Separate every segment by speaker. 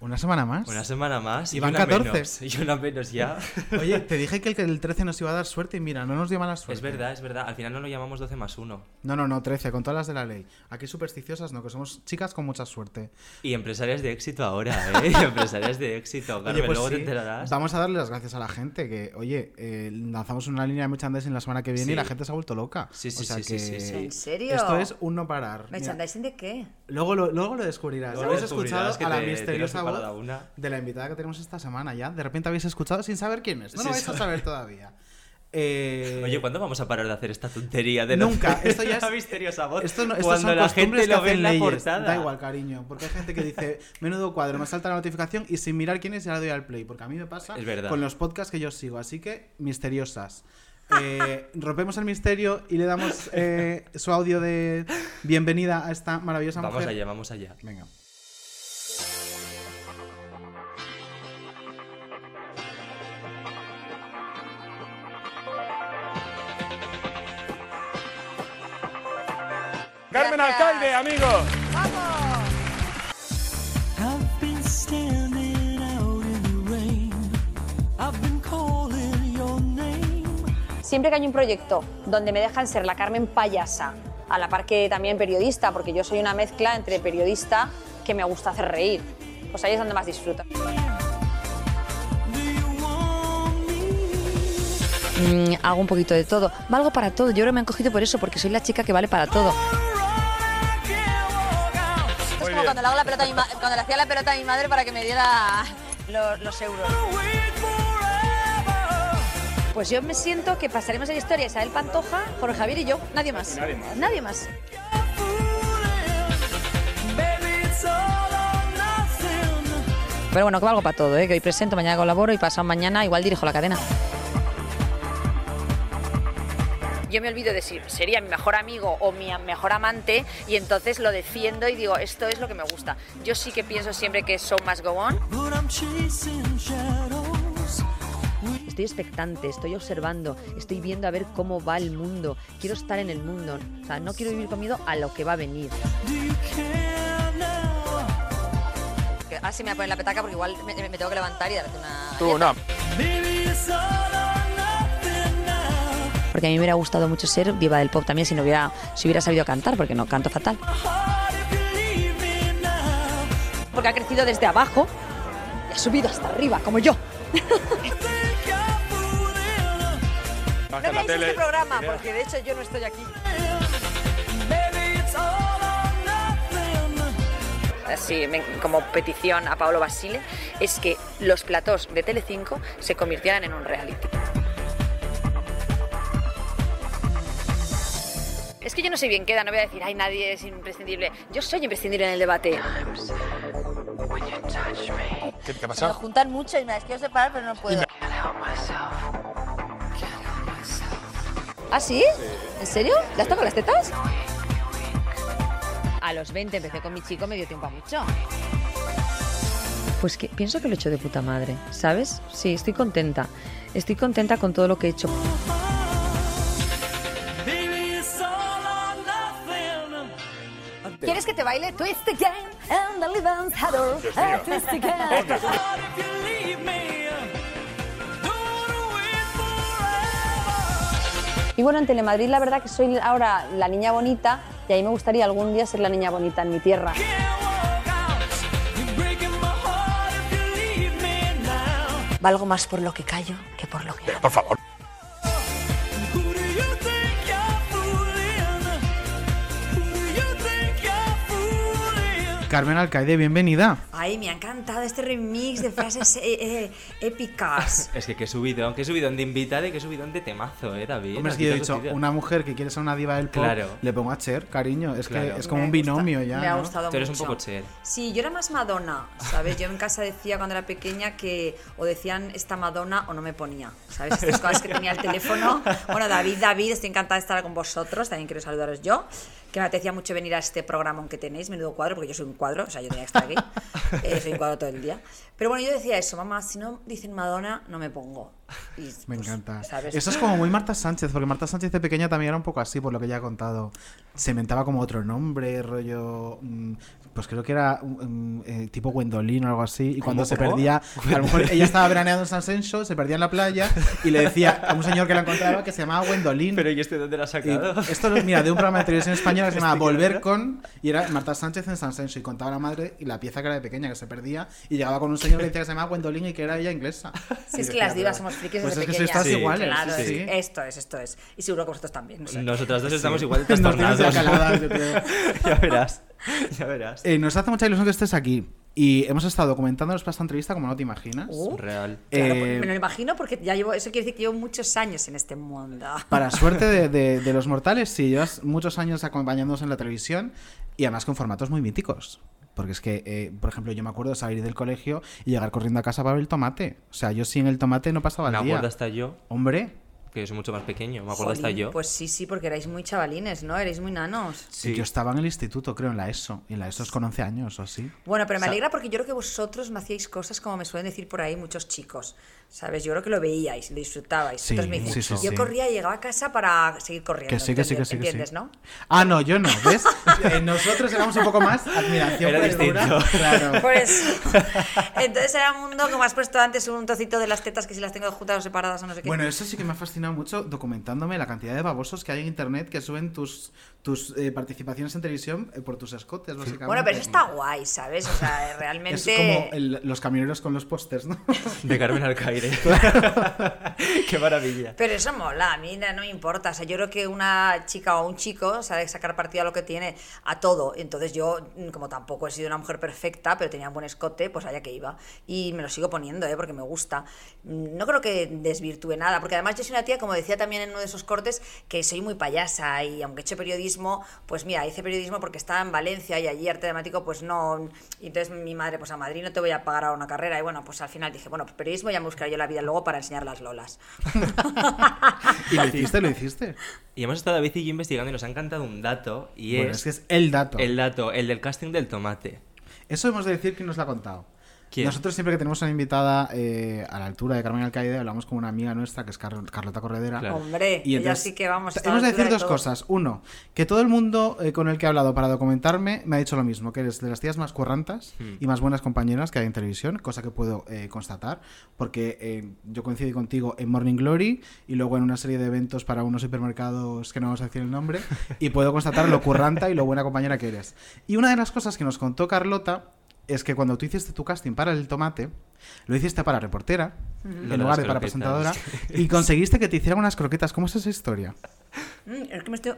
Speaker 1: Una semana más.
Speaker 2: Una semana más.
Speaker 1: Y van
Speaker 2: una
Speaker 1: 14.
Speaker 2: menos, y una menos ya.
Speaker 1: Oye, te dije que el, que el 13 nos iba a dar suerte y mira, no nos dio mala suerte.
Speaker 2: es verdad, es verdad. Al final no lo llamamos 12 más 1.
Speaker 1: No, no, no, 13, con todas las de la ley. Aquí supersticiosas no, que somos chicas con mucha suerte.
Speaker 2: Y empresarias de éxito ahora, ¿eh? Y empresarias de éxito. Carmen,
Speaker 1: Oye, pues
Speaker 2: luego te
Speaker 1: sí,
Speaker 2: enterarás.
Speaker 1: Vamos a darle las gracias a la gente que, oye, eh, lanzamos una línea de merchandising la semana que viene
Speaker 2: Sí.
Speaker 1: y la gente se ha vuelto loca.
Speaker 2: Sí, sí,
Speaker 1: O sea
Speaker 2: sí, sí,
Speaker 1: que
Speaker 2: sí, sí.
Speaker 3: ¿En serio?
Speaker 1: Esto es un no parar. Mira,
Speaker 3: ¿Merchandising de qué?
Speaker 1: luego, lo, luego lo descubrirás.
Speaker 2: Luego
Speaker 1: habéis
Speaker 2: descubrirás
Speaker 1: escuchado
Speaker 2: que
Speaker 1: a la
Speaker 2: te- te
Speaker 1: misteriosa
Speaker 2: lo has preparado
Speaker 1: voz
Speaker 2: una.
Speaker 1: de la invitada que tenemos esta semana ya. De repente habéis escuchado sin saber quién es. No lo
Speaker 2: Sin
Speaker 1: vais a saber todavía. Eh,
Speaker 2: Oye, ¿cuándo vamos a parar de hacer esta tontería de
Speaker 1: Nunca,
Speaker 2: hacer
Speaker 1: esto ya es-
Speaker 2: la misteriosa voz?
Speaker 1: Esto no,
Speaker 2: cuando
Speaker 1: son
Speaker 2: la
Speaker 1: costumbres
Speaker 2: gente
Speaker 1: que
Speaker 2: lo ve
Speaker 1: hacen
Speaker 2: en la
Speaker 1: leyes.
Speaker 2: portada.
Speaker 1: Da igual, cariño, porque hay gente que dice, menudo cuadro, me salta la notificación y sin mirar quién es ya le doy al play, porque a mí me pasa
Speaker 2: Es verdad.
Speaker 1: con los podcasts que yo sigo, así que misteriosas. Eh, rompemos el misterio y le damos eh, su audio de bienvenida a esta maravillosa
Speaker 2: Vamos
Speaker 1: mujer.
Speaker 2: allá, vamos allá.
Speaker 1: Venga.
Speaker 4: Carmen
Speaker 3: Gracias.
Speaker 4: Alcalde, amigos.
Speaker 5: I've been standing out in the rain. I've been calling your name.
Speaker 3: Siempre que hay un proyecto donde me dejan ser la Carmen payasa, a la par que también periodista, porque yo soy una mezcla entre periodista que me gusta hacer reír, pues ahí es donde más disfruto.
Speaker 5: Do you want me?
Speaker 6: Mm, hago un poquito de todo. Valgo para todo. Yo creo que me han cogido por eso, porque soy la chica que vale para todo.
Speaker 5: Or I can't walk out.
Speaker 3: Esto es como cuando le, hago la pelota a mi ma- cuando le hacía la pelota a mi madre para que me diera lo- los euros.
Speaker 5: Wait forever.
Speaker 3: Pues yo me siento que pasaremos en historia Isabel Pantoja, Jorge Javier y yo, nadie más. Nadie más. Nadie más.
Speaker 5: You're fooling. Baby, it's all or nothing.
Speaker 6: Pero bueno, que valgo para todo, ¿eh? que hoy presento, mañana colaboro y pasado mañana igual dirijo la cadena.
Speaker 3: Yo me olvido de si sería mi mejor amigo o mi mejor amante y entonces lo defiendo y digo, esto es lo que me gusta. Yo sí que pienso siempre que show must go on.
Speaker 5: But I'm chasing shadows.
Speaker 6: Estoy expectante, estoy observando, estoy viendo a ver cómo va el mundo. Quiero estar en el mundo. O sea, no quiero vivir con miedo a lo que va a venir.
Speaker 5: Do you care now?
Speaker 3: Ah, sí, me voy a poner la petaca porque igual me, tengo que levantar y darte una...
Speaker 4: Tú no.
Speaker 5: Baby, it's all or nothing now.
Speaker 6: Porque a mí me hubiera gustado mucho ser viva del pop también si, no hubiera, si hubiera sabido cantar, porque no canto fatal.
Speaker 5: My heart, if you leave me now.
Speaker 3: Porque ha crecido desde abajo y ha subido hasta arriba, como yo.
Speaker 5: Think I'm fooling.
Speaker 4: Baja la tele.
Speaker 3: este porque de hecho yo no estoy aquí.
Speaker 5: Baby, it's all or nothing.
Speaker 3: Así, me- como petición a Pablo Basile, es que los platós de Telecinco se convirtieran en un reality. Es que yo no sé bien queda, no voy a decir, ay, nadie es imprescindible. Yo soy imprescindible en el debate.
Speaker 4: ¿Qué, qué ha pasado?
Speaker 3: juntan mucho y me las quiero separar, pero no puedo. ¿Ah, sí? ¿En serio? ¿Le has tocado las tetas?
Speaker 6: A los 20 empecé con mi chico, me dio tiempo a mucho. Pues que pienso que lo he hecho de puta madre, ¿sabes? Sí, estoy contenta. Estoy contenta con todo lo que he hecho.
Speaker 5: Baby, it's all or nothing.
Speaker 3: ¿Quieres que te baile Twist Again and the Living Ah, Shadow?
Speaker 4: mío.
Speaker 3: Twist Again.
Speaker 5: Heart, if you leave me, don't wanna wait forever.
Speaker 3: Y bueno, en Telemadrid la verdad que soy ahora la niña bonita y a mí me gustaría algún día ser la niña bonita en mi tierra.
Speaker 5: Can't walk out. You're breaking my heart if you leave me now.
Speaker 3: Valgo más por lo que callo que por lo que...
Speaker 4: Por favor.
Speaker 5: Who do you think you're fooling? Who do you think you're fooling?
Speaker 1: Carmen Alcaide, bienvenida.
Speaker 3: Ay, me ha encantado este remix de frases eh, eh, épicas.
Speaker 2: Es que qué subidón, qué subidón de invitada y qué subidón de temazo, eh, David.
Speaker 1: Hombre, es
Speaker 2: Aquí
Speaker 1: que yo he
Speaker 2: te
Speaker 1: dicho,
Speaker 2: fastidia.
Speaker 1: una mujer que quiere ser una diva del pop,
Speaker 2: Claro.
Speaker 1: le pongo a Cher, cariño. Es
Speaker 2: Claro.
Speaker 1: que es como
Speaker 3: Me
Speaker 1: un
Speaker 3: ha gusta-
Speaker 1: binomio ya.
Speaker 3: Me ha
Speaker 1: ¿no?
Speaker 3: gustado
Speaker 2: Tú eres un
Speaker 3: mucho.
Speaker 2: poco Cher.
Speaker 3: Sí, yo era más Madonna, ¿sabes? Yo en casa decía cuando era pequeña que o decían esta Madonna o no me ponía, ¿sabes? Estas cosas que tenía el teléfono. Bueno, David, David, estoy encantada de estar con vosotros, también quiero saludaros yo, que me apetecía mucho venir a este programa que tenéis, menudo cuadro, porque yo soy un cuadro, o sea, yo tenía que estar aquí, Eh, soy un cuadro todo el día. Pero bueno, yo decía eso, mamá, si no dicen Madonna, no me pongo. Y,
Speaker 1: Me
Speaker 3: pues,
Speaker 1: encanta.
Speaker 3: ¿sabes?
Speaker 1: Eso es como muy Marta Sánchez, porque Marta Sánchez de pequeña también era un poco así, por lo que ella ha contado. Se inventaba como otro nombre, rollo. mm, Pues creo que era mm, eh, tipo Gwendolyn o algo así. Y cuando se perdía, a lo mejor ella estaba veraneando en San Senso, se perdía en la playa y le decía a un señor que la encontraba que se llamaba Gwendolyn.
Speaker 2: Pero ¿y este dónde la has
Speaker 1: Y
Speaker 2: sacado?
Speaker 1: esto lo- mira, de un programa de televisión española que se llamaba Volver con, y era Marta Sánchez en San Senso, y contaba la madre y la pieza que era de pequeña, que se perdía, y llegaba con un señor que decía que se llamaba Gwendolyn y que era ella inglesa.
Speaker 3: Sí,
Speaker 1: Y
Speaker 3: es que
Speaker 1: decía,
Speaker 3: las divas
Speaker 1: pero-
Speaker 3: somos frikis
Speaker 1: pues
Speaker 3: desde
Speaker 1: es que sois
Speaker 3: pequeñas.
Speaker 1: todas
Speaker 2: Sí,
Speaker 1: iguales,
Speaker 3: Claro,
Speaker 1: sí,
Speaker 3: es-
Speaker 1: sí.
Speaker 3: esto es, esto es. Y seguro que vosotros también. no sé.
Speaker 2: Nosotras dos estamos igual de
Speaker 1: Nos tienes ya
Speaker 2: trastornados.
Speaker 1: caladas, yo creo.
Speaker 2: ya verás, ya verás.
Speaker 1: Eh, nos hace mucha ilusión que estés aquí. Y hemos estado documentándonos para esta entrevista, como no te imaginas.
Speaker 3: Uh.
Speaker 2: Real.
Speaker 3: Claro,
Speaker 1: Eh,
Speaker 3: me lo imagino porque ya llevo, eso quiere decir que llevo muchos años en este mundo.
Speaker 1: Para suerte de, de- de los mortales, sí, llevas muchos años acompañándonos en la televisión y además con formatos muy míticos. Porque es que, eh, por ejemplo, yo me acuerdo de salir del colegio y llegar corriendo a casa para ver el tomate. O sea, yo sin el tomate no pasaba
Speaker 2: Me
Speaker 1: el día.
Speaker 2: acuerdo hasta yo,
Speaker 1: Hombre,
Speaker 2: que yo soy mucho más pequeño. Me acuerdo hasta
Speaker 3: Jolín,
Speaker 2: yo.
Speaker 3: Pues sí, sí, porque erais muy chavalines, ¿no? Erais muy nanos.
Speaker 1: yo estaba en el instituto, creo, en la ESO. Y en la ESO es con 11 años o así.
Speaker 3: Bueno, pero me alegra porque yo creo que vosotros me hacíais cosas como me suelen decir por ahí muchos chicos, ¿sabes? Yo creo que lo veíais, lo disfrutabais.
Speaker 1: Sí,
Speaker 3: Entonces me
Speaker 1: sí,
Speaker 3: dicen,
Speaker 1: sí,
Speaker 3: yo
Speaker 1: sí.
Speaker 3: corría y llegaba a casa para seguir corriendo.
Speaker 1: Que sí, que sí, que
Speaker 3: ¿entiendes-
Speaker 1: sí. que sí.
Speaker 3: ¿Entiendes, no?
Speaker 1: Ah, no, yo no, ¿ves? Eh, nosotros éramos un poco más admiración.
Speaker 2: Era
Speaker 1: perdura.
Speaker 2: distinto.
Speaker 1: Claro.
Speaker 3: Pues entonces era un mundo como has puesto antes un trocito de las tetas que si las tengo juntas o separadas o no sé qué.
Speaker 1: Bueno, eso sí que me ha fascinado mucho documentándome la cantidad de babosos que hay en internet que suben tus, tus eh, participaciones en televisión eh, por tus escotes, básicamente.
Speaker 3: Bueno, pero eso está guay, ¿sabes? O sea, realmente.
Speaker 1: Es como el- los camioneros con los pósters, ¿no?
Speaker 2: De Carmen Alcaire. Qué maravilla.
Speaker 3: Pero eso mola, a mí na- no me importa. O sea, yo creo que una chica o un chico sabe sacar partido a lo que tiene, a todo. Entonces yo, mm, como tampoco he sido una mujer perfecta, pero tenía un buen escote, pues allá que iba. Y me lo sigo poniendo, ¿eh? porque me gusta. Mm, No creo que desvirtúe nada, porque además yo soy una tía, como decía también en uno de esos cortes, que soy muy payasa y aunque he hecho periodismo, pues mira, hice periodismo porque estaba en Valencia y allí arte dramático, pues no. Y entonces mi madre, pues a Madrid no te voy a pagar ahora una carrera. Y bueno, pues al final dije, bueno, pues periodismo ya me buscaré yo la vida luego para enseñar las lolas.
Speaker 1: Y lo hiciste, lo hiciste.
Speaker 2: Y hemos estado David y yo investigando y nos han cantado un dato y
Speaker 1: Bueno,
Speaker 2: es,
Speaker 1: es que es el dato.
Speaker 2: el dato, el del casting del tomate.
Speaker 1: Eso hemos de decir que nos lo ha contado.
Speaker 2: ¿Quién?
Speaker 1: Nosotros siempre que tenemos una invitada eh, a la altura de Carmen Alcaide, hablamos con una amiga nuestra que es Car- Carlota Corredera.
Speaker 2: Claro.
Speaker 3: Hombre,
Speaker 1: Y
Speaker 3: y
Speaker 1: entonces,
Speaker 3: sí que vamos a estar
Speaker 1: Hemos de
Speaker 3: a la altura
Speaker 1: decir
Speaker 3: de
Speaker 1: dos
Speaker 3: todo.
Speaker 1: cosas. Uno, que todo el mundo eh, con el que he hablado para documentarme me ha dicho lo mismo, que eres de las tías más currantas
Speaker 2: Hmm.
Speaker 1: y más buenas compañeras que hay en televisión, cosa que puedo eh, constatar, porque eh, yo coincidí contigo en Morning Glory y luego en una serie de eventos para unos supermercados que no vamos a decir el nombre, y puedo constatar lo curranta y lo buena compañera que eres. Y una de las cosas que nos contó Carlota es que cuando tú hiciste tu casting para el tomate, lo hiciste para reportera,
Speaker 2: Lo de
Speaker 1: en lugar
Speaker 2: las
Speaker 1: de para
Speaker 2: croquetas.
Speaker 1: presentadora, y conseguiste que te hicieran unas croquetas. ¿Cómo es esa historia?
Speaker 3: Mm, es que me estoy-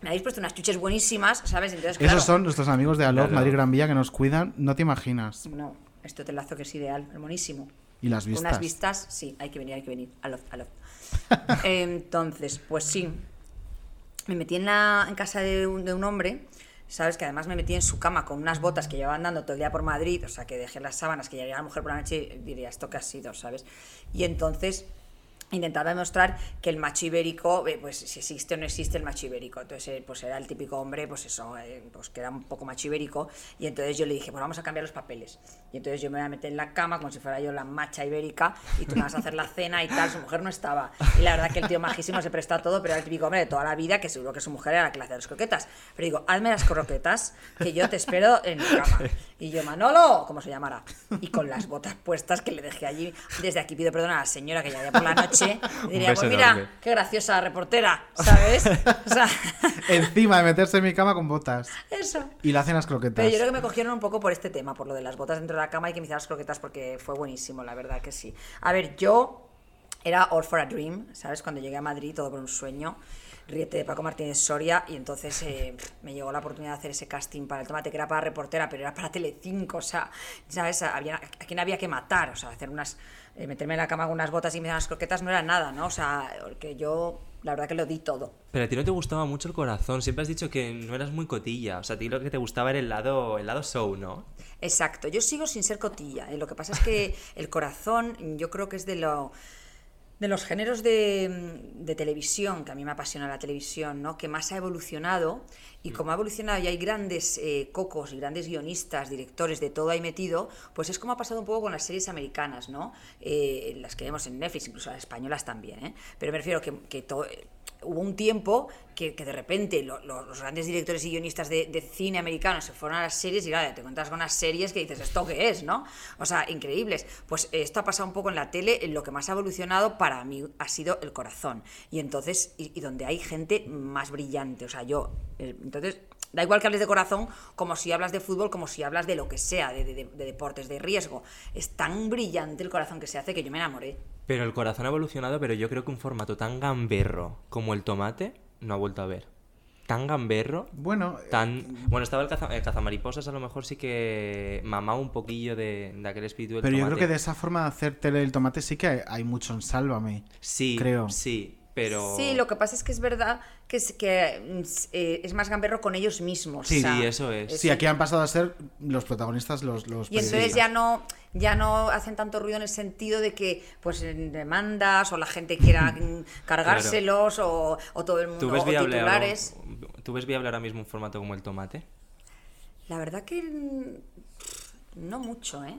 Speaker 3: me habéis puesto unas chuches buenísimas, ¿sabes? Entonces, claro.
Speaker 1: Esos son nuestros amigos de Alor
Speaker 2: Claro.
Speaker 1: Madrid Gran Vía que nos cuidan, no te imaginas.
Speaker 3: No, este telazo que es ideal, es buenísimo.
Speaker 1: Y las
Speaker 3: Con
Speaker 1: vistas.
Speaker 3: Unas vistas, sí, hay que venir, hay que venir. Alof, alof. Entonces, pues sí. Me metí en, la, en casa de un, de un hombre, ¿sabes? Que además me metí en su cama con unas botas que llevaba andando todo el día por Madrid, o sea, que dejé las sábanas, que llegaría la mujer por la noche y diría, ¿esto qué ha sido, ¿sabes? Y entonces intentaba demostrar que el macho ibérico, eh, pues si existe o no existe el macho ibérico. Entonces, eh, pues era el típico hombre, pues eso, eh, pues que era un poco macho ibérico. Y entonces yo le dije, pues vamos a cambiar los papeles. Y entonces yo me voy a meter en la cama como si fuera yo la macha ibérica y tú me vas a hacer la cena y tal. Su mujer no estaba. Y la verdad que el tío majísimo se prestó a todo, pero era el típico hombre de toda la vida que seguro que su mujer era la que le hacía las croquetas. Pero digo, hazme las croquetas que yo te espero en mi cama. Y yo, Manolo, como se llamara. Y con las botas puestas que le dejé allí. Desde aquí pido perdón a la señora que llegaría por la noche. Y
Speaker 2: Un
Speaker 3: diría,
Speaker 2: beso
Speaker 3: pues mira,
Speaker 2: enorme".
Speaker 3: qué graciosa reportera, ¿sabes? O sea,
Speaker 1: Encima de meterse en mi cama con botas.
Speaker 3: eso.
Speaker 1: Y le hacen las croquetas.
Speaker 3: Pero yo creo que me cogieron un poco por este tema, por lo de las botas dentro de la cama y que me hicieran las croquetas porque fue buenísimo, la verdad que sí. A ver, yo era all for a dream, ¿sabes? Cuando llegué a Madrid, todo por un sueño. Riete de Paco Martínez Soria y entonces eh, me llegó la oportunidad de hacer ese casting para el tomate que era para reportera pero era para Telecinco o sea sabes había, a quién había que matar o sea hacer unas eh, meterme en la cama con unas botas y me unas croquetas no era nada no o sea que yo la verdad que lo di todo
Speaker 2: Pero a ti no te gustaba mucho el corazón. Siempre has dicho que no eras muy cotilla. O sea, a ti lo que te gustaba era el lado, el lado show, ¿no?
Speaker 3: Exacto, yo sigo sin ser cotilla. eh, Lo que pasa es que el corazón, yo creo que es de lo de los géneros de, de televisión, que a mí me apasiona la televisión, ¿no? que más ha evolucionado, y como ha evolucionado y hay grandes eh, cocos y grandes guionistas, directores de todo ahí metido, pues es como ha pasado un poco con las series americanas, ¿no? Eh, las que vemos en Netflix, incluso las españolas también, ¿eh? pero me refiero que, que todo hubo un tiempo que, que de repente lo- lo- los grandes directores y guionistas de, de cine americano se fueron a las series y claro, te encuentras con unas series que dices, ¿esto qué es? ¿no? O sea, increíbles. Pues eh, esto ha pasado un poco en la tele, lo que más ha evolucionado para mí ha sido el corazón. Y entonces, y, y donde hay gente más brillante. O sea, yo, eh, entonces, Da igual que hables de corazón, como si hablas de fútbol, como si hablas de lo que sea, de, de- de- de deportes, de riesgo. Es tan brillante el corazón que se hace que yo me enamoré.
Speaker 2: Pero el corazón ha evolucionado, pero yo creo que un formato tan gamberro como el tomate no ha vuelto a ver. Tan gamberro.
Speaker 1: Bueno, eh,
Speaker 2: Tan... Bueno, estaba el, caza... el cazamariposas, a lo mejor sí que mamaba un poquillo de, de aquel espíritu del
Speaker 1: Pero yo creo
Speaker 2: tomate.
Speaker 1: que de esa forma de hacer tele del tomate sí que hay, hay mucho en Sálvame.
Speaker 3: Eh,
Speaker 2: Sí,
Speaker 1: creo.
Speaker 2: sí, pero...
Speaker 3: Sí, lo que pasa es que es verdad que es, que, mm, s- eh, es más gamberro con ellos mismos.
Speaker 2: Sí,
Speaker 3: o sea,
Speaker 2: sí, eso es.
Speaker 1: Sí, aquí han pasado a ser los protagonistas los, los
Speaker 3: Y entonces
Speaker 1: periodistas.
Speaker 3: ya no, ya no hacen tanto ruido en el sentido de que pues en demandas o la gente quiera mm, cargárselos o, o todo el mundo
Speaker 2: ¿Tú ves,
Speaker 3: o
Speaker 2: viable ahora-
Speaker 3: titulares.
Speaker 2: ¿Tú ves viable ahora mismo un formato como el tomate?
Speaker 3: La verdad que mm, no mucho, ¿eh?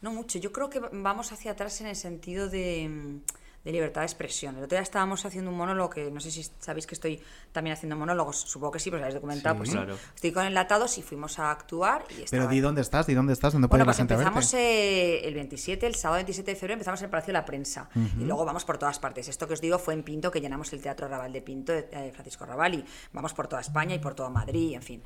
Speaker 3: No mucho. Yo creo que va- vamos hacia atrás en el sentido de, mm, de libertad de expresión. El otro día estábamos haciendo un monólogo que no sé si sabéis que estoy también haciendo monólogos. Supongo que sí, pues habéis documentado.
Speaker 1: Sí.
Speaker 3: pues
Speaker 2: Claro.
Speaker 3: Estoy con enlatados y fuimos a actuar. Y
Speaker 1: Pero
Speaker 3: estaba-
Speaker 1: di dónde estás, di dónde estás, dónde puede
Speaker 3: Bueno,
Speaker 1: ir la
Speaker 3: pues
Speaker 1: gente a verte.
Speaker 3: empezamos eh, el 27, el sábado 27 de febrero empezamos en el Palacio de la Prensa y luego vamos por todas partes. Esto que os digo fue en Pinto, que llenamos el Teatro Raval de Pinto, eh, Francisco Raval, y vamos por toda España y por toda Madrid, en fin.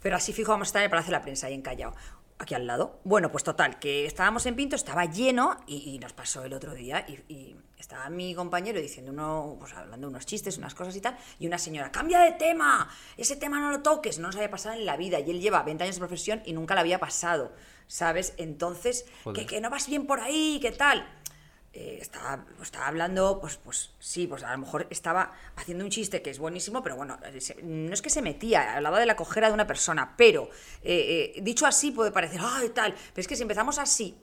Speaker 3: Pero así fijo vamos a estar en el Palacio de la Prensa, ahí en Callao, aquí al lado. Bueno, pues total, que estábamos en Pinto, estaba lleno y, y nos pasó el otro día y, y estaba mi compañero diciendo uno, pues hablando unos chistes, unas cosas y tal, y una señora, cambia de tema, ese tema no lo toques, no nos había pasado en la vida y él lleva 20 años de profesión y nunca la había pasado. ¿sabes? Entonces, que,
Speaker 2: Joder.
Speaker 3: que no vas bien por ahí, ¿qué tal? Eh, estaba, estaba hablando, pues, pues sí, pues a lo mejor estaba haciendo un chiste que es buenísimo, pero bueno, eh, se- no es que se metía, hablaba de la cojera de una persona, pero eh, eh, dicho así puede parecer, ay, tal, pero es que si empezamos así,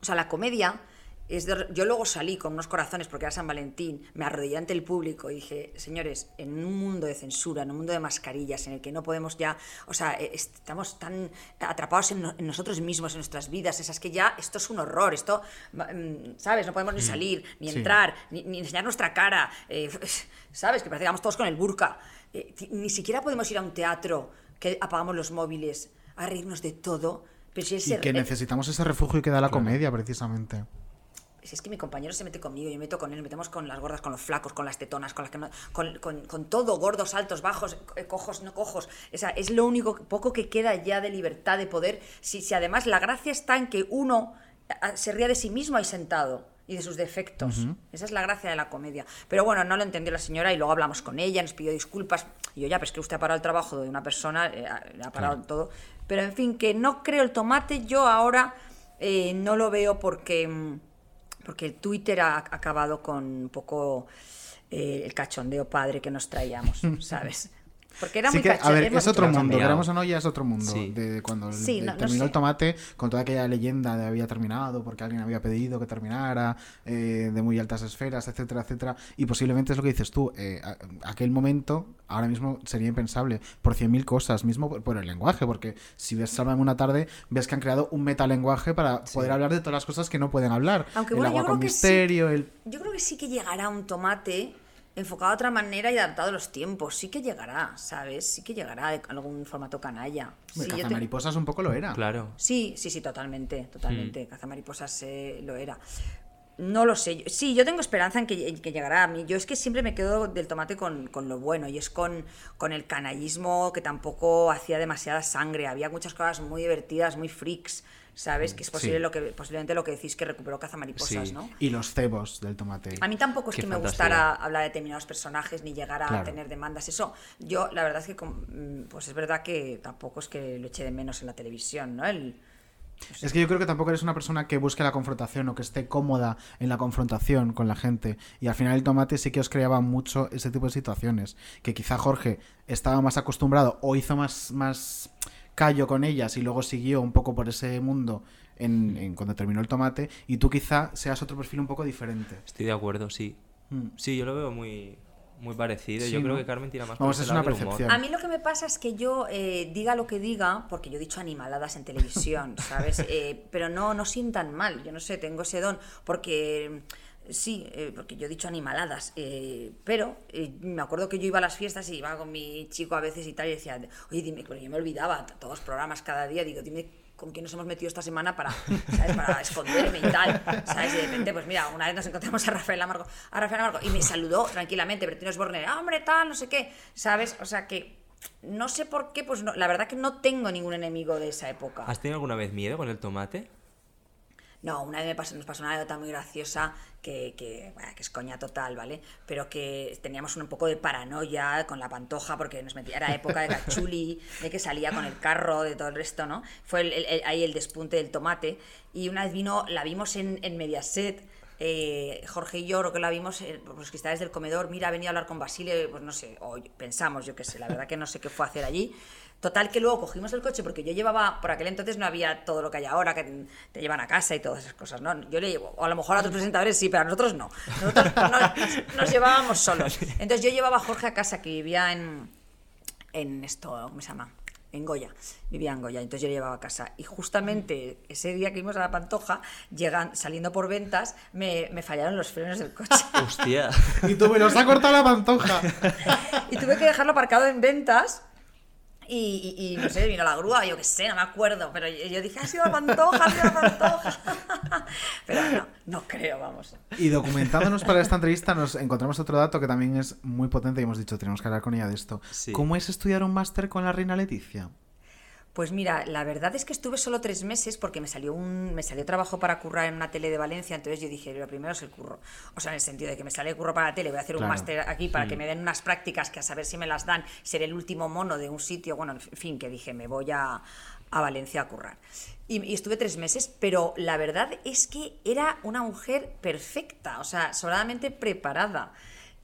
Speaker 3: o sea, la comedia es de- Yo luego salí con unos corazones porque era San Valentín, me arrodillé ante el público y dije, señores, en un mundo de censura, en un mundo de mascarillas, en el que no podemos ya, o sea, eh, estamos tan atrapados en, no- en nosotros mismos, en nuestras vidas, esas que ya esto es un horror, esto, mm, ¿sabes? No podemos ni salir, ni
Speaker 1: Sí.
Speaker 3: entrar, ni, ni enseñar nuestra cara, eh, ¿sabes? Que parece que vamos todos con el burka. Eh, ti- ni siquiera podemos ir a un teatro que apagamos los móviles, a reírnos de todo. Pero si
Speaker 1: Y
Speaker 3: ese-
Speaker 1: que
Speaker 3: eh,
Speaker 1: necesitamos ese refugio que da la comedia, precisamente.
Speaker 3: si es que mi compañero se mete conmigo, yo me meto con él, nos metemos con las gordas, con los flacos, con las tetonas, con las que no- con, con- con todo, gordos, altos, bajos, eh, cojos, no cojos. O sea, es lo único que- poco que queda ya de libertad, de poder. Si, si además la gracia está en que uno ah, se ría de sí mismo ahí sentado y de sus defectos. Esa es la gracia de la comedia. Pero bueno, no lo entendió la señora y luego hablamos con ella, nos pidió disculpas. Y yo ya, pero es que usted ha parado el trabajo de una persona, eh, ha ha parado todo. Pero en fin, que no creo el tomate, yo ahora eh, no lo veo porque... mm, porque el Twitter ha acabado con un poco eh, el cachondeo padre que nos traíamos, ¿sabes? Porque era
Speaker 1: Sí
Speaker 3: muy
Speaker 1: que, a
Speaker 3: cachondeo.
Speaker 1: ver, es otro mundo,
Speaker 2: cambiado.
Speaker 1: queramos o no, ya es otro mundo.
Speaker 2: Sí.
Speaker 1: De, cuando el-
Speaker 3: Sí,
Speaker 1: el-
Speaker 3: no- no
Speaker 1: terminó
Speaker 3: sé.
Speaker 1: el tomate, con toda aquella leyenda de había terminado, porque alguien había pedido que terminara, eh, de muy altas esferas, etcétera, etcétera. Y posiblemente es lo que dices tú, eh, a- aquel momento, ahora mismo sería impensable, por 100.000 cosas, mismo por, por el lenguaje, porque si ves Sálvame una tarde, ves que han creado un metalenguaje para poder hablar de todas las cosas que no pueden hablar.
Speaker 3: Aunque
Speaker 1: el
Speaker 3: bueno,
Speaker 1: agua
Speaker 3: yo
Speaker 1: con
Speaker 3: creo que sí.
Speaker 1: misterio, el
Speaker 3: Yo creo que sí que llegará un tomate enfocado de otra manera y adaptado a los tiempos. Sí que llegará, ¿sabes? Sí que llegará de algún formato canalla. Sí,
Speaker 1: el
Speaker 3: yo te-
Speaker 1: cazamaripos un poco lo era.
Speaker 2: Claro.
Speaker 1: Hmm.
Speaker 3: Sí, sí, sí, totalmente, totalmente. Cazamariposas eh, lo era. No lo sé. Yo- Sí, yo tengo esperanza en que, en que llegará a mí. Yo es que siempre me quedo del tomate con, con lo bueno y es con, con el canallismo que tampoco hacía demasiada sangre. Había muchas cosas muy divertidas, muy freaks, ¿sabes? Que es posible
Speaker 1: Hmm, Sí.
Speaker 3: lo que, posiblemente lo que decís que recuperó Cazamariposas,
Speaker 1: Sí.
Speaker 3: ¿no?
Speaker 1: Y los cebos del tomate.
Speaker 3: A mí tampoco es
Speaker 1: Qué
Speaker 3: que me
Speaker 1: fantasía.
Speaker 3: gustara hablar de determinados personajes ni llegar a
Speaker 1: Claro.
Speaker 3: tener demandas. Eso, yo la verdad es que, com- mm, pues es verdad que tampoco es que lo eche de menos en la televisión, ¿no? El,
Speaker 1: Es que yo creo que tampoco eres una persona que busque la confrontación o que esté cómoda en la confrontación con la gente. Y al final el tomate sí que os creaba mucho ese tipo de situaciones. Que quizá Jorge estaba más acostumbrado o hizo más, más callo con ellas y luego siguió un poco por ese mundo en, en cuando terminó el tomate. Y tú quizá seas otro perfil un poco diferente.
Speaker 2: Estoy de acuerdo, sí.
Speaker 1: Mm.
Speaker 2: Sí, yo lo veo muy, muy parecido.
Speaker 1: Sí,
Speaker 2: yo creo
Speaker 1: ¿no?
Speaker 2: que Carmen tira más
Speaker 1: Vamos,
Speaker 2: por
Speaker 1: es
Speaker 2: ese lado
Speaker 1: una
Speaker 2: del humor.
Speaker 3: A mí lo que me pasa es que yo eh, diga lo que diga, porque yo he dicho animaladas en televisión, ¿sabes? Eh, pero no, no sientan mal, yo no sé, tengo ese don, porque eh, sí, eh, porque yo he dicho animaladas, eh, pero eh, me acuerdo que yo iba a las fiestas y iba con mi chico a veces y tal, y decía, oye, dime, pero yo me olvidaba, t- todos los programas cada día, digo, dime con quién nos hemos metido esta semana para, ¿sabes? para esconderme y tal, ¿sabes? Y de repente, pues mira, una vez nos encontramos a Rafael Amargo, a Rafael Amargo, y me saludó tranquilamente, Bertino Osborne, "Ah, hombre, tal, no sé qué, ¿sabes? O sea que no sé por qué, pues no, la verdad que no tengo ningún enemigo de esa época.
Speaker 2: ¿Has tenido alguna vez miedo con el tomate?
Speaker 3: No, una vez me pasó- nos pasó una anécdota muy graciosa que, que, bueno, que es coña total, ¿vale? Pero que teníamos un poco de paranoia con la pantoja porque nos metía, era época de cachuli, de que salía con el carro, de todo el resto, ¿no? Fue el- el- el- ahí el despunte del tomate. Y una vez vino, la vimos en, en Mediaset. eh, Jorge y yo creo que la vimos eh, por los cristales del comedor, mira, venía a hablar con Basile, pues no sé, o pensamos, yo qué sé, la verdad que no sé qué fue a hacer allí, Total que luego cogimos el coche porque yo llevaba, por aquel entonces no había todo lo que hay ahora, que te llevan a casa y todas esas cosas, ¿no? Yo le llevo, o a lo mejor a otros presentadores sí, pero a nosotros no. Nosotros nos, nos llevábamos solos. Entonces yo llevaba a Jorge a casa que vivía en, en esto, ¿cómo se llama? En Goya, vivía en Goya, entonces yo le llevaba a casa. Y justamente ese día que íbamos a la Pantoja, llegan, saliendo por ventas, me, me fallaron los frenos del coche.
Speaker 2: Hostia.
Speaker 1: Y tú me los ha cortado la pantoja.
Speaker 3: y tuve que dejarlo aparcado en ventas. Y, y- y, no sé, vino la grúa, yo qué sé, no me acuerdo, pero yo, yo dije, ha sido la pantoja, ha sido la pantoja. pero no, no creo, vamos.
Speaker 1: Y documentándonos para esta entrevista nos encontramos otro dato que también es muy potente y hemos dicho, tenemos que hablar con ella de esto. ¿Cómo es estudiar un máster con la reina Leticia?
Speaker 3: Pues mira, la verdad es que estuve solo tres meses porque me salió un, me salió trabajo para currar en una tele de Valencia, entonces yo dije, lo primero es el curro. O sea, en el sentido de que me sale el curro para la tele, voy a hacer un
Speaker 1: Claro.
Speaker 3: máster aquí para
Speaker 1: Sí.
Speaker 3: que me den unas prácticas que a saber si me las dan, seré el último mono de un sitio, bueno, en fin, que dije, me voy a, a Valencia a currar. Y, y estuve tres meses, pero la verdad es que era una mujer perfecta, o sea, sobradamente preparada.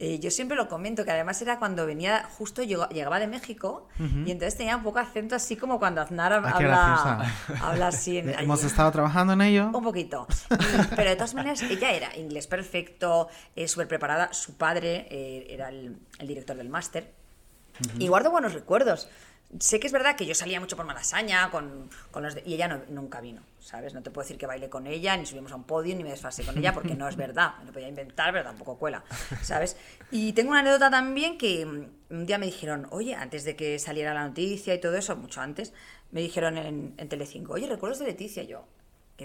Speaker 3: Eh, yo siempre lo comento, que además era cuando venía, justo llegó- llegaba de México
Speaker 1: Ujú.
Speaker 3: y entonces tenía un poco acento así como cuando Aznar hab-
Speaker 1: Ah, qué
Speaker 3: habla,
Speaker 1: graciosa.
Speaker 3: habla así. en-
Speaker 1: Eh, Hemos estado trabajando en ello.
Speaker 3: un poquito. Y- pero de todas maneras, ella era inglés perfecto, eh, súper preparada. Su padre eh, era el, el director del máster.
Speaker 7: Ujú.
Speaker 3: Y guardo buenos recuerdos. Sé que es verdad que yo salía mucho por Malasaña con, con los de- y ella no- nunca vino, ¿sabes? No te puedo decir que bailé con ella, ni subimos a un podio, ni me desfasé con ella, porque no es verdad. Me lo podía inventar, pero tampoco cuela, ¿sabes? Y tengo una anécdota también que mm, un día me dijeron, oye, antes de que saliera la noticia y todo eso, mucho antes, me dijeron en, en Telecinco, oye, ¿recuerdas de Leticia? Y yo, ¿qué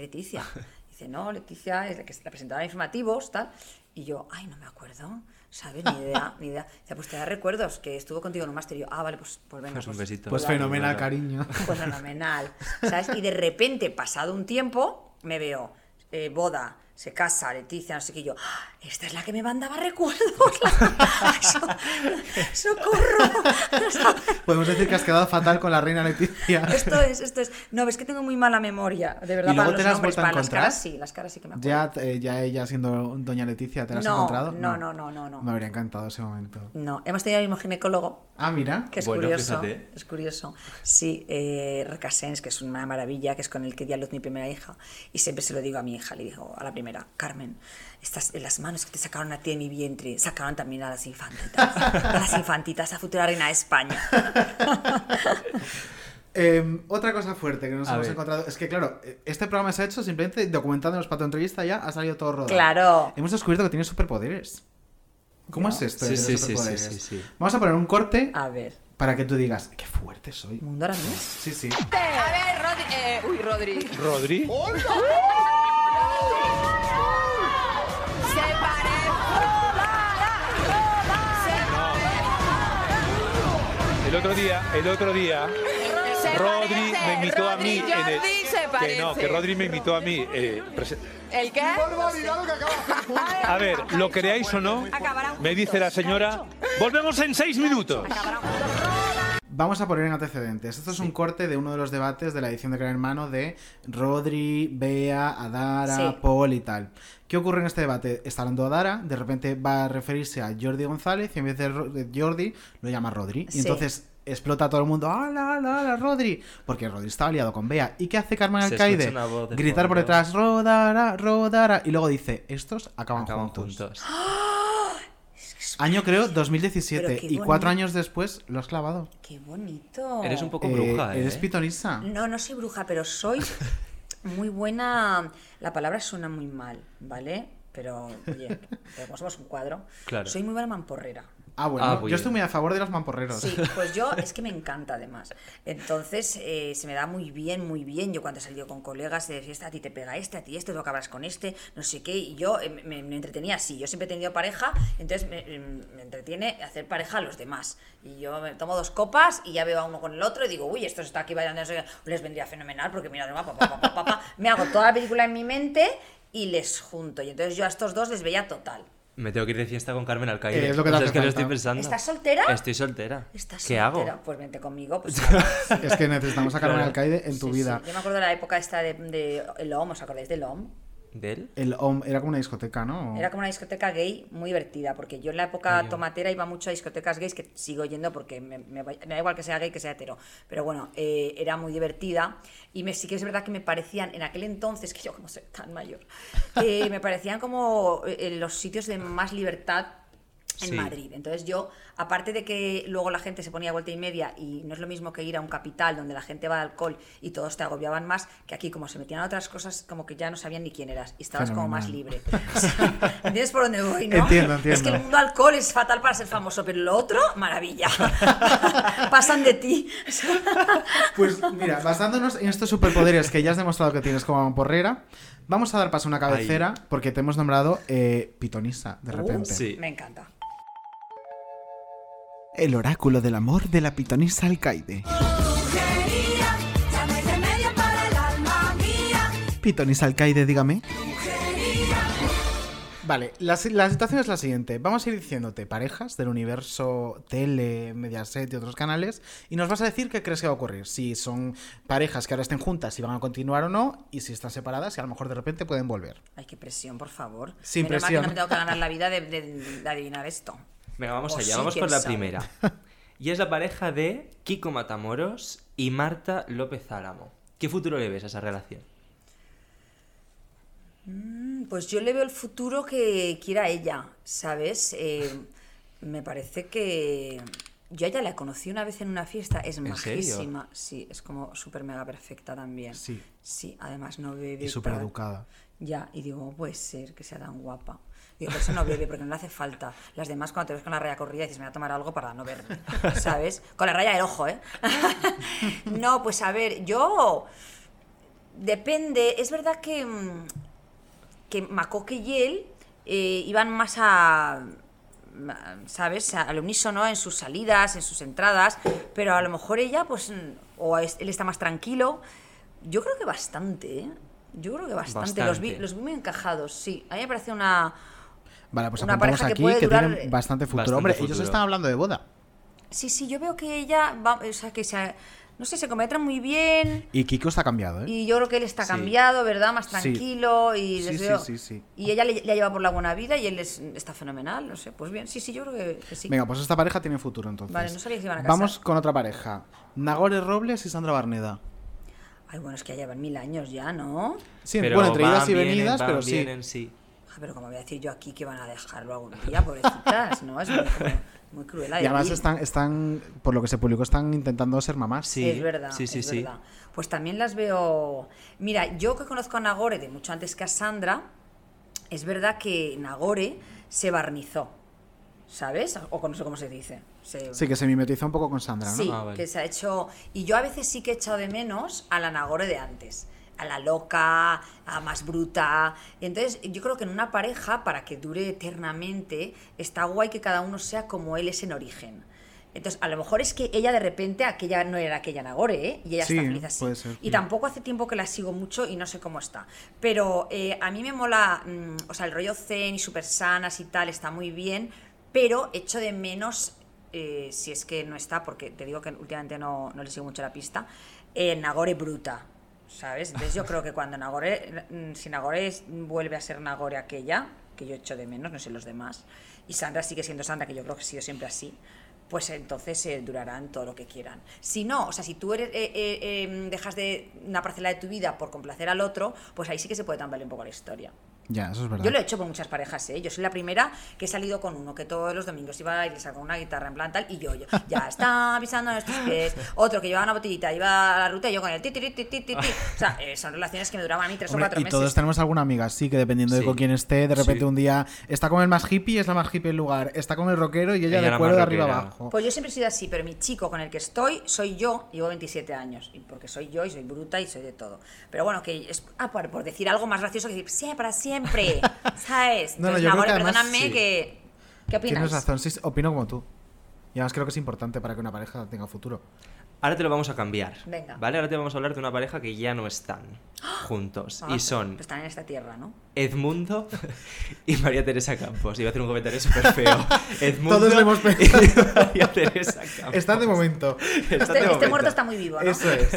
Speaker 3: Leticia? Dice, no, Leticia es la que es la presentadora de informativos, tal. Y yo, ay, no me acuerdo, ¿sabes? Ni idea, ni idea. Dice, pues te da recuerdos que estuvo contigo en un máster. Y yo, ah, vale, pues, pues venga.
Speaker 2: Pues un besito.
Speaker 1: Pues
Speaker 3: la-
Speaker 1: fenomenal, cariño.
Speaker 3: Pues fenomenal, ¿sabes? Y de repente, pasado un tiempo, me veo, eh, boda, se casa, Leticia, no sé qué, y yo, "Ah, esta es la que me mandaba recuerdos.
Speaker 1: Podemos decir que has quedado fatal con la reina Leticia.
Speaker 3: Esto es, esto es. No, es que tengo muy mala memoria, de verdad,
Speaker 1: ¿Y luego
Speaker 3: para
Speaker 1: te
Speaker 3: los
Speaker 1: la has
Speaker 3: nombres,
Speaker 1: vuelto a
Speaker 3: para las
Speaker 1: encontrar?
Speaker 3: caras sí, las caras sí que me acuerdo.
Speaker 1: Ya, eh, ya ella siendo doña Leticia, ¿te la has
Speaker 3: No,
Speaker 1: encontrado?
Speaker 3: no, no, no, no, no.
Speaker 1: Me habría encantado ese momento.
Speaker 3: No, hemos tenido el mismo ginecólogo.
Speaker 1: Ah, mira.
Speaker 3: Que es
Speaker 1: Bueno,
Speaker 3: curioso.
Speaker 1: fíjate.
Speaker 3: Es curioso. Sí, eh, Recasens, que es una maravilla, que es con el que di a luz mi primera hija. Y siempre se lo digo a mi hija, le digo a la primera, Carmen, estas, las manos que te sacaron a ti de mi vientre, sacaron también a las infantitas. A las infantitas, a futura reina de España.
Speaker 1: Eh, otra cosa fuerte que nos
Speaker 2: A
Speaker 1: hemos
Speaker 2: ver.
Speaker 1: encontrado es que, claro, eh, este programa se ha hecho simplemente documentándonos para tu entrevista ya ha salido todo rodado.
Speaker 3: Claro.
Speaker 1: Hemos descubierto que tienes superpoderes. ¿Cómo
Speaker 3: No. Ah.
Speaker 1: es esto? de
Speaker 2: Sí,
Speaker 1: los
Speaker 2: sí, sí, sí,
Speaker 1: superpoderes?
Speaker 2: sí, sí.
Speaker 1: Vamos a poner un corte
Speaker 3: a ver.
Speaker 1: para que tú digas, qué fuerte soy.
Speaker 3: ¿Mundo ahora
Speaker 1: Sí, sí.
Speaker 7: A ver, Rodri. eh, uy, Rodri.
Speaker 1: ¿Rodri?
Speaker 7: ¡Hola!
Speaker 4: El otro día, el otro día,
Speaker 8: Se
Speaker 4: Rodri
Speaker 8: parece,
Speaker 4: me invitó a
Speaker 8: Rodri
Speaker 4: mí.
Speaker 8: y
Speaker 4: en el-
Speaker 8: Jordi se
Speaker 4: que no,
Speaker 8: parecen.
Speaker 4: que Rodri me invitó a mí. eh, prese-
Speaker 8: ¿El qué?
Speaker 4: a ver, lo creáis o no, me dice la señora, volvemos en seis minutos.
Speaker 1: Vamos a poner en antecedentes. Esto es un corte de uno de los debates de la edición de Gran Hermano de Rodri, Bea, Adara,
Speaker 3: Sí.
Speaker 1: Paul y tal. ¿Qué ocurre en este debate? Está hablando Adara, de repente va a referirse a Jordi González y en vez de, Ro- de Jordi lo llama Rodri.
Speaker 3: Sí.
Speaker 1: Y entonces explota a todo el mundo, ¡Hala, hala, hala, Rodri! Porque Rodri estaba liado con Bea. ¿Y qué hace Carmen
Speaker 2: Se
Speaker 1: Alcaide?
Speaker 2: escucha una voz de
Speaker 1: Gritar por
Speaker 2: fondo.
Speaker 1: detrás, ¡Rodara, Rodara! Y luego dice, estos acaban, juntos. Año creo
Speaker 3: Pero
Speaker 1: 2017
Speaker 3: qué
Speaker 1: y cuatro
Speaker 3: bonito.
Speaker 1: años después lo has clavado.
Speaker 3: Qué bonito.
Speaker 2: Eres un poco bruja, ¿eh?
Speaker 1: Eres pitonisa.
Speaker 3: No, no soy bruja, pero soy muy buena. La palabra suena muy mal, ¿vale? Pero, oye, pero como somos un cuadro,
Speaker 1: Claro.
Speaker 3: soy muy buena mamporrera.
Speaker 1: Ah, bueno,
Speaker 2: Ah, muy
Speaker 1: yo estoy
Speaker 2: bien.
Speaker 1: muy a favor de los mamporreros.
Speaker 3: Sí, pues yo es que me encanta además. Entonces eh, se me da muy bien, muy bien. Yo cuando he salido con colegas de fiesta, a ti te pega este, a ti este, tú acabas con este, no sé qué. Y yo eh, me, me entretenía así. Yo siempre he tenido pareja, entonces me, em, me entretiene hacer pareja a los demás. Y yo me tomo dos copas y ya veo a uno con el otro y digo, uy, esto está aquí bailando, no sé qué". les vendría fenomenal porque mira, pa, pa, pa, pa, pa, pa. me hago toda la película en mi mente y les junto. Y entonces yo a estos dos les veía total.
Speaker 2: Me tengo que ir de fiesta con Carmen Alcaide.
Speaker 1: Eh, es lo que te
Speaker 2: O
Speaker 1: hace
Speaker 2: sea, es que lo
Speaker 1: falta.
Speaker 2: estoy pensando.
Speaker 3: ¿Estás soltera?
Speaker 2: Estoy soltera.
Speaker 3: ¿Estás
Speaker 2: ¿Qué
Speaker 3: soltera?
Speaker 2: hago?
Speaker 3: Pues vente conmigo. Pues,
Speaker 1: Es que necesitamos a Carmen
Speaker 2: Claro.
Speaker 1: Alcaide en tu vida.
Speaker 3: Yo me acuerdo de la época esta de, de El OM, ¿os acordáis del OM?
Speaker 2: ¿De él?
Speaker 1: El OM era como una discoteca, ¿no?
Speaker 3: Era como una discoteca gay muy divertida, porque yo en la época
Speaker 1: Ay, yo.
Speaker 3: tomatera iba mucho a discotecas gays, que sigo yendo porque me, me va- me da igual que sea gay que sea hetero. Pero bueno, eh, era muy divertida y me, sí que es verdad que me parecían, en aquel entonces, que yo como soy tan mayor, eh, me parecían como eh, los sitios de más libertad en
Speaker 8: Sí.
Speaker 3: Madrid. Entonces yo, aparte de que luego la gente se ponía vuelta y media y no es lo mismo que ir a un capital donde la gente va de alcohol y todos te agobiaban más, que aquí como se metían a otras cosas como que ya no sabían ni quién eras y estabas como más
Speaker 1: Fenomenal.
Speaker 3: libre. O sea, ¿Entiendes por dónde voy, no?
Speaker 1: Entiendo,
Speaker 3: Es que
Speaker 1: entiendo.
Speaker 3: el mundo alcohol es fatal para ser famoso, pero lo otro, maravilla. Pasan de ti.
Speaker 1: Pues mira, basándonos en estos superpoderes que ya has demostrado que tienes como mamporrera, vamos a dar paso a una cabecera porque te hemos nombrado eh, pitonisa
Speaker 3: Uh,
Speaker 1: de repente.
Speaker 3: Me encanta.
Speaker 1: El oráculo del amor de la pitonisa Alcaide.
Speaker 8: Brujería, ya no hay remedio para el alma mía.
Speaker 1: Pitonisa Alcaide, dígame.
Speaker 8: Brujería.
Speaker 1: Vale, la, si- la situación es la siguiente. Vamos a ir diciéndote parejas del universo tele, Mediaset y otros canales y nos vas a decir qué crees que va a ocurrir. Si son parejas que ahora estén juntas, si van a continuar o no y si están separadas, si a lo mejor de repente pueden volver.
Speaker 3: Ay, qué presión, por favor.
Speaker 1: Sin
Speaker 3: Menos mal
Speaker 1: presión.
Speaker 3: que no me tengo que ganar la vida de, de- de adivinar esto.
Speaker 2: Venga, vamos
Speaker 3: O
Speaker 2: allá,
Speaker 3: Oh, sí
Speaker 2: vamos
Speaker 3: que
Speaker 2: con la
Speaker 3: sabe.
Speaker 2: primera. Y es la pareja de Kiko Matamoros y Marta López Álamo. ¿Qué futuro le ves a esa relación?
Speaker 3: Mm, Pues yo le veo el futuro que quiera ella, ¿sabes? Eh, me parece que. Yo a ella la conocí una vez en una fiesta, es
Speaker 2: serio?
Speaker 3: majísima. Sí, es como súper mega perfecta también.
Speaker 1: Sí.
Speaker 3: Sí, además no bebe.
Speaker 1: Y súper
Speaker 3: tal.
Speaker 1: educada.
Speaker 3: Ya, y digo, no puede ser que sea tan guapa. Digo, por eso no bebe, porque no le hace falta. Las demás, cuando te ves con la raya corrida, dices, me voy a tomar algo para no verme, ¿sabes? Con la raya del ojo, ¿eh? no, pues a ver, yo... Depende, es verdad que, mm, que Macoque y él eh, iban más a, ma- ¿sabes?, al unísono en sus salidas, en sus entradas, pero a lo mejor ella, pues, mm, o es- él está más tranquilo. Yo creo que bastante, ¿eh? Yo creo que bastante. Los, vi,
Speaker 2: Bastante.
Speaker 3: los vi muy encajados, sí. A mí me parece una...
Speaker 1: Vale, pues
Speaker 3: Una
Speaker 1: apuntamos
Speaker 3: pareja que
Speaker 1: aquí
Speaker 3: puede
Speaker 1: que,
Speaker 3: durar, eh,
Speaker 1: tienen bastante futuro.
Speaker 2: Bastante
Speaker 1: Hombre, ellos
Speaker 2: futuro.
Speaker 1: están hablando de boda.
Speaker 3: Sí, sí, yo veo que ella va... O sea, que se... No sé, se cometen muy bien
Speaker 1: Y Kiko está cambiado, ¿eh?
Speaker 3: y yo creo que él está
Speaker 1: Sí.
Speaker 3: cambiado, ¿verdad? Más
Speaker 1: Sí.
Speaker 3: tranquilo y
Speaker 1: Sí,
Speaker 3: les
Speaker 1: sí,
Speaker 3: veo-
Speaker 1: sí, sí.
Speaker 3: Y ella le, le lleva por la buena vida y él es- está fenomenal, no sé. Pues bien, sí, sí, yo creo que, que sí.
Speaker 1: Venga, pues esta pareja tiene futuro entonces.
Speaker 3: Vale, no sabía que se iban a casar.
Speaker 1: Vamos con otra pareja. Nagore Robles y Sandra Barneda.
Speaker 3: Ay, bueno, es que ya llevan mil años ya, ¿no?
Speaker 1: Sí,
Speaker 2: Pero
Speaker 1: bueno, entre
Speaker 2: van,
Speaker 1: idas y
Speaker 2: vienen,
Speaker 1: venidas,
Speaker 2: van,
Speaker 1: pero sí.
Speaker 2: vienen, sí.
Speaker 3: Ah, pero como voy a decir yo aquí que van a dejarlo algún día, pobrecitas, ¿no? Es muy, cru- muy cruel.
Speaker 1: Y además
Speaker 3: ahí.
Speaker 1: están, están, por lo que se publicó, están intentando ser mamás.
Speaker 3: es verdad, es verdad. Pues también las veo... Mira, yo que conozco a Nagore de mucho antes que a Sandra, es verdad que Nagore se barnizó, ¿sabes? O o no sé cómo se dice. Se-
Speaker 1: Sí, que se mimetiza un poco con Sandra, ¿no?
Speaker 3: Sí, que se ha hecho. Y yo a veces sí que he echado de menos a la Nagore de antes. A la loca, a más bruta. Entonces, yo creo que en una pareja, para que dure eternamente, está guay que cada uno sea como él es en origen. Entonces, a lo mejor es que ella de repente, aquella no era aquella Nagore, ¿eh? Y ella
Speaker 1: Sí,
Speaker 3: está feliz así.
Speaker 1: puede ser.
Speaker 3: Y
Speaker 1: Mm.
Speaker 3: tampoco hace tiempo que la sigo mucho y no sé cómo está. Pero eh, a mí me mola, mm, o sea, el rollo zen y super sanas y tal está muy bien, pero echo de menos, eh, si es que no está, porque te digo que últimamente no, no le sigo mucho la pista, eh, Nagore bruta. ¿Sabes? Entonces yo creo que cuando Nagore, mm, si Nagore es- vuelve a ser Nagore aquella, que yo echo de menos, no sé los demás, y Sandra sigue siendo Sandra, que yo creo que ha sido siempre así, pues entonces eh, durarán todo lo que quieran. Si no, o sea, si tú eres, eh, eh, eh, dejas de una parcela de tu vida por complacer al otro, pues ahí sí que se puede tambalear un poco la historia.
Speaker 1: Ya, eso es verdad.
Speaker 3: Yo lo he hecho con muchas parejas, ¿eh? Yo soy la primera que he salido con uno que todos los domingos iba y le sacó una guitarra en plan tal y yo, yo, ya está pisando nuestros pies. Otro que llevaba una botellita, iba a la ruta y yo con el ti, ti, ti, ti, ti, ti. O sea, eh, son relaciones que me duraban a mí tres
Speaker 1: Hombre,
Speaker 3: o cuatro
Speaker 1: y
Speaker 3: meses.
Speaker 1: todos tenemos alguna amiga, sí, que dependiendo de
Speaker 2: Sí.
Speaker 1: con quién esté, de repente
Speaker 2: Sí.
Speaker 1: un día está con el más hippie y es la más hippie del lugar, está con el rockero y ella,
Speaker 2: Ella
Speaker 1: de
Speaker 2: la
Speaker 1: cuero de
Speaker 2: más
Speaker 1: arriba
Speaker 2: rockera.
Speaker 1: abajo.
Speaker 3: Pues yo siempre he sido así, pero mi chico con el que estoy soy yo, llevo 27 años, y porque soy yo y soy bruta y soy de todo. Pero bueno, que es ah, por, por decir algo más gracioso que decir, sí, para siempre, ¿sabes?
Speaker 1: No, no,
Speaker 3: Entonces,
Speaker 1: yo creo
Speaker 3: Nagore,
Speaker 1: que además,
Speaker 3: perdóname
Speaker 1: sí.
Speaker 3: que... ¿Qué opinas?
Speaker 1: Tienes razón, sí, sí, opino como tú. Y además creo que es importante para que una pareja tenga futuro.
Speaker 2: Ahora te lo vamos a cambiar.
Speaker 3: Venga.
Speaker 2: ¿Vale? Ahora te vamos a hablar de una pareja que ya no están juntos.
Speaker 3: Ah,
Speaker 2: y son
Speaker 3: pero están en esta tierra, ¿no?
Speaker 2: Edmundo y María Teresa Campos. Iba a hacer un comentario súper feo. Edmundo
Speaker 1: Todos lo hemos pensado.
Speaker 2: y María Teresa Campos.
Speaker 1: Está de momento.
Speaker 2: Están de
Speaker 3: Este, este
Speaker 2: momento.
Speaker 3: muerto está muy vivo, ¿no?
Speaker 1: Eso es.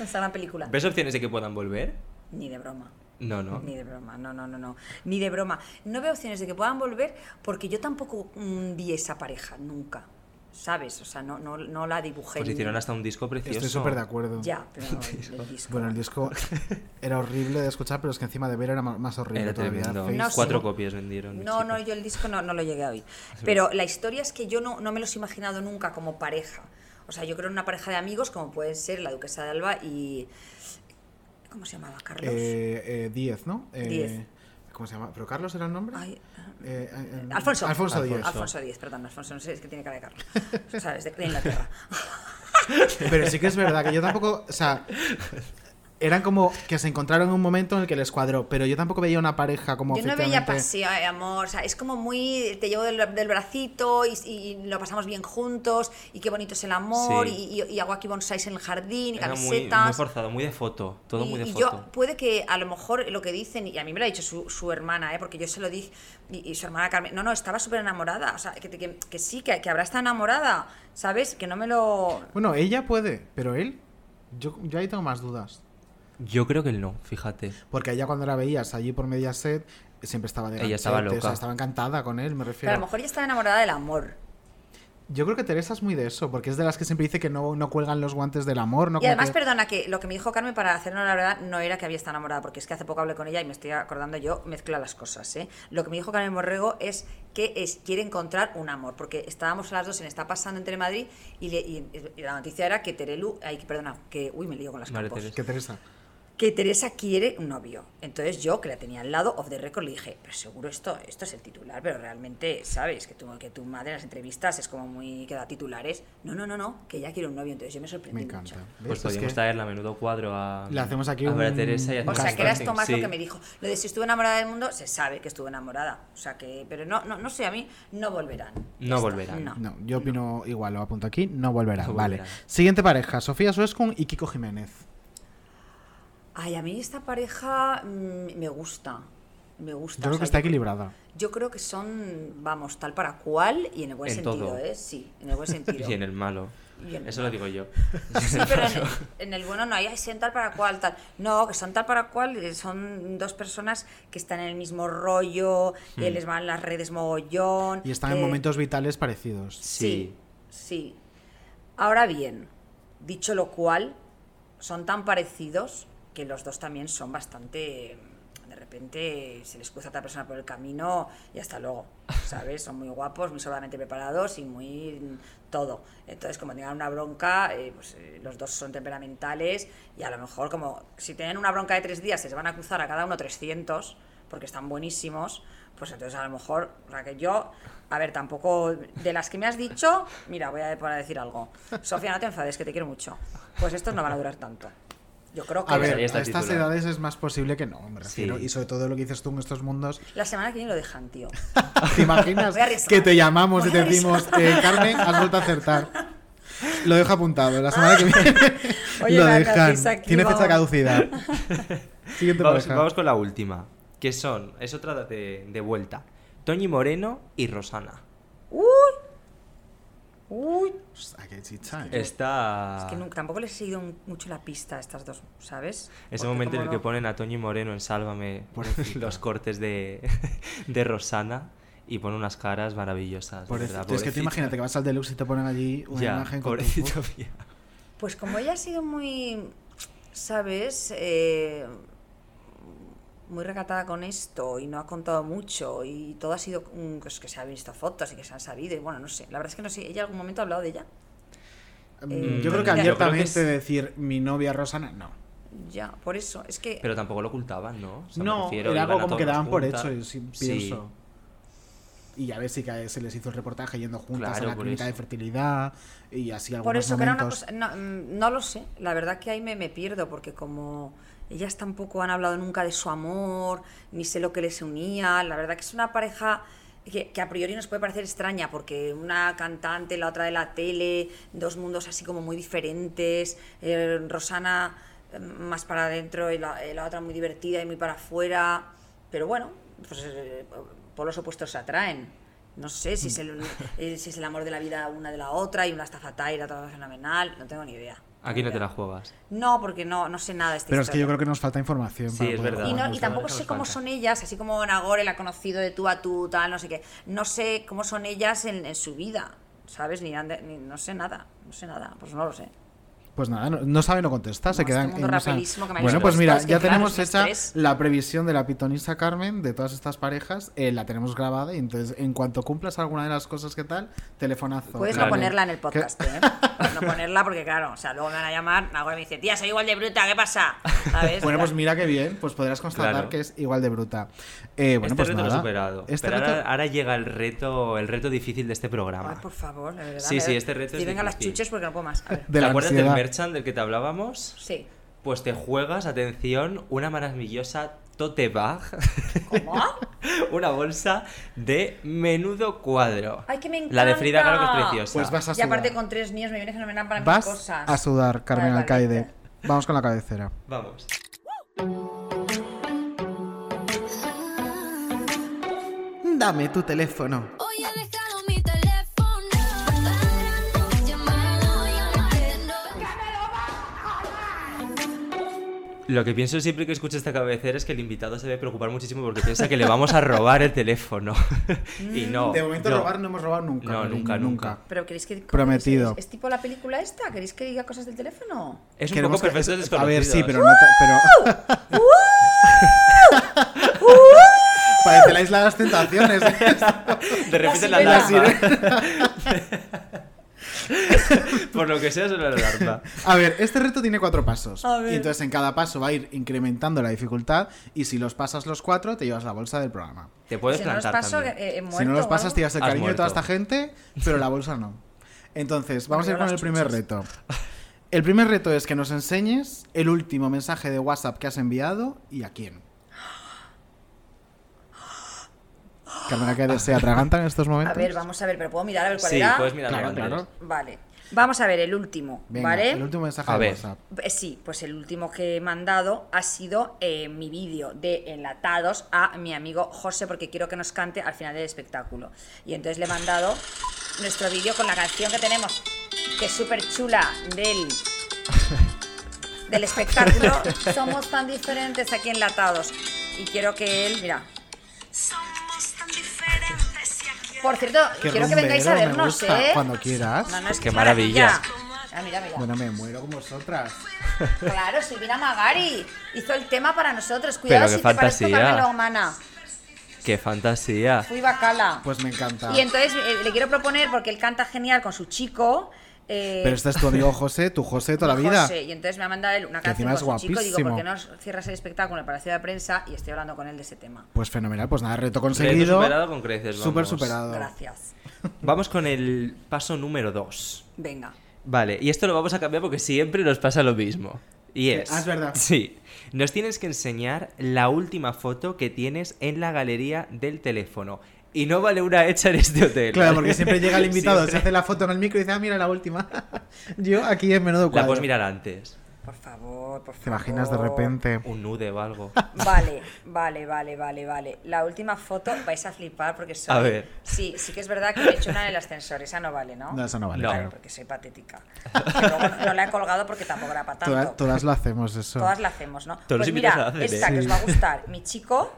Speaker 3: Está en la película.
Speaker 2: ¿Ves opciones de que puedan volver?
Speaker 3: Ni de broma.
Speaker 2: No, no.
Speaker 3: Ni de broma, no, no, no, no. Ni de broma. No veo opciones de que puedan volver porque yo tampoco mm, vi esa pareja, nunca. ¿Sabes? O sea, no, no, no la dibujé.
Speaker 2: Pues
Speaker 3: ni-
Speaker 2: hicieron hasta un disco precioso.
Speaker 1: Estoy súper de acuerdo.
Speaker 3: Ya, pero el, el disco.
Speaker 1: Bueno, el disco era horrible de escuchar, pero es que encima de ver era ma- más horrible
Speaker 2: Era
Speaker 1: todavía.
Speaker 2: tremendo.
Speaker 1: Face-
Speaker 3: No, sí.
Speaker 2: Cuatro copias vendieron.
Speaker 3: No, no, yo el disco no, no lo llegué a oír. Pero la historia es que yo no, no me los he imaginado nunca como pareja. O sea, yo creo en una pareja de amigos como pueden ser la duquesa de Alba y... ¿Cómo se llamaba? Carlos.
Speaker 1: Eh, eh, Diez, ¿no? Eh,
Speaker 3: Diez.
Speaker 1: ¿Cómo se llama? ¿Pero Carlos era el nombre?
Speaker 3: Ay,
Speaker 1: Eh, eh, eh,
Speaker 3: Alfonso.
Speaker 1: Alfonso Diez.
Speaker 3: Alfonso X, perdón, Alfonso, no sé, es que tiene cara de Carlos. O sea, es de, de Inglaterra.
Speaker 1: Pero sí que es verdad que yo tampoco, o sea, eran como que se encontraron en un momento en el que les cuadró, pero yo tampoco veía una pareja como
Speaker 3: Yo no veía
Speaker 1: efectivamente-
Speaker 3: pasión, eh, amor, o sea, es como muy, te llevo del, del bracito y, y lo pasamos bien juntos y qué bonito es el amor
Speaker 2: Sí.
Speaker 3: y, y- y hago aquí bonsáis en el jardín y
Speaker 2: Era muy, muy
Speaker 3: camisetas.
Speaker 2: forzado, muy de foto. Todo
Speaker 3: y,
Speaker 2: muy de
Speaker 3: y
Speaker 2: foto.
Speaker 3: yo, puede que a lo mejor lo que dicen, y a mí me lo ha dicho su, su hermana, ¿eh? porque yo se lo dije, y, y su hermana Carmen, no, no, estaba súper enamorada, o sea, que, que- que sí, que, que habrá estado enamorada, ¿sabes? Que no me lo...
Speaker 1: Bueno, ella puede, pero él, yo, yo ahí tengo más dudas.
Speaker 2: Yo creo que él no, fíjate.
Speaker 1: Porque ella cuando la veías allí por Mediaset, siempre estaba de
Speaker 2: Ella estaba
Speaker 1: ganchete, o sea,
Speaker 2: loca.
Speaker 1: estaba encantada con él, me
Speaker 3: Pero
Speaker 1: refiero.
Speaker 3: a lo mejor ya estaba enamorada del amor.
Speaker 1: Yo creo que Teresa es muy de eso, porque es de las que siempre dice que no, no cuelgan los guantes del amor, no
Speaker 3: y
Speaker 1: como
Speaker 3: además,
Speaker 1: que-
Speaker 3: perdona, que lo que me dijo Carmen para hacernos la verdad no era que había estado enamorada, porque es que hace poco hablé con ella y me estoy acordando yo, mezcla las cosas, ¿eh? Lo que me dijo Carmen Borrego es que es, quiere encontrar un amor, porque estábamos las dos en Está pasando entre Madrid y, le- y- y la noticia era que Terelu, ay, que perdona, que, uy, me lío con las
Speaker 2: María
Speaker 3: campos,
Speaker 2: Teresa.
Speaker 1: que Teresa.
Speaker 3: que Teresa quiere un novio. Entonces yo, que la tenía al lado, off the record, le dije, pero seguro esto, esto es el titular, pero realmente, ¿sabes? Que tu, que tu madre en las entrevistas es como muy, que da titulares. No, no, no, no, que ella quiere un novio, entonces yo me sorprendí
Speaker 1: Me
Speaker 3: mucho.
Speaker 1: encanta.
Speaker 2: Pues
Speaker 1: ¿Ves? Es
Speaker 2: podríamos
Speaker 1: que-
Speaker 2: traerla a menudo cuadro a.
Speaker 1: Le hacemos aquí
Speaker 2: a María
Speaker 1: un-
Speaker 2: Teresa y
Speaker 1: O
Speaker 3: O
Speaker 2: hacemos
Speaker 3: sea, que eras
Speaker 2: casting,
Speaker 3: Tomás lo
Speaker 2: sí.
Speaker 3: que me dijo. Lo de si estuve enamorada del mundo, se sabe que estuve enamorada. O sea, que. Pero no, no, no sé, a mí no volverán. Ya
Speaker 2: No
Speaker 3: está,
Speaker 2: volverán.
Speaker 3: No.
Speaker 1: No, yo opino igual, lo apunto aquí, no volverá.
Speaker 2: No
Speaker 1: vale.
Speaker 2: volverá.
Speaker 1: Siguiente pareja, Sofía Suescun y Kiko Jiménez.
Speaker 3: Ay, a mí esta pareja mm, me gusta. Me gusta.
Speaker 1: Yo
Speaker 3: o
Speaker 1: creo
Speaker 3: sea,
Speaker 1: que está equilibrada.
Speaker 3: yo creo que son, vamos, tal para cual y en el buen
Speaker 2: En
Speaker 3: sentido,
Speaker 2: todo.
Speaker 3: ¿eh? Sí, en el buen sentido.
Speaker 2: Y en el malo.
Speaker 3: Y en el
Speaker 2: Eso lo digo yo.
Speaker 3: Sí, pero en, en el bueno no hay, "Ay, son tal para cual, tal. No, que son tal para cual, eh, son dos personas que están en el mismo rollo, eh,
Speaker 2: Hmm.
Speaker 3: les van las redes mogollón.
Speaker 1: Y están
Speaker 3: eh,
Speaker 1: en momentos vitales parecidos.
Speaker 3: Sí, sí. Ahora bien, dicho lo cual, son tan parecidos que los dos también son bastante... De repente se les cruza a otra persona por el camino y hasta luego, ¿sabes? Son muy guapos, muy sobradamente preparados y muy mm, todo. Entonces, como tengan una bronca, eh, pues eh, los dos son temperamentales y a lo mejor como si tienen una bronca de tres días se les van a cruzar a cada uno 300 porque están buenísimos, pues entonces a lo mejor, o sea que yo, a ver, tampoco, de las que me has dicho, mira, voy a, para decir algo. Sofía, no te enfades, que te quiero mucho. Pues estos no van a durar tanto. Yo creo que
Speaker 1: A ver, a estas edades es más posible que no, me refiero.
Speaker 3: Sí.
Speaker 1: Y sobre todo lo que dices tú en estos mundos.
Speaker 3: La semana que viene lo dejan, tío.
Speaker 1: ¿Te imaginas
Speaker 3: Voy a arriesgar.
Speaker 1: que te llamamos y
Speaker 3: Voy a
Speaker 1: te decimos, eh,
Speaker 3: arriesgar.
Speaker 1: Carmen, has vuelto a acertar? Lo dejo apuntado. La semana que viene
Speaker 3: Oye,
Speaker 1: lo
Speaker 3: la
Speaker 1: dejan.
Speaker 3: noticia aquí,
Speaker 1: Tiene fecha
Speaker 3: vamos.
Speaker 1: caducidad. Siguiente
Speaker 2: vamos,
Speaker 1: pareja.
Speaker 2: vamos con la última, que son, es otra de, de vuelta. Toñi Moreno y Rosana.
Speaker 3: Uy. Uy.
Speaker 1: qué chicha,
Speaker 2: eh. Está-
Speaker 3: Es que nu- tampoco les he seguido un- mucho la pista a estas dos, ¿sabes?
Speaker 2: Ese
Speaker 3: Porque
Speaker 2: momento en
Speaker 3: como
Speaker 2: el que
Speaker 3: no-
Speaker 2: ponen a Toñi Moreno en Sálvame los cortes de, de Rosana y pone unas caras maravillosas. de
Speaker 1: Pobrecito.
Speaker 2: verdad,
Speaker 1: Es que tú
Speaker 2: pobrecita.
Speaker 1: imagínate que vas al deluxe y te ponen allí una
Speaker 2: Ya,
Speaker 1: imagen con tu-
Speaker 2: pobrecito,
Speaker 1: Uf.
Speaker 3: Pues como ella ha sido muy, ¿sabes? Eh, muy recatada con esto y no ha contado mucho y todo ha sido mm, pues, que se han visto fotos y que se han sabido y bueno, no sé. La verdad es que no sé. ¿Ella en algún momento ha hablado de ella? Eh,
Speaker 1: Mm, Yo creo que
Speaker 3: ya.
Speaker 1: abiertamente decir mi novia Rosana, no.
Speaker 3: Ya, por eso. Es que
Speaker 2: Pero tampoco lo ocultaban, ¿no? O sea, me
Speaker 1: no,
Speaker 2: refiero,
Speaker 1: era
Speaker 2: iban
Speaker 1: algo
Speaker 2: a
Speaker 1: como que
Speaker 2: todas
Speaker 1: daban por
Speaker 2: juntas.
Speaker 1: hecho, y sí,
Speaker 2: Sí.
Speaker 1: pienso. Y a ver si cae- se les hizo el reportaje yendo juntas
Speaker 2: Claro,
Speaker 1: a la
Speaker 2: por
Speaker 1: clínica de
Speaker 2: eso.
Speaker 1: fertilidad y así algunos
Speaker 3: Por eso, que era una
Speaker 1: momentos.
Speaker 3: cosa. No, mm, no lo sé. La verdad que ahí me, me pierdo, porque como ellas tampoco han hablado nunca de su amor, ni sé lo que les unía. La verdad que es una pareja. Que, que a priori nos puede parecer extraña, porque una cantante, la otra de la tele, dos mundos así como muy diferentes, eh, Rosana eh, más para adentro y la, eh, la otra muy divertida y muy para afuera, pero bueno, pues eh, polos opuestos se atraen. No sé
Speaker 1: Mm.
Speaker 3: si es, el, eh, si es el amor de la vida una de la otra y una está fatal y la otra está fenomenal. No tengo ni idea.
Speaker 2: Aquí no te la juegas.
Speaker 3: No, porque no, no sé nada de esta
Speaker 1: Pero es que yo
Speaker 3: historia.
Speaker 1: creo que nos falta información.
Speaker 2: Sí,
Speaker 1: para
Speaker 2: es
Speaker 1: poder
Speaker 2: verdad.
Speaker 3: Y, no-
Speaker 1: jugar.
Speaker 3: y tampoco sé cómo son ellas, así como Nagore la ha conocido de tú a tú, tal, no sé qué. No sé cómo son ellas en, en su vida, ¿sabes? Ni, ande- ni- no sé nada, no sé nada, pues no lo sé.
Speaker 1: Pues nada, no, no sabe, no contesta, se
Speaker 3: este
Speaker 1: quedan
Speaker 3: mundo
Speaker 1: en esa-
Speaker 3: rapidísimo que me habéis
Speaker 1: Bueno, pues
Speaker 3: puesto,
Speaker 1: mira,
Speaker 3: es que
Speaker 1: ya
Speaker 3: claro,
Speaker 1: tenemos
Speaker 3: es un
Speaker 1: hecha
Speaker 3: estrés.
Speaker 1: la previsión de la pitonisa Carmen de todas estas parejas, eh, la tenemos grabada y entonces en cuanto cumplas alguna de las cosas que tal, telefonazo.
Speaker 3: Puedes no ponerla en el podcast, ¿eh? No ponerla porque, claro, o sea, luego me van a llamar, Nagore me dice, tía, soy igual de bruta, ¿qué pasa? ¿Sabes?
Speaker 1: Bueno, pues mira qué bien, pues podrás constatar
Speaker 2: Claro.
Speaker 1: que es igual de bruta. Eh, bueno,
Speaker 2: este
Speaker 1: pues
Speaker 2: reto lo
Speaker 1: nada.
Speaker 2: he superado.
Speaker 1: Este
Speaker 2: Pero
Speaker 1: reto-
Speaker 2: ahora, ahora llega el reto, el reto difícil de este programa.
Speaker 3: Por favor, de verdad.
Speaker 2: Sí,
Speaker 3: me-
Speaker 2: sí, este reto
Speaker 3: Y
Speaker 2: es
Speaker 3: venga las
Speaker 2: difícil.
Speaker 3: chuches porque no puedo más. A ver.
Speaker 2: ¿Te
Speaker 1: la
Speaker 2: acuerdas
Speaker 1: ansiedad.
Speaker 2: del merchant del que te hablábamos?
Speaker 3: Sí.
Speaker 2: Pues te juegas, atención, una maravillosa tote bag. una bolsa de menudo cuadro.
Speaker 3: Ay, que me encanta.
Speaker 2: La de Frida Kahlo que es preciosa.
Speaker 1: Pues vas a
Speaker 3: Y aparte
Speaker 1: sudar.
Speaker 3: con tres niños me viene fenomenal para
Speaker 1: Vas
Speaker 3: mis cosas.
Speaker 1: a sudar, Carmen
Speaker 3: Vale, vale.
Speaker 1: Alcaide. Vamos con la cabecera.
Speaker 2: Vamos.
Speaker 1: Dame tu teléfono.
Speaker 8: Hoy he dejado mi teléfono para no llamar, llamarte, no.
Speaker 2: Lo que pienso siempre que escucho esta cabecera es que el invitado se debe preocupar muchísimo porque piensa que le vamos a robar el teléfono. y
Speaker 3: Mm.
Speaker 2: no.
Speaker 1: De momento
Speaker 2: no.
Speaker 1: robar no hemos robado nunca,
Speaker 2: No,
Speaker 1: cariño,
Speaker 2: nunca,
Speaker 1: nunca.
Speaker 2: nunca.
Speaker 3: Pero queréis que.
Speaker 1: Prometido.
Speaker 3: ¿Es, es tipo la película esta? ¿Queréis que diga cosas del teléfono?
Speaker 2: Es un
Speaker 1: Queremos
Speaker 2: poco
Speaker 1: que-
Speaker 2: perfecto ¿eh?
Speaker 1: A ver, sí,
Speaker 2: Desconocidos.
Speaker 1: pero no. ta- Pero... Parece la isla de las tentaciones. ¿eh?
Speaker 2: De repente la,
Speaker 1: La sirena.
Speaker 2: alarma. Por lo que sea, es una alarma.
Speaker 1: A ver, este reto tiene cuatro pasos.
Speaker 2: A ver.
Speaker 1: Y entonces en cada paso va a ir incrementando la dificultad. Y si los pasas los cuatro, te llevas la bolsa del programa.
Speaker 2: Te puedes
Speaker 3: Si no los
Speaker 2: plantar
Speaker 3: paso,
Speaker 2: también.
Speaker 3: eh, eh,
Speaker 1: Si
Speaker 3: muerto
Speaker 1: no los
Speaker 3: o
Speaker 1: pasas,
Speaker 3: algo.
Speaker 1: te llevas el
Speaker 2: Has
Speaker 1: cariño de toda
Speaker 2: muerto.
Speaker 1: esta gente, pero la bolsa no. Entonces, vamos a ir
Speaker 2: Bueno,
Speaker 1: con el
Speaker 2: las
Speaker 1: primer reto. El primer reto es que nos enseñes el último mensaje de WhatsApp que has enviado y a quién. Carmen, que se atragantan en estos
Speaker 3: A
Speaker 1: momentos.
Speaker 3: ver, vamos a ver, pero puedo mirar a ver cuál
Speaker 2: Sí,
Speaker 3: era.
Speaker 2: puedes mirar
Speaker 1: Claro,
Speaker 2: lo antes.
Speaker 1: claro.
Speaker 3: Vale. Vamos a ver el último,
Speaker 1: Venga,
Speaker 3: ¿vale?
Speaker 1: El último mensaje
Speaker 2: A
Speaker 1: de
Speaker 2: ver.
Speaker 1: WhatsApp.
Speaker 3: Eh, Sí, pues el último que he mandado ha sido eh, mi vídeo de enlatados a mi amigo José porque quiero que nos cante al final del espectáculo. Y entonces le he mandado nuestro vídeo con la canción que tenemos, que es súper chula del, del espectáculo. Somos tan diferentes aquí enlatados. Y quiero que él, mira. Por cierto,
Speaker 1: Qué
Speaker 3: quiero que vengáis a
Speaker 1: rumbero, me
Speaker 3: vernos,
Speaker 1: gusta,
Speaker 3: ¿eh?
Speaker 1: Cuando quieras.
Speaker 3: No, no, es
Speaker 2: Qué
Speaker 3: es
Speaker 2: maravilla.
Speaker 3: Ah, mira, mira.
Speaker 1: Bueno, me muero con vosotras.
Speaker 3: Claro, Silvina Magari hizo el tema para nosotros. Cuidado
Speaker 2: Pero qué
Speaker 3: si te parezco
Speaker 2: fantasía.
Speaker 3: Carmelo Humana.
Speaker 2: ¡Qué fantasía!
Speaker 3: Fui bacala.
Speaker 1: Pues me encanta.
Speaker 3: Y entonces eh, le quiero proponer, porque él canta genial con su chico. eh,
Speaker 1: Pero este es tu amigo José, tu José de toda la vida.
Speaker 3: José, y entonces me ha mandado él una
Speaker 1: Que
Speaker 3: canción
Speaker 1: encima
Speaker 3: con
Speaker 1: es
Speaker 3: su chico. Digo,
Speaker 1: guapísimo.
Speaker 3: ¿por qué no cierras el espectáculo en el Palacio de la Prensa? Y estoy hablando con él de ese tema.
Speaker 1: Pues fenomenal, pues nada, reto conseguido.
Speaker 2: superado con creces, vamos.
Speaker 1: Súper superado.
Speaker 3: Gracias.
Speaker 2: Vamos con el paso número 2.
Speaker 3: Venga.
Speaker 2: Vale, y esto lo vamos a cambiar porque siempre nos pasa lo mismo. Y
Speaker 1: Que-
Speaker 2: es.
Speaker 1: ah, es verdad.
Speaker 2: Sí. Nos tienes que enseñar la última foto que tienes en la galería del teléfono. Y no vale una hecha en este hotel.
Speaker 1: Claro,
Speaker 2: ¿vale?
Speaker 1: porque siempre llega el invitado, se
Speaker 2: Siempre.
Speaker 1: hace la foto en el micro y dice, ah, mira la última. Yo aquí en menudo
Speaker 2: La
Speaker 3: pues
Speaker 1: cuadro.
Speaker 2: puedes mirar antes.
Speaker 3: Por favor, por favor.
Speaker 1: ¿Te imaginas de repente?
Speaker 3: Uh,
Speaker 2: Un nude o algo.
Speaker 3: Vale, vale, vale, vale, vale. La última foto vais a flipar porque soy...
Speaker 2: A ver.
Speaker 3: Sí, sí que es verdad que me he hecho una en el ascensor. Esa no vale, uh, ¿no?
Speaker 1: No, esa no vale,
Speaker 2: No.
Speaker 1: claro.
Speaker 3: Porque soy patética. Que luego no la he colgado porque tampoco era para tanto.
Speaker 1: Toda- todas lo hacemos eso.
Speaker 3: Todas la hacemos, ¿no?
Speaker 2: los
Speaker 3: pues
Speaker 2: invitados
Speaker 3: mira,
Speaker 2: la hacen, ¿eh?
Speaker 3: esta que os va a
Speaker 1: Sí.
Speaker 3: gustar. Mi chico,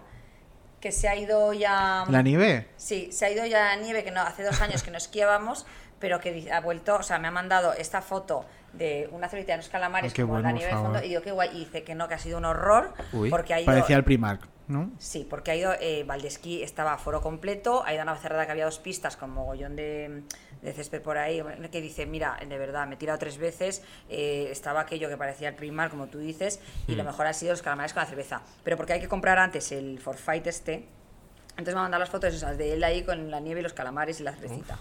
Speaker 3: que se ha ido ya...
Speaker 1: ¿La nieve?
Speaker 3: Sí, se ha ido ya a nieve, que no, hace dos años que no esquiábamos, pero que di- ha vuelto, o sea, me ha mandado esta foto de una celita de unos
Speaker 1: Ay,
Speaker 3: calamares
Speaker 1: Oh, qué
Speaker 3: con
Speaker 1: bueno,
Speaker 3: la
Speaker 1: por
Speaker 3: nieve de fondo
Speaker 1: favor.
Speaker 3: y digo que guay, y dice que no, que ha sido un horror,
Speaker 1: Uy,
Speaker 3: porque ha ido...
Speaker 1: Parecía el Primark, ¿no?
Speaker 3: Sí, porque ha ido, eh, Valdesquí estaba a foro completo, ha ido a una cerrada que había dos pistas con mogollón de, de césped por ahí, que dice, mira, de verdad, me he tirado tres veces, eh, estaba aquello que parecía el primar, como tú dices, y lo
Speaker 7: Mm.
Speaker 3: mejor ha sido los calamares con la cerveza. Pero porque hay que comprar antes el forfait este, entonces me ha mandado las fotos esas de él ahí con la nieve y los calamares y la cervecita.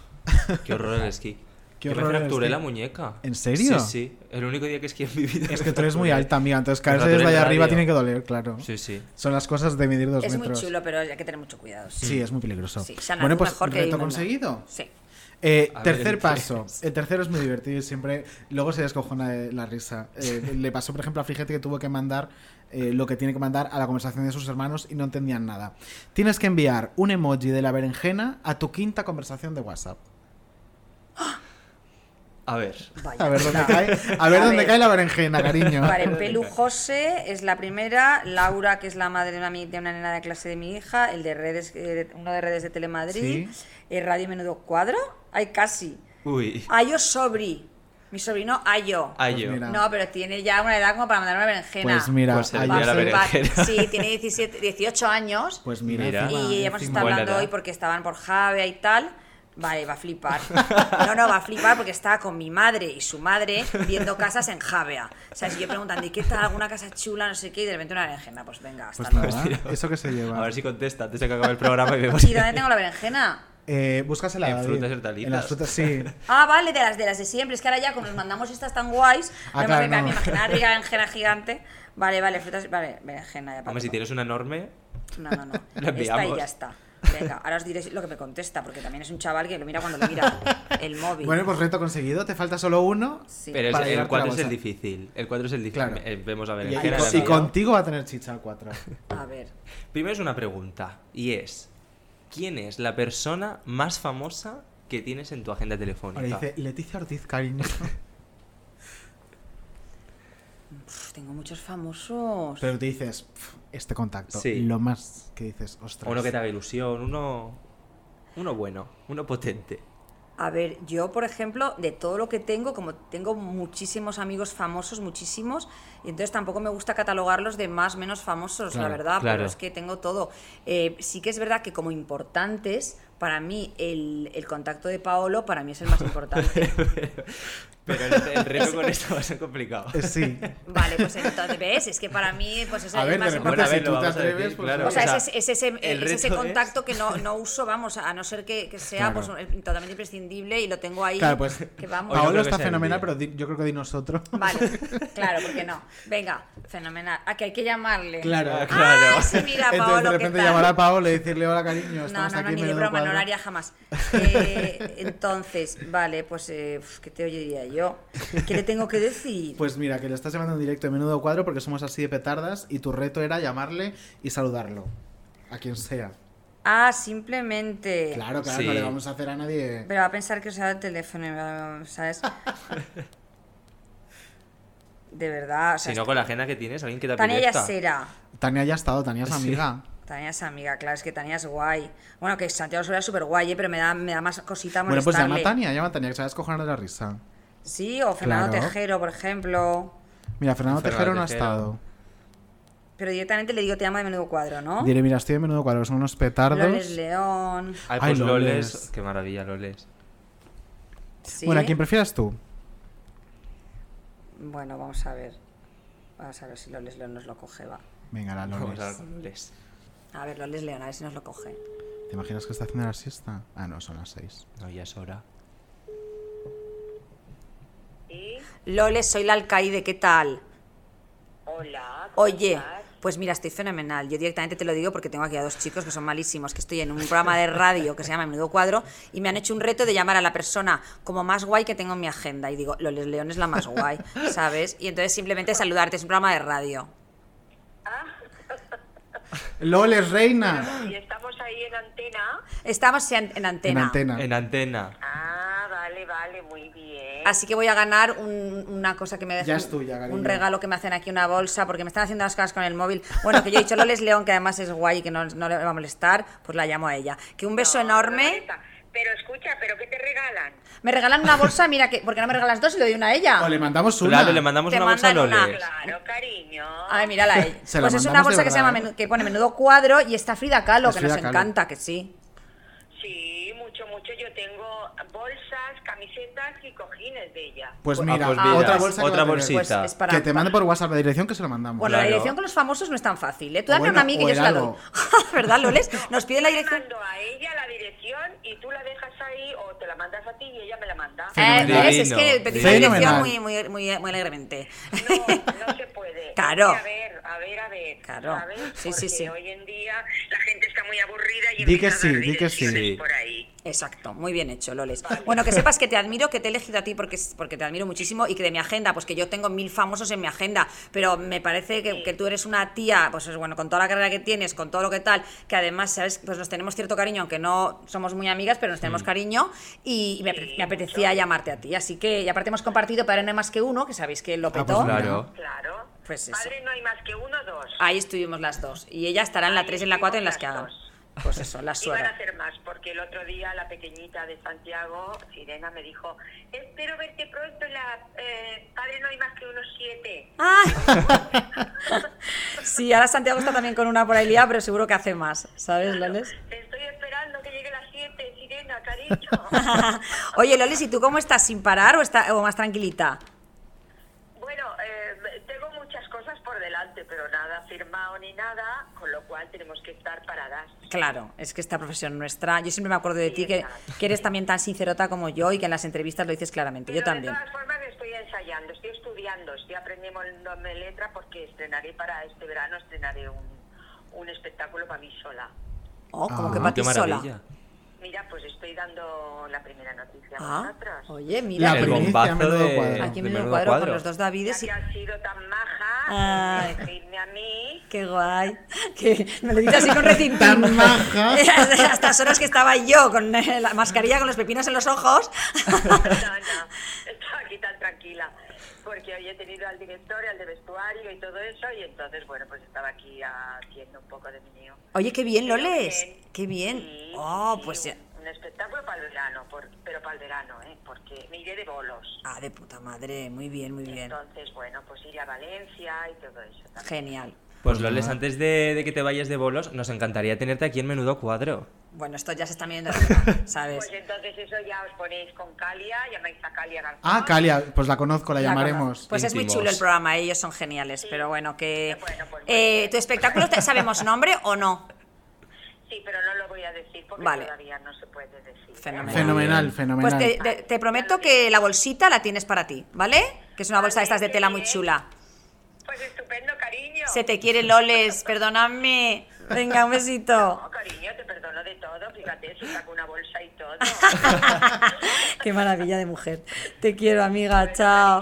Speaker 2: Qué horror el esquí.
Speaker 1: Qué
Speaker 2: Yo me
Speaker 1: horror el
Speaker 2: fracturé
Speaker 1: esquí.
Speaker 2: la muñeca.
Speaker 1: ¿En serio?
Speaker 2: Sí, sí. El único día que esquí en mi vida.
Speaker 1: Es
Speaker 2: me
Speaker 1: que tú eres muy
Speaker 2: fracturé.
Speaker 1: alta, amiga, entonces
Speaker 2: Me
Speaker 1: caerse
Speaker 2: fracturé
Speaker 1: desde
Speaker 2: el
Speaker 1: allá arriba
Speaker 2: radio.
Speaker 1: tiene que doler, claro.
Speaker 2: Sí, sí.
Speaker 1: Son las cosas de medir dos
Speaker 3: Es muy
Speaker 1: metros.
Speaker 3: chulo, pero hay que tener mucho cuidado.
Speaker 1: Sí, es muy peligroso.
Speaker 3: Sí, Shannon,
Speaker 1: bueno,
Speaker 3: es
Speaker 1: pues
Speaker 3: mejor que
Speaker 1: reto
Speaker 3: Inman.
Speaker 1: conseguido.
Speaker 3: Sí.
Speaker 1: Eh,
Speaker 2: A ver,
Speaker 1: tercer
Speaker 2: entonces.
Speaker 1: paso. El tercero es muy divertido y siempre. Luego se descojona de la risa. Eh, le pasó, por ejemplo, a Frijete que tuvo que mandar eh, lo que tiene que mandar a la conversación de sus hermanos y no entendían nada. Tienes que enviar un emoji de la berenjena a tu quinta conversación de WhatsApp.
Speaker 2: A ver.
Speaker 3: Vaya.
Speaker 1: A ver dónde
Speaker 3: No.
Speaker 1: cae, a ver
Speaker 3: A
Speaker 1: dónde
Speaker 3: ver.
Speaker 1: cae la berenjena, cariño.
Speaker 3: Vale, Pelu José es la primera, Laura, que es la madre de una, mi- de una nena de clase de mi hija, el de redes, eh, uno de redes de Telemadrid, eh, Radio Menudo Cuadro, ay casi.
Speaker 2: Uy.
Speaker 3: Ayo Sobri, mi sobrino Ayo.
Speaker 1: Ah,
Speaker 2: Ayo. Pues mira.
Speaker 3: No, pero tiene ya una edad como para mandar una berenjena.
Speaker 2: Pues mira, Pues Ayo. envía la
Speaker 3: Va-
Speaker 2: berenjena.
Speaker 3: Sí, tiene 17, 18 años.
Speaker 1: Pues
Speaker 2: mira, Mira. encima,
Speaker 3: Y
Speaker 2: encima.
Speaker 3: hemos estado
Speaker 2: Buena
Speaker 3: hablando
Speaker 2: edad.
Speaker 3: hoy porque estaban por Javea y tal. Vale, va a flipar. No, no, va a flipar porque estaba con mi madre y su madre viendo casas en Javea. O sea, si yo preguntando, ¿y qué tal? ¿Alguna casa chula? No sé qué, y de repente una berenjena. Pues venga, hasta
Speaker 1: Pues
Speaker 3: luego.
Speaker 1: nada, eso que se
Speaker 2: A
Speaker 1: lleva.
Speaker 2: ver si contesta antes de que acabe el programa y vemos.
Speaker 3: ¿Y dónde tengo la berenjena?
Speaker 1: Eh, búscasela.
Speaker 2: En
Speaker 1: David.
Speaker 2: frutas y hortalizas.
Speaker 1: En las frutas, sí.
Speaker 3: Ah, vale, de las de las de siempre. Es que ahora ya, como nos mandamos estas tan guays,
Speaker 2: Ah,
Speaker 3: no
Speaker 2: claro,
Speaker 3: me, me,
Speaker 2: no.
Speaker 3: me imaginaba la berenjena gigante. Vale, vale, frutas. Vale, berenjena ya
Speaker 2: Hombre, si tienes una enorme,
Speaker 3: No, no, no.
Speaker 2: la
Speaker 3: Esta y
Speaker 2: enviamos.
Speaker 3: ya está. Venga, ahora os diré lo que me contesta, porque también es un chaval que lo mira cuando lo mira el móvil.
Speaker 1: Bueno, pues reto conseguido. Te falta solo uno.
Speaker 2: Pero es-
Speaker 1: para llevarte
Speaker 2: el
Speaker 1: la
Speaker 2: 4 es el
Speaker 1: bolsa.
Speaker 2: difícil. El 4 es el difícil.
Speaker 1: Claro.
Speaker 2: Eh, Vemos a
Speaker 1: Y,
Speaker 2: berenjena.
Speaker 1: y
Speaker 2: la
Speaker 1: co- y
Speaker 2: enviamos.
Speaker 1: contigo va a tener chicha el 4.
Speaker 3: A ver.
Speaker 2: Primero es una pregunta y es ¿quién es la persona más famosa que tienes en tu agenda telefónica?
Speaker 1: Ahora dice Leticia Ortiz, cariño.
Speaker 3: Uf, tengo muchos famosos.
Speaker 1: Pero te dices, "Pf, este contacto.
Speaker 2: Sí.
Speaker 1: Lo más que dices, ostras.
Speaker 2: uno que te haga ilusión, uno uno bueno, uno potente.
Speaker 3: A ver, yo, por ejemplo, de todo lo que tengo, como tengo muchísimos amigos famosos, muchísimos, y entonces tampoco me gusta catalogarlos de más menos famosos,
Speaker 7: Claro,
Speaker 3: la verdad,
Speaker 7: claro.
Speaker 3: pero es que tengo todo. Eh, sí que es verdad que como importantes, para mí el, el contacto de Paolo, para mí es el más importante.
Speaker 2: Pero el, el reto con esto va a ser complicado.
Speaker 1: Eh, Sí.
Speaker 3: vale, pues entonces, ¿ves? Es que para mí, pues es
Speaker 2: A
Speaker 3: el
Speaker 2: ver,
Speaker 3: más
Speaker 2: de
Speaker 3: importante.
Speaker 2: repente, si Bueno, a ver, tú lo te vamos a atreves, decir, pues, claro.
Speaker 3: O sea,
Speaker 2: o sea,
Speaker 3: es, ese- es ese,
Speaker 2: el
Speaker 3: es ese
Speaker 2: reto es-
Speaker 3: contacto que no, no uso, vamos, a no ser que, que sea
Speaker 1: Claro.
Speaker 3: pues, un- totalmente imprescindible y lo tengo ahí.
Speaker 1: Claro, pues.
Speaker 3: que vamos.
Speaker 1: Paolo está fenomenal, pero di- yo creo que di nosotros.
Speaker 3: Vale, claro, porque no. Venga, fenomenal. ¿A que hay que llamarle?
Speaker 1: Claro,
Speaker 3: Ah,
Speaker 1: claro.
Speaker 3: sí, mira,
Speaker 1: Entonces,
Speaker 3: Paolo,
Speaker 1: de
Speaker 3: ¿qué
Speaker 1: repente
Speaker 3: tal?
Speaker 1: llamar a Paolo y decirle, hola, cariño,
Speaker 3: No,
Speaker 1: estamos
Speaker 3: no, no,
Speaker 1: aquí
Speaker 3: ni
Speaker 1: en
Speaker 3: de
Speaker 1: Menudo
Speaker 3: broma, no lo
Speaker 1: Cuadro".
Speaker 3: haría jamás. Eh, entonces, vale, pues, eh, uf, ¿qué te oiría yo? ¿Qué le tengo que decir?
Speaker 1: Pues mira, que le estás llamando en directo de menudo cuadro porque somos así de petardas y tu reto era llamarle y saludarlo. A quien sea.
Speaker 3: Ah, simplemente.
Speaker 1: Claro, claro, no le vamos a hacer a nadie.
Speaker 3: Pero va a pensar que usaba el teléfono, y va- ¿sabes? De verdad, o sea,
Speaker 2: Si no con la agenda que tienes, alguien que te
Speaker 3: Tania
Speaker 2: apetezca.
Speaker 3: Yasera.
Speaker 1: Tania ya ha estado, Tania es
Speaker 2: Sí.
Speaker 1: amiga.
Speaker 3: Tania es amiga, claro, es que Tania es guay. Bueno, que Santiago Soler es súper guay, pero me da, me da más cosita
Speaker 1: Bueno, pues llama
Speaker 3: molestarle.
Speaker 1: a Tania, llama a Tania, que se va a descojonar de la risa.
Speaker 3: Sí, o Fernando
Speaker 1: Claro.
Speaker 3: Tejero, por ejemplo.
Speaker 1: Mira, Fernando,
Speaker 2: Fernando
Speaker 1: Tejero no ha
Speaker 2: Tejero.
Speaker 1: estado.
Speaker 3: Pero directamente le digo, te llamo de menudo cuadro, ¿no?
Speaker 1: Diré, mira, estoy de menudo cuadro, que son unos petardos.
Speaker 3: Loles León.
Speaker 2: Ay,
Speaker 1: Ay,
Speaker 2: pues
Speaker 1: Loles.
Speaker 2: Loles. Qué maravilla, Loles.
Speaker 3: Sí.
Speaker 1: Bueno, ¿a quién prefieras tú?
Speaker 3: Bueno, vamos a ver. Vamos a ver si Loles León nos lo coge, va.
Speaker 1: Venga, la Loles.
Speaker 2: Vamos a ver con Loles.
Speaker 3: A ver, Loles León, a ver si nos lo coge.
Speaker 1: ¿Te imaginas que está haciendo la siesta? Ah, no, son las seis.
Speaker 2: No, ya es hora.
Speaker 3: Loles, soy la alcaide, ¿qué tal?
Speaker 9: Hola. ¿cómo
Speaker 3: Oye,
Speaker 9: estás?
Speaker 3: pues mira, estoy fenomenal. Yo directamente te lo digo porque tengo aquí a dos chicos que son malísimos, que estoy en un programa de radio que se llama Menudo Cuadro y me han hecho un reto de llamar a la persona como más guay que tengo en mi agenda. Y digo, Loles León es la más guay, ¿sabes? Y entonces simplemente saludarte, es un programa de radio.
Speaker 1: Loles, reina.
Speaker 9: Y estamos ahí en antena.
Speaker 3: Estamos en, en antena.
Speaker 2: En antena.
Speaker 9: Ah, vale, vale, muy bien.
Speaker 3: Así que voy a ganar un- una cosa que me dejan.
Speaker 1: Ya es tuya, cariño.
Speaker 3: Un regalo que me hacen aquí, una bolsa, porque me están haciendo las cosas con el móvil. Bueno, que yo he dicho Loles León, que además es guay y que no, no le va a molestar, pues la llamo a ella. Que un beso enorme.
Speaker 9: Pero escucha, ¿pero qué te regalan?
Speaker 3: Me regalan una bolsa, mira, que porque no me regalas dos y le doy una a ella.
Speaker 1: O le mandamos una.
Speaker 2: Claro, le mandamos
Speaker 3: Te
Speaker 2: una bolsa a
Speaker 3: mandan una.
Speaker 2: Loles.
Speaker 9: Claro, cariño.
Speaker 3: Ay, mírala a ella.
Speaker 2: Se la
Speaker 3: pues es una
Speaker 2: mandamos de
Speaker 3: bolsa que se llama
Speaker 2: verdad,
Speaker 3: menu- que pone menudo cuadro y está Frida Kahlo,
Speaker 2: Es
Speaker 3: que nos
Speaker 2: Frida Kahlo.
Speaker 3: encanta, que sí.
Speaker 9: Sí, mucho, mucho. Yo tengo bolsas, camisetas y cojines de ella.
Speaker 1: Pues
Speaker 2: Ah,
Speaker 1: mira,
Speaker 2: pues mira,
Speaker 1: otra bolsa. que
Speaker 2: otra
Speaker 1: va a tener.
Speaker 2: bolsita. Pues es para-
Speaker 1: que te mande por WhatsApp la dirección que se lo mandamos.
Speaker 3: Bueno, la dirección con los famosos no es tan fácil, ¿eh? Tú
Speaker 1: O
Speaker 3: dame
Speaker 1: bueno,
Speaker 3: una a mí que
Speaker 1: o
Speaker 3: yo
Speaker 1: el
Speaker 3: se la doy.
Speaker 1: algo.
Speaker 3: ¿Verdad, Loles? Nos piden la dirección.
Speaker 9: a ella la dirección y tú la dejas ahí o te la mandas a ti y ella me la manda.
Speaker 3: Eh,
Speaker 9: Fenomenal.
Speaker 3: ¿ves? Es que pedí la
Speaker 9: Fenomenal.
Speaker 3: dirección muy, muy, muy, muy alegremente.
Speaker 9: No se puede.
Speaker 3: Claro.
Speaker 9: A ver, a ver, a ver.
Speaker 3: Claro.
Speaker 9: ¿sabes?
Speaker 3: Sí, sí,
Speaker 9: Porque
Speaker 3: sí.
Speaker 9: Hoy en día la gente está muy aburrida y
Speaker 3: Di
Speaker 9: empieza
Speaker 3: que sí,
Speaker 9: a dar
Speaker 3: di que sí.
Speaker 9: direcciones por ahí.
Speaker 3: Exacto, muy bien hecho, Loles. Bueno, que sepas que te admiro, que te he elegido a ti porque, porque te admiro muchísimo y que de mi agenda, pues que yo tengo mil famosos en mi agenda, pero me parece que, que tú eres una tía, pues es bueno, con toda la carrera que tienes, con todo lo que tal, que además, ¿sabes? Pues nos tenemos cierto cariño, aunque no somos muy amigas, pero nos tenemos
Speaker 9: Mm.
Speaker 3: cariño y, y me, apete- me apetecía llamarte a ti. Así que, y aparte hemos compartido para No hay más que uno, que sabéis que lo
Speaker 2: pues
Speaker 3: petó.
Speaker 2: claro.
Speaker 9: Claro.
Speaker 3: Pues eso. Ah,
Speaker 9: Padre, no hay más que uno, dos.
Speaker 3: Ahí estuvimos las dos. Y ella estará en la 3 y en la 4 en las que hagan. Pues eso, las
Speaker 9: Iban a
Speaker 3: suegra.
Speaker 9: hacer más, porque el otro día la pequeñita de Santiago, Sirena, me dijo, espero verte pronto en la... eh, padre, no hay más que unos siete.
Speaker 3: Sí, ahora Santiago está también con una por ahí liada, pero seguro que hace más. ¿Sabes, Loles?
Speaker 9: Te estoy esperando que llegue las siete, Sirena, cariño.
Speaker 3: Oye, Loles, ¿y tú cómo estás? ¿Sin parar o, está, o más tranquilita?
Speaker 9: bueno, eh, tengo muchas cosas por delante, pero nada firmado ni nada, con lo cual tenemos que estar paradas.
Speaker 3: Claro, es que esta profesión nuestra. Yo siempre me acuerdo de ti que, que eres también tan sincerota como yo y que en las entrevistas lo dices claramente. Yo
Speaker 9: Pero
Speaker 3: también.
Speaker 9: De todas formas estoy ensayando, estoy estudiando, estoy aprendiéndome letra porque estrenaré para este verano, estrenaré un, un espectáculo para mí sola.
Speaker 3: Oh, como
Speaker 2: Ah,
Speaker 3: que para ti
Speaker 2: qué
Speaker 3: sola.
Speaker 2: maravilla.
Speaker 9: Mira, pues estoy dando la primera noticia a
Speaker 3: Ah,
Speaker 9: vosotros.
Speaker 3: oye, mira.
Speaker 2: El bombazo de-
Speaker 3: Aquí
Speaker 2: de
Speaker 3: en Menudo
Speaker 2: Menudo
Speaker 3: Cuadro,
Speaker 2: Cuadro.
Speaker 3: con los dos Davides. y-
Speaker 9: Ah,
Speaker 3: Ay.
Speaker 9: decidme a mí.
Speaker 3: Qué guay. Que me lo dices así con retintín.
Speaker 9: Tan maja.
Speaker 3: A estas horas que estaba yo con eh, la mascarilla, con los pepinos en los ojos.
Speaker 9: Estaba aquí tan tranquila. Porque hoy he tenido al director y al de vestuario y todo eso. Y entonces, bueno, pues estaba aquí haciendo un poco de mío.
Speaker 3: Oye, qué bien,
Speaker 9: Pero
Speaker 3: Loles.
Speaker 9: bien,
Speaker 3: Qué bien. Oh, pues ya.
Speaker 9: Un espectáculo para el verano, por- pero para el verano, ¿eh? Porque me iré de bolos.
Speaker 3: Ah, de puta madre. Muy bien, muy bien.
Speaker 9: Entonces, bueno, pues iré a Valencia y todo eso. también.
Speaker 3: Genial.
Speaker 2: Pues Loles, antes de, de que te vayas de bolos, nos encantaría tenerte aquí en Menudo Cuadro.
Speaker 3: Bueno, esto ya se está viendo, arriba, ¿sabes?
Speaker 9: Pues entonces eso ya os ponéis con Calia, llamáis a Calia García.
Speaker 1: Ah, Calia, pues la conozco, la,
Speaker 3: La
Speaker 1: llamaremos.
Speaker 3: conozco. Pues es muy chulo el programa, ellos son geniales, pero bueno, que... Eh, ¿Tu espectáculo te- sabemos nombre o no?
Speaker 9: Sí, pero no lo voy a decir porque
Speaker 3: Vale.
Speaker 9: todavía no se puede decir. ¿eh?
Speaker 3: Fenomenal.
Speaker 1: Fenomenal,
Speaker 3: Pues
Speaker 1: fenomenal.
Speaker 3: te, te- te prometo que la bolsita la tienes para ti, ¿vale? Que es una bolsa de estas de tela muy chula. Pues estupendo, cariño. Se te quiere, Loles, perdóname. Venga, un besito.
Speaker 9: No, Oh, cariño, te perdono de todo, fíjate, si saco una bolsa y todo.
Speaker 3: Qué maravilla de mujer. Te quiero, amiga. Chao.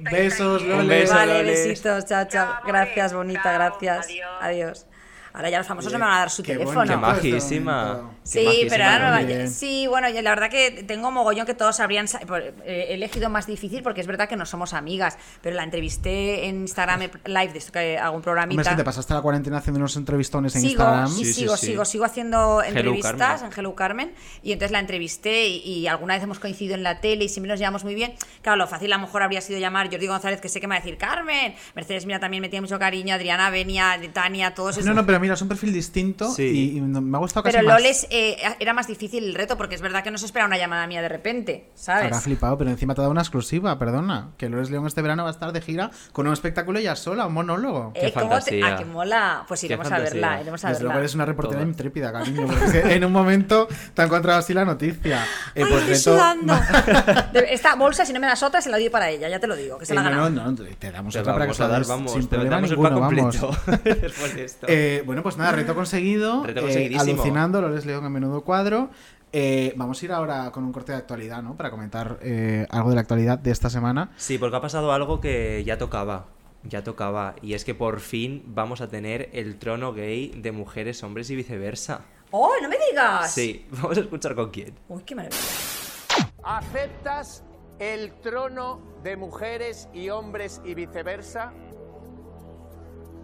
Speaker 1: Besos,
Speaker 9: ¿eh?
Speaker 1: Loles.
Speaker 3: Vale, besitos. Chao, chao. Gracias, bonita. Gracias. Adiós. Ahora ya los famosos no me van a dar su
Speaker 2: Qué
Speaker 3: teléfono.
Speaker 2: bonito, Qué majísima. Qué
Speaker 3: Sí,
Speaker 2: majísima,
Speaker 3: pero ahora me
Speaker 2: Loles.
Speaker 3: va- Sí, bueno, yo la verdad que tengo mogollón que todos habrían sa- por- eh, elegido más difícil porque es verdad que no somos amigas, pero la entrevisté en Instagram Live de esto que hago un programita.
Speaker 1: Hombre, es que te pasaste la cuarentena haciendo unos entrevistones en
Speaker 3: sigo,
Speaker 1: Instagram.
Speaker 3: y sigo, sigo, sigo haciendo
Speaker 1: Hello,
Speaker 3: entrevistas
Speaker 1: Carmen.
Speaker 3: en Hello Carmen y entonces la entrevisté y, y alguna vez hemos coincidido en la tele y siempre nos llevamos muy bien. Claro, lo fácil a lo mejor habría sido llamar Jordi González, que sé que me va a decir Carmen, Mercedes Mira también me tiene mucho cariño, Adriana Benia, Tania, todos esos.
Speaker 1: No, no, pero mira, es un perfil distinto y, y me ha gustado casi
Speaker 3: Pero
Speaker 1: más.
Speaker 3: LOL es, eh, era más difícil el reto porque es verdad que no se espera una llamada mía de repente, ¿sabes?
Speaker 1: Habrá flipado, pero encima te ha dado una exclusiva, perdona. Que Lores León este verano va a estar de gira con un espectáculo ella sola, un monólogo.
Speaker 3: Eh, ¿cómo te- ah, que mola. Pues iremos a verla, iremos a
Speaker 1: Desde
Speaker 3: verla.
Speaker 1: luego eres una reportera intrépida, cariño. porque en un momento te ha encontrado así la noticia. Eh, por
Speaker 3: Estoy
Speaker 1: reto-
Speaker 3: sudando. De- Esta bolsa, si no me das otra, se la doy para ella, ya te lo digo, que se
Speaker 1: Eh,
Speaker 3: la ha
Speaker 1: no,
Speaker 3: ganado.
Speaker 1: no, no, te damos
Speaker 2: Te
Speaker 1: otra para que
Speaker 2: vamos
Speaker 1: se
Speaker 2: a
Speaker 1: la
Speaker 2: dar,
Speaker 1: des
Speaker 2: vamos,
Speaker 1: sin
Speaker 2: te
Speaker 1: problema
Speaker 2: damos el
Speaker 1: ninguno,
Speaker 2: pack
Speaker 1: vamos.
Speaker 2: completo después de esto.
Speaker 1: Eh, bueno, pues nada, reto conseguido.
Speaker 2: Reto
Speaker 1: Eh,
Speaker 2: conseguidísimo.
Speaker 1: alucinando, Lores León a menudo cuadro. Eh, vamos a ir ahora con un corte de actualidad, ¿no? Para comentar eh, algo de la actualidad de esta semana.
Speaker 2: Sí, porque ha pasado algo que ya tocaba. Ya tocaba. Y es que por fin vamos a tener el trono gay de mujeres, hombres y viceversa.
Speaker 3: ¡Oh, no me digas!
Speaker 2: Sí, vamos a escuchar con quién.
Speaker 3: Uy, qué maravilla.
Speaker 10: ¿Aceptas el trono de mujeres y hombres y viceversa?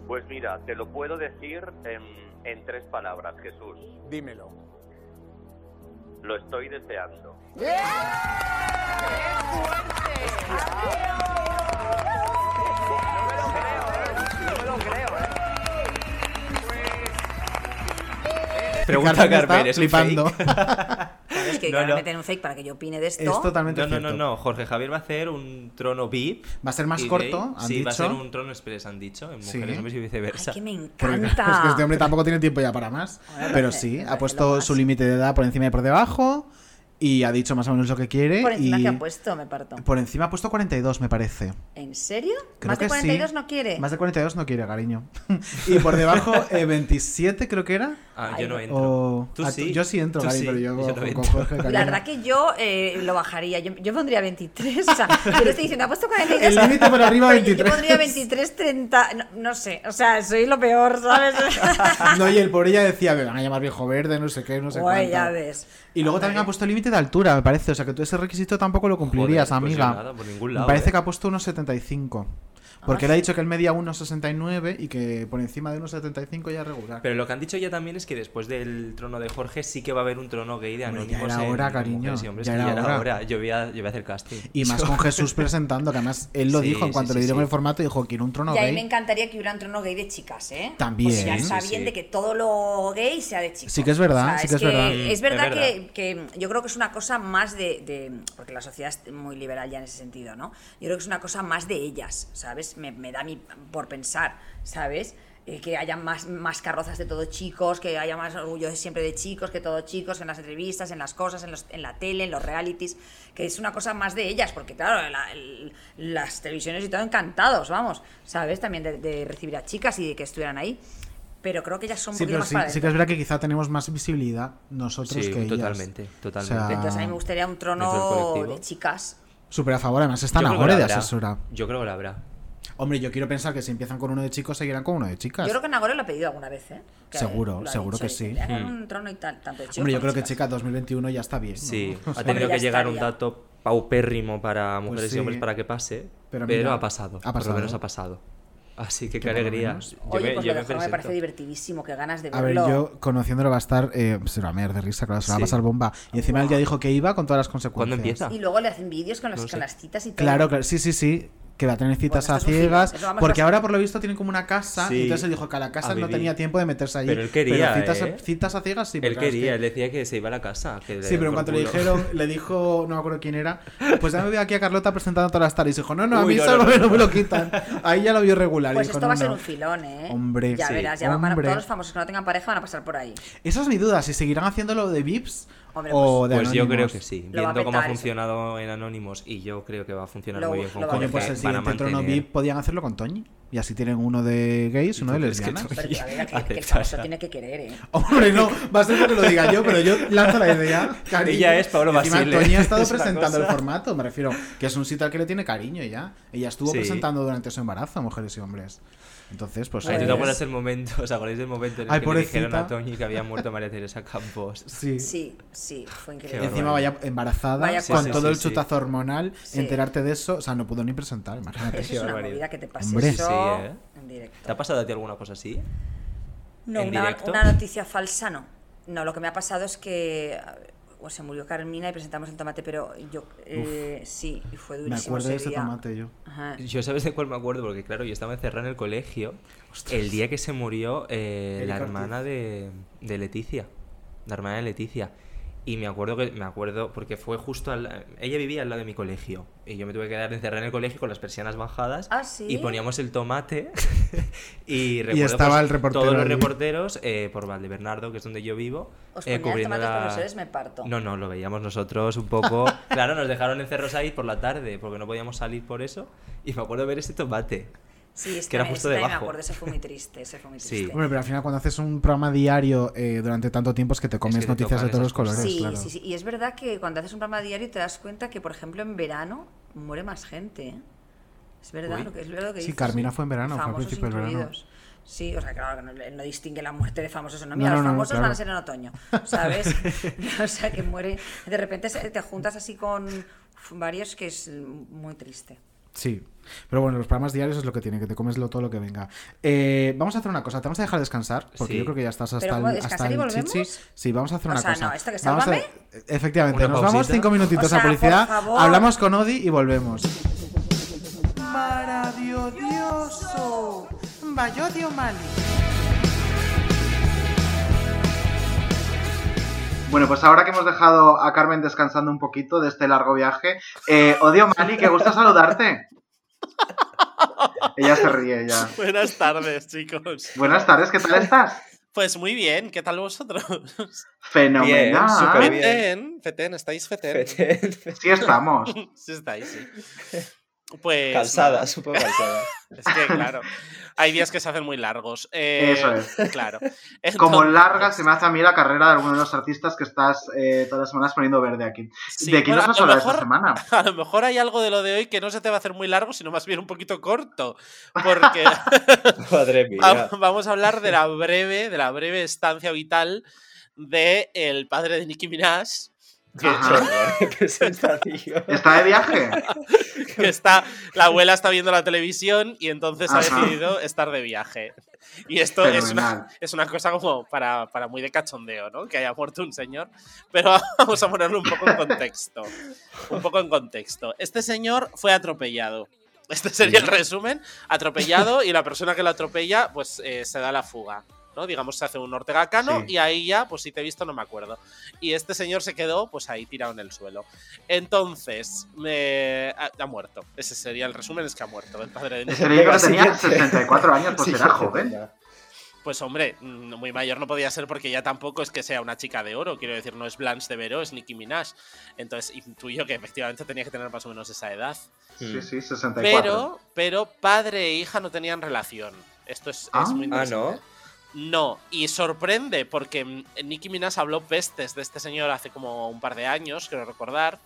Speaker 11: Pues mira, te lo puedo decir en, en tres palabras, Jesús.
Speaker 10: Dímelo.
Speaker 11: Lo estoy deseando.
Speaker 2: Pregunta a
Speaker 1: Carmen está
Speaker 2: Carmen, ¿es un
Speaker 1: flipando.
Speaker 2: fake?
Speaker 3: Claro, es que
Speaker 2: No,
Speaker 3: no,
Speaker 2: no.
Speaker 3: meten un fake para que yo opine de esto.
Speaker 2: no, no, no, no. Jorge Javier va a hacer un trono VIP.
Speaker 1: Va a ser más
Speaker 2: y
Speaker 1: corto,
Speaker 2: gay.
Speaker 1: han
Speaker 2: Sí, va a
Speaker 1: dicho.
Speaker 2: ser un trono express, han dicho. En mujeres,
Speaker 1: Sí.
Speaker 2: hombres y viceversa.
Speaker 3: que me
Speaker 1: Porque,
Speaker 3: encanta.
Speaker 1: claro, es que este hombre tampoco tiene tiempo ya para más.
Speaker 3: Bueno,
Speaker 1: Pero
Speaker 3: parece-
Speaker 1: sí, ha puesto su límite de edad por encima y por debajo. Y ha dicho más o menos lo que quiere.
Speaker 3: Por encima
Speaker 1: y
Speaker 3: que ha puesto, me parto.
Speaker 1: Por encima ha puesto 42, me parece.
Speaker 3: ¿En serio?
Speaker 1: Creo
Speaker 3: ¿Más de
Speaker 1: que
Speaker 3: 42
Speaker 1: sí.
Speaker 3: no quiere?
Speaker 1: Más de 42 no quiere, cariño. y por debajo, eh, 27 creo que era.
Speaker 2: Ah, yo no entro.
Speaker 1: O-
Speaker 2: Tú
Speaker 1: ah,
Speaker 2: sí.
Speaker 1: Yo sí entro,
Speaker 2: Tú
Speaker 1: cariño,
Speaker 2: sí,
Speaker 1: pero yo,
Speaker 2: yo no
Speaker 1: con- con
Speaker 2: entro.
Speaker 1: Jorge,
Speaker 3: La
Speaker 1: cariño.
Speaker 3: verdad que yo eh, lo bajaría. Yo, yo pondría 23. O sea, yo le estoy diciendo, ha puesto 42.
Speaker 1: El límite para arriba,
Speaker 3: pero yo- Yo
Speaker 1: 23.
Speaker 3: pondría 23, 30. No, no sé. O sea, soy lo peor, ¿sabes?
Speaker 1: No, y el pobre ya decía, me van a llamar viejo verde, no sé qué, no sé cuánto.
Speaker 3: Guay, ya ves.
Speaker 1: Y
Speaker 2: Ah,
Speaker 1: luego también ha puesto el límite de altura, me parece. O sea, que tú ese requisito tampoco lo cumplirías,
Speaker 2: Joder, pues
Speaker 1: amiga.
Speaker 2: yo nada, por ningún lado,
Speaker 1: me parece
Speaker 2: ¿eh?
Speaker 1: que ha puesto unos 75.
Speaker 3: Ah,
Speaker 1: Porque él ha dicho que él medía 1,69 y que por encima de 1,75 ya es regular.
Speaker 2: Pero lo que han dicho ya también es que después del trono de Jorge sí que va a haber un trono gay de
Speaker 1: Hombre, ya
Speaker 2: anónimos.
Speaker 1: era
Speaker 2: en
Speaker 1: hora, cariño,
Speaker 2: mujeres y hombres,
Speaker 1: ya
Speaker 2: que
Speaker 1: era hora.
Speaker 2: Yo voy a, yo voy a hacer casting.
Speaker 1: Y más con Jesús presentando, que además él lo
Speaker 2: Sí,
Speaker 1: dijo en
Speaker 2: sí,
Speaker 1: cuanto
Speaker 2: sí,
Speaker 1: le dieron
Speaker 2: sí.
Speaker 1: el formato, dijo, quiero un trono
Speaker 3: y a mí me
Speaker 1: gay.
Speaker 3: encantaría que hubiera un trono gay de chicas, ¿eh?
Speaker 1: También.
Speaker 3: O sea,
Speaker 1: Sí,
Speaker 3: está
Speaker 1: sí,
Speaker 3: bien
Speaker 1: sí.
Speaker 3: de que todo lo gay sea de chicas.
Speaker 1: Sí que es verdad,
Speaker 3: O sea,
Speaker 1: sí que es verdad. Mm,
Speaker 3: Es verdad,
Speaker 1: es
Speaker 3: Que, que yo creo que es una cosa más de, de- Porque la sociedad es muy liberal ya en ese sentido, ¿no? Yo creo que es una cosa más de ellas, ¿sabes? Me, me da a mí por pensar, ¿sabes? Eh, Que haya más, más carrozas de todo chicos, que haya más orgullo de- siempre de chicos, que todo chicos, en las entrevistas, en las cosas, en, los- en la tele, en los realities, que es una cosa más de ellas, porque claro, la- el- las televisiones y todo encantados, vamos, ¿sabes? También de, de recibir a chicas y de que estuvieran ahí, pero creo que ellas son un
Speaker 1: Sí,
Speaker 3: poquito
Speaker 1: pero
Speaker 3: más
Speaker 1: sí,
Speaker 3: para
Speaker 1: sí
Speaker 3: adentro.
Speaker 1: que es verdad que quizá tenemos más visibilidad nosotros
Speaker 2: Sí,
Speaker 1: que ellas.
Speaker 2: totalmente, totalmente.
Speaker 3: Entonces a mí me gustaría un
Speaker 2: Dentro del
Speaker 3: trono
Speaker 2: colectivo.
Speaker 3: de chicas.
Speaker 1: Súper a favor, además están
Speaker 2: Yo creo que
Speaker 1: ahora
Speaker 2: la
Speaker 1: de
Speaker 2: habrá.
Speaker 1: asesora.
Speaker 2: Yo creo que la habrá.
Speaker 1: Hombre, yo quiero pensar que si empiezan con uno de chicos, seguirán con uno de
Speaker 3: Yo
Speaker 1: chicas.
Speaker 3: creo que Nagore lo ha pedido alguna vez, ¿eh? Que
Speaker 1: Seguro,
Speaker 3: lo ha
Speaker 1: seguro
Speaker 3: dicho,
Speaker 1: que
Speaker 3: dice,
Speaker 1: sí.
Speaker 3: "Le hagan
Speaker 1: Mm.
Speaker 3: un trono y tal, tanto de chicos
Speaker 1: Hombre, yo creo
Speaker 3: como
Speaker 1: que
Speaker 3: chicas".
Speaker 1: chica 2021 ya está bien. ¿no?
Speaker 2: Sí,
Speaker 1: O
Speaker 2: ha
Speaker 1: sea,
Speaker 2: tenido
Speaker 3: ya
Speaker 2: que llegar un
Speaker 3: estaría.
Speaker 2: dato paupérrimo para mujeres
Speaker 1: sí.
Speaker 2: y hombres para que pase,
Speaker 1: Pero
Speaker 2: pero,
Speaker 1: mira,
Speaker 2: ha pasado.
Speaker 1: ha
Speaker 2: Por
Speaker 1: pasado.
Speaker 2: lo menos ha pasado. Así que
Speaker 1: Que
Speaker 2: qué
Speaker 1: por lo
Speaker 2: alegría.
Speaker 1: menos.
Speaker 2: Yo me-
Speaker 3: Oye, pues
Speaker 2: yo me
Speaker 3: lo de Jorge me
Speaker 2: presento.
Speaker 3: parece divertidísimo, qué ganas de
Speaker 1: A ver,
Speaker 3: verlo.
Speaker 1: yo conociéndolo va a estar. eh, se lo va a mear de risa, claro, se lo va a
Speaker 2: Sí.
Speaker 1: pasar bomba. Y encima él ya dijo que iba con todas las consecuencias.
Speaker 3: Y luego le hacen vídeos con, los-
Speaker 1: No
Speaker 3: con
Speaker 1: sé.
Speaker 3: las citas y todo.
Speaker 1: Claro, claro, sí, sí, sí. Que va a tener citas
Speaker 3: Bueno,
Speaker 1: a
Speaker 3: esto es un
Speaker 1: ciegas.
Speaker 3: giro, eso vamos
Speaker 1: Porque
Speaker 3: a-
Speaker 1: ahora, por lo visto, tienen como una casa.
Speaker 2: Sí,
Speaker 1: y entonces él dijo que a la casa
Speaker 2: a
Speaker 1: no
Speaker 2: vivir.
Speaker 1: tenía tiempo de meterse allí.
Speaker 2: Pero él quería,
Speaker 1: citas,
Speaker 2: ¿eh?
Speaker 1: a, citas a ciegas sí.
Speaker 2: Él
Speaker 1: porque, claro, es que-
Speaker 2: quería, él decía que se iba a la casa. que
Speaker 1: Sí, pero en
Speaker 2: por
Speaker 1: cuanto le
Speaker 2: culo.
Speaker 1: dijeron, le dijo, no me acuerdo quién era, pues ya me veo aquí a Carlota presentando todas las tardes. Y dijo, no, no, a
Speaker 2: Uy,
Speaker 1: mí
Speaker 2: no,
Speaker 1: solo
Speaker 2: no,
Speaker 1: me-
Speaker 2: no,
Speaker 1: no me
Speaker 2: no.
Speaker 1: lo quitan. Ahí ya lo vio regular. y
Speaker 3: Pues
Speaker 1: dijo,
Speaker 3: esto va a
Speaker 1: "No,
Speaker 3: ser
Speaker 1: no".
Speaker 3: un filón, ¿eh?
Speaker 1: Hombre,
Speaker 3: ya
Speaker 1: sí,
Speaker 3: verás, ya van a-
Speaker 1: hombre.
Speaker 3: todos los famosos que no tengan pareja van a pasar por ahí.
Speaker 1: Esa es mi duda, si seguirán haciendo lo de VIPs
Speaker 3: Hombre,
Speaker 1: o de
Speaker 2: Pues yo creo
Speaker 1: anónimos.
Speaker 2: que sí.
Speaker 3: Lo va a
Speaker 2: Viendo cómo ha
Speaker 3: petar, eso.
Speaker 2: funcionado en Anónimos, y yo creo que va a funcionar
Speaker 3: Lo-
Speaker 2: muy bien con
Speaker 3: lo va a
Speaker 2: Jorge,
Speaker 1: Coño, pues el
Speaker 2: van a
Speaker 1: siguiente trono
Speaker 2: mantener-
Speaker 1: VIP podían hacerlo con Toñi. Y así tienen uno de gays, uno de
Speaker 2: crees que
Speaker 1: lesbianas.
Speaker 3: Pero que, a ver, que- que el
Speaker 2: Aceptar.
Speaker 3: famoso tiene que querer, ¿eh?
Speaker 1: Hombre, no, va a ser porque lo diga yo, pero yo lanzo la idea. Cariño.
Speaker 2: Ella es Paolo
Speaker 1: Encima,
Speaker 2: Basile.
Speaker 1: Toñi ha estado
Speaker 2: Es una
Speaker 1: presentando el
Speaker 2: cosa.
Speaker 1: formato, me refiero, que es un sitio al que le tiene cariño ya. Ella estuvo
Speaker 2: Sí.
Speaker 1: presentando durante su embarazo a mujeres y hombres. Entonces, pues.
Speaker 2: Ay, ¿tú te
Speaker 1: pues-
Speaker 2: acuerdas del momento? ¿Os acordáis del momento en el
Speaker 1: Ay,
Speaker 2: que le dijeron
Speaker 1: pobrecita.
Speaker 2: a Toñi que había muerto María Teresa Campos?
Speaker 1: Sí.
Speaker 3: Sí, sí, fue
Speaker 2: Qué
Speaker 3: increíble.
Speaker 1: Encima vaya embarazada,
Speaker 3: Vaya
Speaker 1: con
Speaker 3: cosa.
Speaker 1: todo
Speaker 3: Sí,
Speaker 1: el
Speaker 3: sí, sí.
Speaker 1: chutazo hormonal,
Speaker 3: Sí.
Speaker 1: enterarte de eso, o sea, no pudo ni presentar, imagínate.
Speaker 3: Eso es una movida que te pase
Speaker 1: Hombre.
Speaker 3: eso
Speaker 2: Sí, ¿eh?
Speaker 3: en directo.
Speaker 2: ¿Te ha pasado a ti alguna cosa así?
Speaker 3: No,
Speaker 2: ¿En
Speaker 3: una,
Speaker 2: directo?
Speaker 3: una noticia falsa no. No, lo que me ha pasado es que a ver, o se murió Carmina y presentamos el tomate, pero yo eh, sí, y fue durísimo.
Speaker 1: Me acuerdo de
Speaker 3: ese
Speaker 1: ese
Speaker 3: día.
Speaker 1: tomate yo.
Speaker 3: Ajá.
Speaker 2: Yo sabes de cuál me acuerdo, porque claro, yo estaba encerrada en el colegio el día que se murió eh,
Speaker 12: Erika
Speaker 2: la
Speaker 12: Ortiz.
Speaker 2: hermana de, de Leticia. La hermana de Leticia. Y me acuerdo que me acuerdo porque fue justo al, ella vivía al lado de mi colegio y yo me tuve que quedar encerrada en el colegio con las persianas bajadas
Speaker 3: Ah, ¿sí?
Speaker 2: y poníamos el tomate y, recuerdo, pues,
Speaker 1: estaba el reportero
Speaker 2: todos los
Speaker 1: allí.
Speaker 2: reporteros eh, por Valdebernardo que es donde yo vivo
Speaker 3: Os
Speaker 2: eh,
Speaker 3: ponían tomates
Speaker 2: la-
Speaker 3: por los seres, me parto.
Speaker 2: no no lo veíamos nosotros un poco claro nos dejaron encerros ahí por la tarde porque no podíamos salir por eso y me acuerdo de ver ese tomate
Speaker 3: Sí, este,
Speaker 2: que era justo
Speaker 3: este me
Speaker 2: debajo
Speaker 3: acuerdo, ese fue muy triste, ese fue muy
Speaker 2: Sí.
Speaker 3: triste.
Speaker 1: Hombre, pero al final cuando haces un programa diario eh, durante tanto tiempo es que te comes
Speaker 2: que te
Speaker 1: noticias
Speaker 2: tocan
Speaker 1: de todos los
Speaker 2: esas cosas.
Speaker 1: colores,
Speaker 3: Sí,
Speaker 1: claro.
Speaker 3: sí, sí. Y es verdad que cuando haces un programa diario te das cuenta que, por ejemplo, en verano muere más gente. ¿eh? Es verdad,
Speaker 1: Uy.
Speaker 3: lo que, es verdad lo que
Speaker 1: Sí,
Speaker 3: dices,
Speaker 1: Carmina fue en verano, fue al
Speaker 3: Famosos
Speaker 1: principio del verano.
Speaker 3: incluidos. Sí, o sea, claro, no, no distingue la muerte de famosos o no.
Speaker 1: No,
Speaker 3: Mira,
Speaker 1: no,
Speaker 3: los
Speaker 1: no, no,
Speaker 3: famosos van
Speaker 1: claro.
Speaker 3: a ser en otoño, ¿sabes? o sea, que muere. De repente se- te juntas así con varios que es muy triste.
Speaker 1: Sí. Pero bueno, los programas diarios es lo que tiene, que te comes lo- todo lo que venga. Eh, vamos a hacer una cosa, te vamos a dejar descansar, porque
Speaker 2: Sí.
Speaker 1: yo creo que ya estás
Speaker 3: ¿Pero
Speaker 1: hasta
Speaker 3: cómo,
Speaker 1: el,
Speaker 3: descansar
Speaker 1: hasta
Speaker 3: y
Speaker 1: el
Speaker 3: volvemos?
Speaker 1: chichi. Sí, vamos a hacer
Speaker 3: O
Speaker 1: una
Speaker 3: sea,
Speaker 1: cosa.
Speaker 3: no, esto que es
Speaker 1: Vamos a-
Speaker 3: Sálvame.
Speaker 1: Efectivamente,
Speaker 2: Una
Speaker 1: nos vamos
Speaker 2: pausita.
Speaker 1: cinco minutitos
Speaker 3: O sea,
Speaker 1: a
Speaker 3: por
Speaker 1: publicidad,
Speaker 3: favor.
Speaker 1: hablamos con Odi y volvemos.
Speaker 13: Maravilloso. Vaya Dio Mali.
Speaker 1: Bueno, pues ahora que hemos dejado a Carmen descansando un poquito de este largo viaje, eh, Odio Mali, que gusta saludarte. Ella se ríe ya.
Speaker 14: Buenas tardes, chicos.
Speaker 1: Buenas tardes, ¿qué tal estás?
Speaker 14: Pues muy bien, ¿qué tal vosotros?
Speaker 1: Fenomenal.
Speaker 14: Feten, Feten, ¿estáis Feten?
Speaker 1: Sí estamos.
Speaker 14: Sí estáis, sí. Pues...
Speaker 2: Calzada,
Speaker 14: nada.
Speaker 2: supongo calzada.
Speaker 14: Es que, claro, hay días que se hacen muy largos. Eh,
Speaker 1: Eso es.
Speaker 14: Claro.
Speaker 1: Como
Speaker 14: Entonces-
Speaker 1: larga se me hace a mí la carrera de alguno de los artistas que estás eh, todas las semanas poniendo verde aquí.
Speaker 14: Sí,
Speaker 1: de aquí
Speaker 14: bueno,
Speaker 1: nos vas
Speaker 14: a
Speaker 1: a
Speaker 14: lo
Speaker 1: hablar esta
Speaker 14: mejor-
Speaker 1: semana.
Speaker 14: A lo mejor hay algo de lo de hoy que no se te va a hacer muy largo, sino más bien un poquito corto. Porque
Speaker 2: Madre
Speaker 14: va- vamos a hablar de la breve, de la breve estancia vital de el padre de Nicki Minaj. Que,
Speaker 1: ¿Está de viaje?
Speaker 14: que está, la abuela está viendo la televisión y entonces ha
Speaker 1: Ajá.
Speaker 14: decidido estar de viaje. Y esto es una,
Speaker 1: Fenomenal.
Speaker 14: es una cosa como para, para muy de cachondeo, ¿no? Que haya muerto un señor. Pero vamos a ponerlo un poco en contexto. Un poco en contexto. Este señor fue atropellado. Este sería el resumen. Atropellado y la persona que lo atropella, pues eh, se da la fuga. ¿no? Digamos, se hace un Ortega Cano
Speaker 11: Sí.
Speaker 14: y ahí ya, pues si te he visto, no me acuerdo. Y este señor se quedó, pues ahí tirado en el suelo. Entonces, eh, ha, ha muerto. Ese sería el resumen, es que ha muerto el padre de Nicky.
Speaker 1: Creí que tenía 64 años, pues
Speaker 14: Siguiente
Speaker 1: era joven.
Speaker 14: Pues hombre, mm, muy mayor no podía ser porque ya tampoco es que sea una chica de oro. Quiero decir, no es Blanche de Vero, es Nicki Minaj. Entonces intuyo que efectivamente tenía que tener más o menos esa edad.
Speaker 2: Mm.
Speaker 1: Sí, sí, 64.
Speaker 14: Pero, pero padre e hija no tenían relación. Esto es, es
Speaker 2: Ah.
Speaker 14: muy
Speaker 2: Ah,
Speaker 14: interesante.
Speaker 2: ¿no?
Speaker 14: No, y sorprende porque mm, Nicki Minaj habló pestes de este señor hace como un par de años, quiero recordar,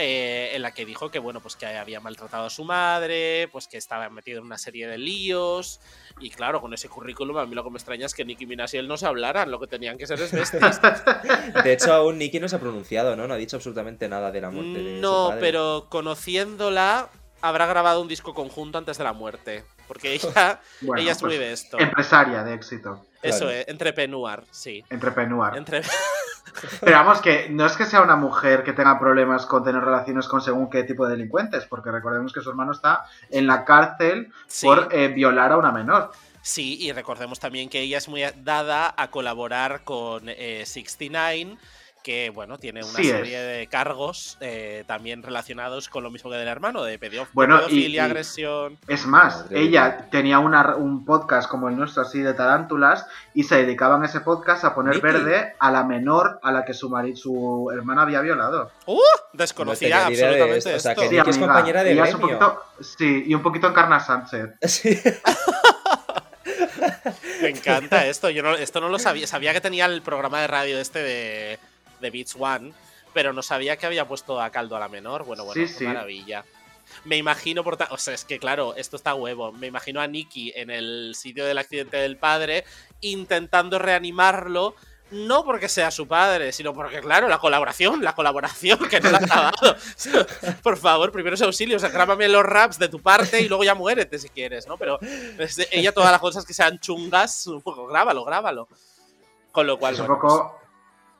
Speaker 14: eh, en la que dijo que bueno, pues que había maltratado a su madre, pues que estaba metido en una serie de líos, y claro, con ese currículum a mí lo que me extraña es que Nicki Minaj y él no se hablaran, lo que tenían que ser es bestias.
Speaker 2: De hecho, aún Nicky no se ha pronunciado, ¿no? No ha dicho absolutamente nada de la muerte de su
Speaker 14: No,
Speaker 2: padre.
Speaker 14: pero conociéndola, habrá grabado un disco conjunto antes de la muerte, porque ella,
Speaker 1: Bueno,
Speaker 14: ella es
Speaker 1: pues,
Speaker 14: muy de esto.
Speaker 1: Empresaria de éxito.
Speaker 14: Eso es, entrepreneur, sí.
Speaker 1: Entrepreneur.
Speaker 14: Entre-
Speaker 1: Pero vamos, que no es que sea una mujer que tenga problemas con tener relaciones con según qué tipo de delincuentes, porque recordemos que su hermano está en la cárcel por eh, violar a una menor.
Speaker 14: Sí, y recordemos también que ella es muy dada a colaborar con eh, 69, que bueno, tiene una
Speaker 1: Sí es.
Speaker 14: serie de cargos eh, también relacionados con lo mismo que del hermano, de pedof-
Speaker 1: Bueno, y-
Speaker 14: pedofilia,
Speaker 1: y-
Speaker 14: agresión.
Speaker 1: Es más,
Speaker 14: Madre
Speaker 1: ella
Speaker 14: mía.
Speaker 1: tenía una- un podcast como el nuestro, así de tarántulas, y se dedicaban a ese podcast a poner
Speaker 14: Nicky.
Speaker 1: verde a la menor a la que su, mari- su hermana había violado.
Speaker 14: ¡Uh! Desconocía
Speaker 2: No tenía ni idea de
Speaker 14: absolutamente
Speaker 2: esto, o sea,
Speaker 14: esto.
Speaker 2: que Nicky es
Speaker 1: amiga,
Speaker 2: compañera de
Speaker 1: ella es un
Speaker 2: gremio.
Speaker 1: poquito- sí, y un poquito encarna Sánchez.
Speaker 14: Me encanta esto. Yo no, esto no lo sabía. Sabía que tenía el programa de radio este de, de Beats One, pero no sabía que había puesto a caldo a la menor. Bueno, bueno,
Speaker 1: Sí,
Speaker 14: qué
Speaker 1: sí.
Speaker 14: maravilla. Me imagino por ta- O sea, es que claro, esto está a huevo. Me imagino a Nicky en el sitio del accidente del padre intentando reanimarlo. No porque sea su padre, sino porque, claro, la colaboración, la colaboración que no la ha dado. Por favor, primeros auxilios, grábame los raps de tu parte y luego ya muérete si quieres, ¿no? Pero es- ella todas las cosas que sean chungas, un poco, grábalo, grábalo. Con lo cual,
Speaker 1: es un
Speaker 14: bueno,
Speaker 1: poco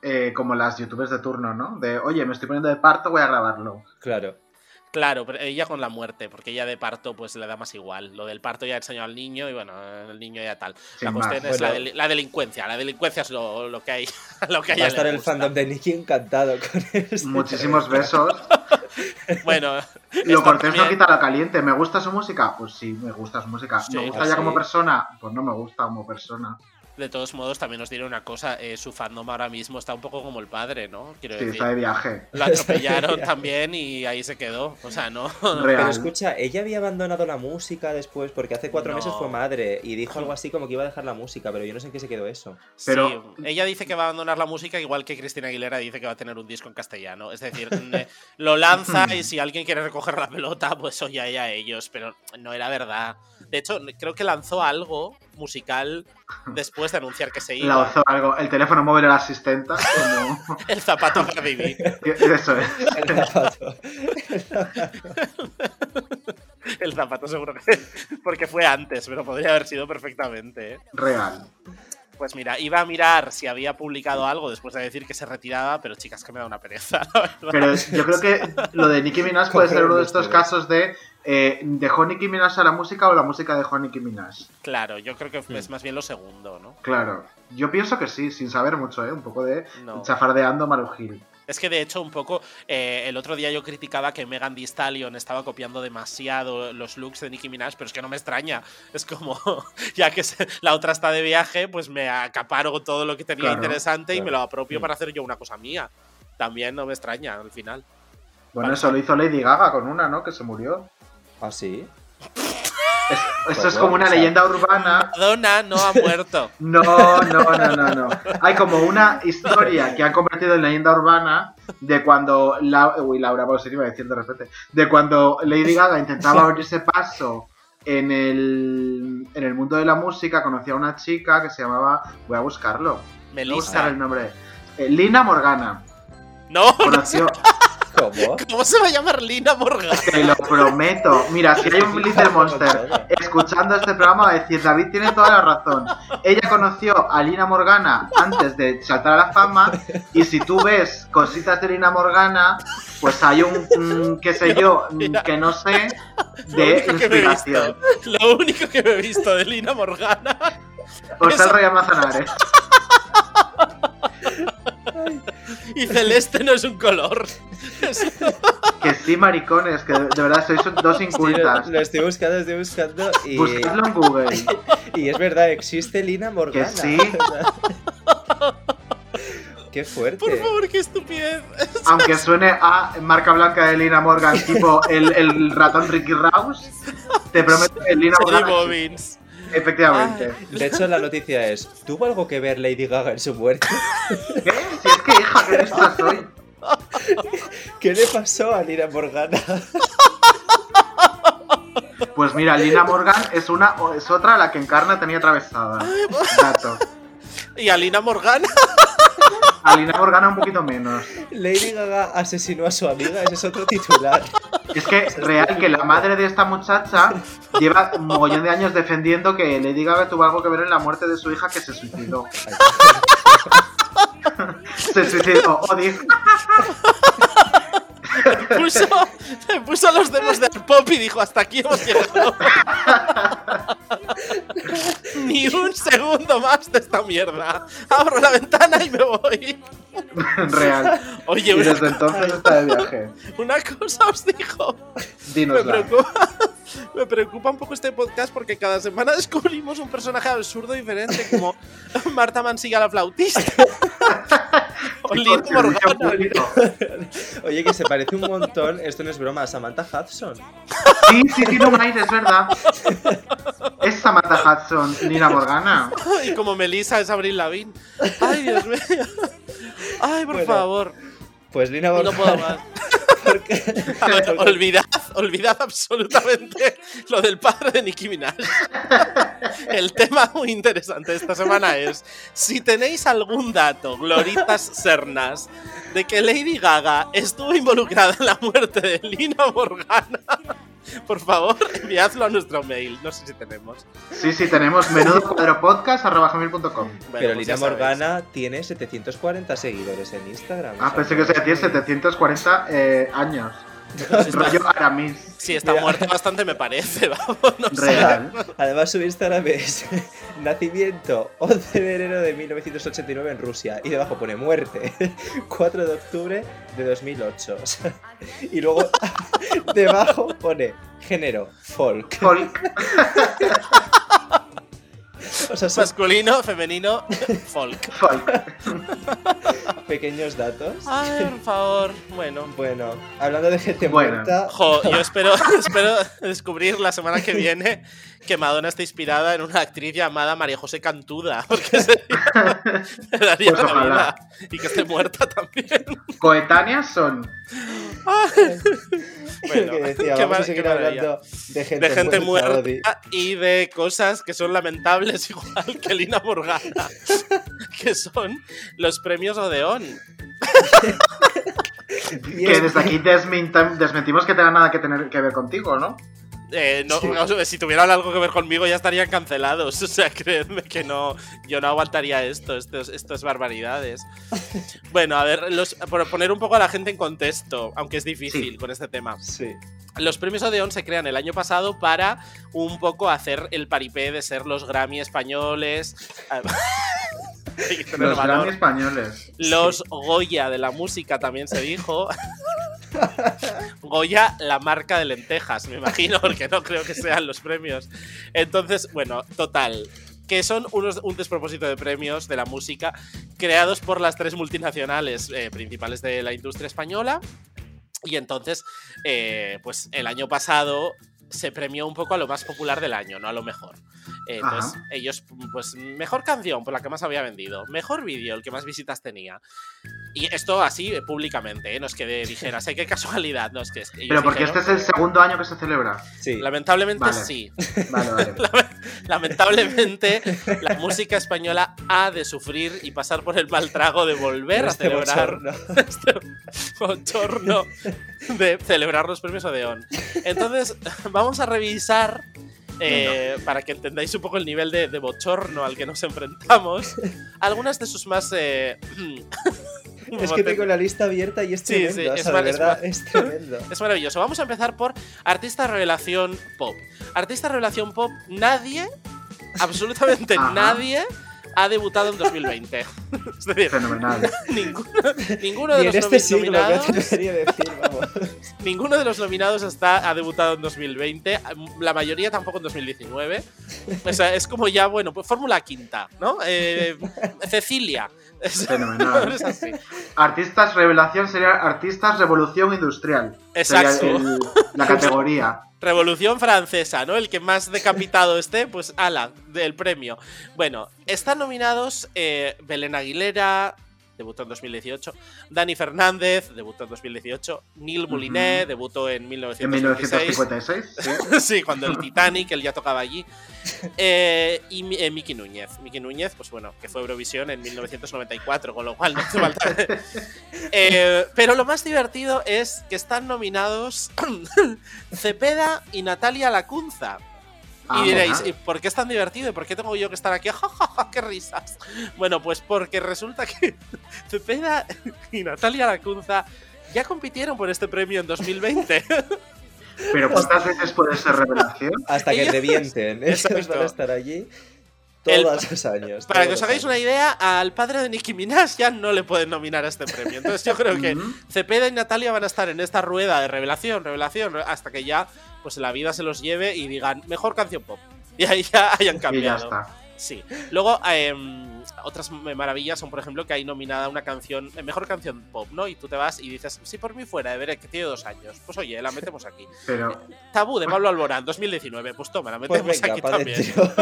Speaker 1: eh, como las youtubers de turno, ¿no? De, oye, me estoy poniendo de parto, voy a grabarlo.
Speaker 2: Claro.
Speaker 14: pues, Claro, pero ella con la muerte, porque ella de parto pues le da más igual. Lo del parto ya ha enseñado al niño y bueno, el niño ya tal. la
Speaker 2: Sin
Speaker 14: cuestión
Speaker 2: más.
Speaker 14: es la,
Speaker 2: Bueno.
Speaker 14: del- la delincuencia. La delincuencia es lo, lo que hay. Lo que
Speaker 2: Va
Speaker 14: a ella
Speaker 2: a
Speaker 14: le
Speaker 2: estar el
Speaker 14: gusta.
Speaker 2: fandom de Nicky encantado con esto.
Speaker 14: Este
Speaker 1: Muchísimos besos.
Speaker 14: Bueno,
Speaker 1: Lo
Speaker 14: esto
Speaker 1: cortés no
Speaker 14: también-
Speaker 1: quita lo caliente. ¿Me gusta su música? Pues sí, me gusta su música.
Speaker 14: Sí,
Speaker 1: ¿Me gusta
Speaker 14: pues
Speaker 1: ya
Speaker 14: sí.
Speaker 1: como persona? Pues no me gusta como persona.
Speaker 14: De todos modos, también os diré una cosa, eh, su fandom ahora mismo está un poco como el padre, ¿no? Quiero
Speaker 1: Sí, está de viaje.
Speaker 14: Lo
Speaker 2: Está de
Speaker 14: atropellaron
Speaker 2: viaje.
Speaker 14: también y ahí se quedó. O sea, no.
Speaker 2: Pero escucha, ella había abandonado la música después porque hace cuatro
Speaker 14: No.
Speaker 2: meses fue madre y dijo algo así como que iba a dejar la música, pero yo no sé en qué se quedó eso.
Speaker 14: Sí, ella dice que va a abandonar la música igual que Cristina Aguilera dice que va a tener un disco en castellano. Es decir, ne- lo lanza y si alguien quiere recoger la pelota, pues oye ahí a ellos, pero no era verdad. De hecho, creo que lanzó algo musical después de anunciar que se iba.
Speaker 1: Lanzó algo. El teléfono móvil era asistenta. como-
Speaker 14: El zapato para vivir.
Speaker 1: Eso es.
Speaker 14: El zapato. El zapato seguro que... Porque fue antes, pero podría haber sido perfectamente. ¿eh?
Speaker 1: Real.
Speaker 14: Pues mira, iba a mirar si había publicado algo después de decir que se retiraba, pero chicas, que me da una pereza. la verdad.
Speaker 1: Pero yo creo que lo de Nicki Minaj puede ser uno de estos casos de eh, ¿dejó Nicki Minaj a la música o la música dejó a Nicki Minaj?
Speaker 14: Claro, yo creo que es más bien lo segundo, ¿no?
Speaker 1: Claro. Yo pienso que sí, sin saber mucho, ¿eh? Un poco de
Speaker 14: No.
Speaker 1: chafardeando Marugil.
Speaker 14: Es que de hecho un poco eh, el otro día yo criticaba que Megan Thee Stallion estaba copiando demasiado los looks de Nicki Minaj, pero es que no me extraña. Es como ya que se- la otra está de viaje, pues me acaparo todo lo que tenía
Speaker 1: Claro,
Speaker 14: interesante y me
Speaker 1: claro.
Speaker 14: lo apropio
Speaker 1: Mm.
Speaker 14: para hacer yo una cosa mía. También no me extraña al final.
Speaker 1: Bueno, eso lo hizo Lady Gaga con una, ¿no? Que se murió.
Speaker 2: ¿Ah, sí?
Speaker 1: Eso
Speaker 2: Pues
Speaker 1: es como
Speaker 2: no,
Speaker 1: una
Speaker 2: o sea-
Speaker 1: leyenda urbana.
Speaker 14: Madonna no ha muerto.
Speaker 1: No, no, no, no, no. Hay como una historia que han convertido en leyenda urbana de cuando. La... Uy, Laura Pausini iba a decir de repente. De cuando Lady Gaga intentaba abrirse paso en el, en el mundo de la música, conocía a una chica que se llamaba. Voy a buscarlo. Voy a
Speaker 14: Melissa.
Speaker 1: buscar el nombre. Eh, Lina Morgana.
Speaker 14: No,
Speaker 1: Conoció.
Speaker 2: ¿Cómo?
Speaker 14: ¿Cómo se va a llamar Lina Morgan?
Speaker 1: Te lo prometo. Mira, si hay un Little Monster escuchando este programa, va a decir: David tiene toda la razón. Ella conoció a Lina Morgana antes de saltar a la fama. Y si tú ves cositas de Lina Morgana, pues hay un, mm, qué sé yo, mm, que no sé, de
Speaker 14: único que me he
Speaker 1: inspiración.
Speaker 14: Lo único que me he visto de Lina Morgana.
Speaker 1: Os
Speaker 14: Eso-
Speaker 1: el Rey Manzanares.
Speaker 14: Y celeste no es un color.
Speaker 1: Que sí, maricones, que de de verdad sois dos incultas.
Speaker 2: Lo, lo estoy buscando, lo estoy buscando y.
Speaker 1: Buscadlo en Google.
Speaker 2: Y es verdad, existe Lina Morgana.
Speaker 1: Que sí.
Speaker 2: Qué fuerte.
Speaker 14: Por favor, qué estupidez.
Speaker 1: Aunque suene a marca blanca de Lina Morgan, tipo el, el ratón Ricky Rouse, te prometo que Lina Morgan.
Speaker 14: Jerry Bobbins.
Speaker 1: Efectivamente.
Speaker 2: De hecho, la noticia es: ¿tuvo algo que ver Lady Gaga en su muerte?
Speaker 1: ¿Qué? Si es que, hija, que lista soy.
Speaker 2: ¿Qué le pasó a Lina Morgana?
Speaker 1: Pues mira, Lina Morgan es una o es otra a la que Encarna tenía atravesada. Dato.
Speaker 14: Y a Lina Morgana.
Speaker 1: A Lina Morgan un poquito menos.
Speaker 2: Lady Gaga asesinó a su amiga, ese es otro titular.
Speaker 1: Es que real que la madre de esta muchacha lleva un mogollón de años defendiendo que Lady Gaga tuvo algo que ver en la muerte de su hija que se suicidó. se suicidó. O dijo,
Speaker 14: Puso, se puso los dedos del pop y dijo, hasta aquí hemos llegado. Ni un segundo más de esta mierda. Abro la ventana y me voy.
Speaker 1: real.
Speaker 14: Oye,
Speaker 1: y
Speaker 14: una
Speaker 1: desde entonces está de viaje.
Speaker 14: Una cosa os dijo. Me
Speaker 1: Dinosla.
Speaker 14: preocupa, me preocupa un poco este podcast porque cada semana descubrimos un personaje absurdo diferente, como Marta Mansiga la flautista. o Lina Morgana.
Speaker 2: Oye, que se parece un montón, esto no es broma, a Samantha Hudson.
Speaker 1: Sí, sí, tiene un aire, es verdad. Es Samantha Hudson, Lina Morgana.
Speaker 14: Y como Melissa es Abril Lavín. Ay, Dios mío. Ay, por
Speaker 2: Bueno,
Speaker 14: favor.
Speaker 2: Pues Lina
Speaker 14: No
Speaker 2: Morgana.
Speaker 14: puedo más. A ver, olvidad, olvidad absolutamente lo del padre de Nicki Minaj. El tema muy interesante esta semana es si tenéis algún dato, gloritas sernas, de que Lady Gaga estuvo involucrada en la muerte de Lina Morgana, Por favor, enviadlo a nuestro mail. No sé si tenemos.
Speaker 15: Sí, sí, tenemos menudo cuadro podcast arroba gmail.com.
Speaker 14: pues
Speaker 2: Pero Lina Morgana tiene 740 seguidores en Instagram.
Speaker 15: Ah, pensé que se tiene 740 eh, años. Rollo Aramis.
Speaker 14: Sí, está muerto bastante, me parece. Vamos, no sé.
Speaker 15: Real.
Speaker 2: Además, su Instagram es nacimiento 11 de enero de 1989 en Rusia. Y debajo pone muerte 4 de octubre de 2008. O sea, Y luego debajo pone género folk. O sea, son
Speaker 14: Masculino, femenino, folk. Pues-
Speaker 2: pequeños datos.
Speaker 14: Ay, por favor. Bueno.
Speaker 2: Bueno, hablando de gente
Speaker 15: Bueno.
Speaker 2: muerta.
Speaker 14: Jo, yo espero, espero descubrir la semana que viene que Madonna está inspirada en una actriz llamada María José Cantuda. Porque sería- me daría
Speaker 15: Pues
Speaker 14: la
Speaker 15: ojalá.
Speaker 14: vida. Y que esté muerta también.
Speaker 15: Coetáneas son.
Speaker 14: Bueno,
Speaker 2: que decía,
Speaker 14: qué
Speaker 2: vamos
Speaker 14: mar-
Speaker 2: a seguir
Speaker 14: qué maravilla.
Speaker 2: hablando de gente,
Speaker 14: de gente muerta,
Speaker 2: Odi.
Speaker 14: y de cosas que son lamentables, igual que Lina Morgana, que son los premios Odeón.
Speaker 15: Que desde aquí desminta- desmentimos que tenga nada que tener que ver contigo, ¿no?
Speaker 14: Eh, no,
Speaker 15: Sí.
Speaker 14: vamos a ver, si tuvieran algo que ver conmigo ya estarían cancelados. O sea, creedme que no, yo no aguantaría esto, estos- estas barbaridades. Bueno, a ver, los, por poner un poco a la gente en contexto, aunque es difícil con este tema.
Speaker 2: Sí.
Speaker 14: Los premios Odeón se crean el año pasado para un poco hacer el paripé de ser los Grammy españoles. Hay que tener
Speaker 15: Los
Speaker 14: valor.
Speaker 15: Grammy españoles.
Speaker 14: Los Goya de la música también se dijo. Goya, la marca de lentejas, me imagino, porque no creo que sean los premios. Entonces, bueno, total. Que son unos, un despropósito de premios de la música creados por las tres multinacionales eh, principales de la industria española. Y entonces, eh, pues el año pasado se premió un poco a lo más popular del año, no a lo mejor. Eh, Entonces,
Speaker 15: Ajá.
Speaker 14: ellos, pues, mejor canción, por la que más había vendido, mejor vídeo, el que más visitas tenía. Y esto así eh, públicamente, ¿eh? no es que de- dijeras, ¡ay, qué casualidad! No, es que. es- ellos
Speaker 15: Pero porque este
Speaker 14: dijeron-
Speaker 15: es el segundo año que se celebra.
Speaker 14: Lamentablemente
Speaker 15: Vale.
Speaker 14: sí.
Speaker 15: Vale, vale.
Speaker 14: Lamentablemente, la música española ha de sufrir y pasar por el mal trago de volver a
Speaker 2: Este
Speaker 14: celebrar
Speaker 2: bochorno.
Speaker 14: este bochorno de celebrar los premios Odeón. Entonces, vamos a revisar, eh, para que entendáis un poco el nivel de, de bochorno al que nos enfrentamos, algunas de sus más... eh,
Speaker 2: Es que tengo la lista abierta y es
Speaker 14: Sí, sí,
Speaker 2: tremendo. o
Speaker 14: es
Speaker 2: sea, de
Speaker 14: mar- es
Speaker 2: verdad,
Speaker 14: mar-
Speaker 2: es tremendo.
Speaker 14: Es maravilloso. Vamos a empezar por artista revelación pop. Artista revelación pop, nadie, absolutamente
Speaker 15: Ajá.
Speaker 14: nadie, ha debutado en 2020. es decir,
Speaker 15: Fenomenal.
Speaker 14: ninguno, ninguno de
Speaker 2: y en
Speaker 14: los
Speaker 2: este
Speaker 14: nomi-
Speaker 2: siglo,
Speaker 14: nominados.
Speaker 2: que debería decir, vamos.
Speaker 14: Ninguno de los nominados está, ha debutado en 2020, la mayoría tampoco en 2019. O sea, es como ya, bueno, pues Fórmula Quinta, ¿no? Eh, Cecilia.
Speaker 15: Fenomenal.
Speaker 14: Es así.
Speaker 15: Artistas revelación sería artistas revolución industrial. Sería
Speaker 14: Exacto.
Speaker 15: el- la categoría.
Speaker 14: Revolución Francesa, ¿no? El que más decapitado esté, pues ala, del premio. Bueno, están nominados eh, Belén Aguilera, debutó en 2018, Dani Fernández, debutó en 2018, Neil Moulinet, debutó en
Speaker 15: En
Speaker 14: 1956.
Speaker 15: 1956. sí.
Speaker 14: sí, cuando el Titanic, él ya tocaba allí. Eh, y Mi- eh, Miki Núñez. Miki Núñez, pues bueno, que fue Eurovisión en 1994, con lo cual no hace falta. Eh, pero lo más divertido es que están nominados Cepeda y Natalia Lacunza.
Speaker 15: Ah,
Speaker 14: Y diréis,
Speaker 15: bueno.
Speaker 14: ¿y por qué es tan divertido? ¿Y por qué tengo yo que estar aquí? ¡Ja, ja, ja! qué risas! Bueno, pues porque resulta que Cepeda y Natalia Lacunza ya compitieron por este premio en 2020.
Speaker 15: Pero
Speaker 14: pues
Speaker 15: ¿cuántas veces puede ser revelación?
Speaker 2: Hasta que
Speaker 14: Ellos-
Speaker 2: revienten. Ellos
Speaker 14: Exacto.
Speaker 2: van a estar allí
Speaker 14: El-
Speaker 2: todos los años.
Speaker 14: Para que
Speaker 2: todos
Speaker 14: os hagáis
Speaker 2: los
Speaker 14: una idea, al padre de Nicki Minaj ya no le pueden nominar a este premio. Entonces yo creo que
Speaker 15: Ujú.
Speaker 14: Cepeda y Natalia van a estar en esta rueda de revelación, revelación, hasta que ya pues la vida se los lleve y digan mejor canción pop. Y ahí ya hayan
Speaker 15: Y ya
Speaker 14: cambiado.
Speaker 15: está.
Speaker 14: Sí. Luego, eh, otras maravillas son, por ejemplo, que hay nominada una canción, eh, mejor canción pop, ¿no? Y tú te vas y dices, si por mí fuera, de ver que tiene dos años. Pues oye, la metemos aquí.
Speaker 15: Pero
Speaker 14: Tabú de Pablo Alborán, 2019. Pues toma, la
Speaker 2: Pues
Speaker 14: metemos
Speaker 2: venga,
Speaker 14: aquí
Speaker 2: pa'
Speaker 14: también.
Speaker 2: dentro.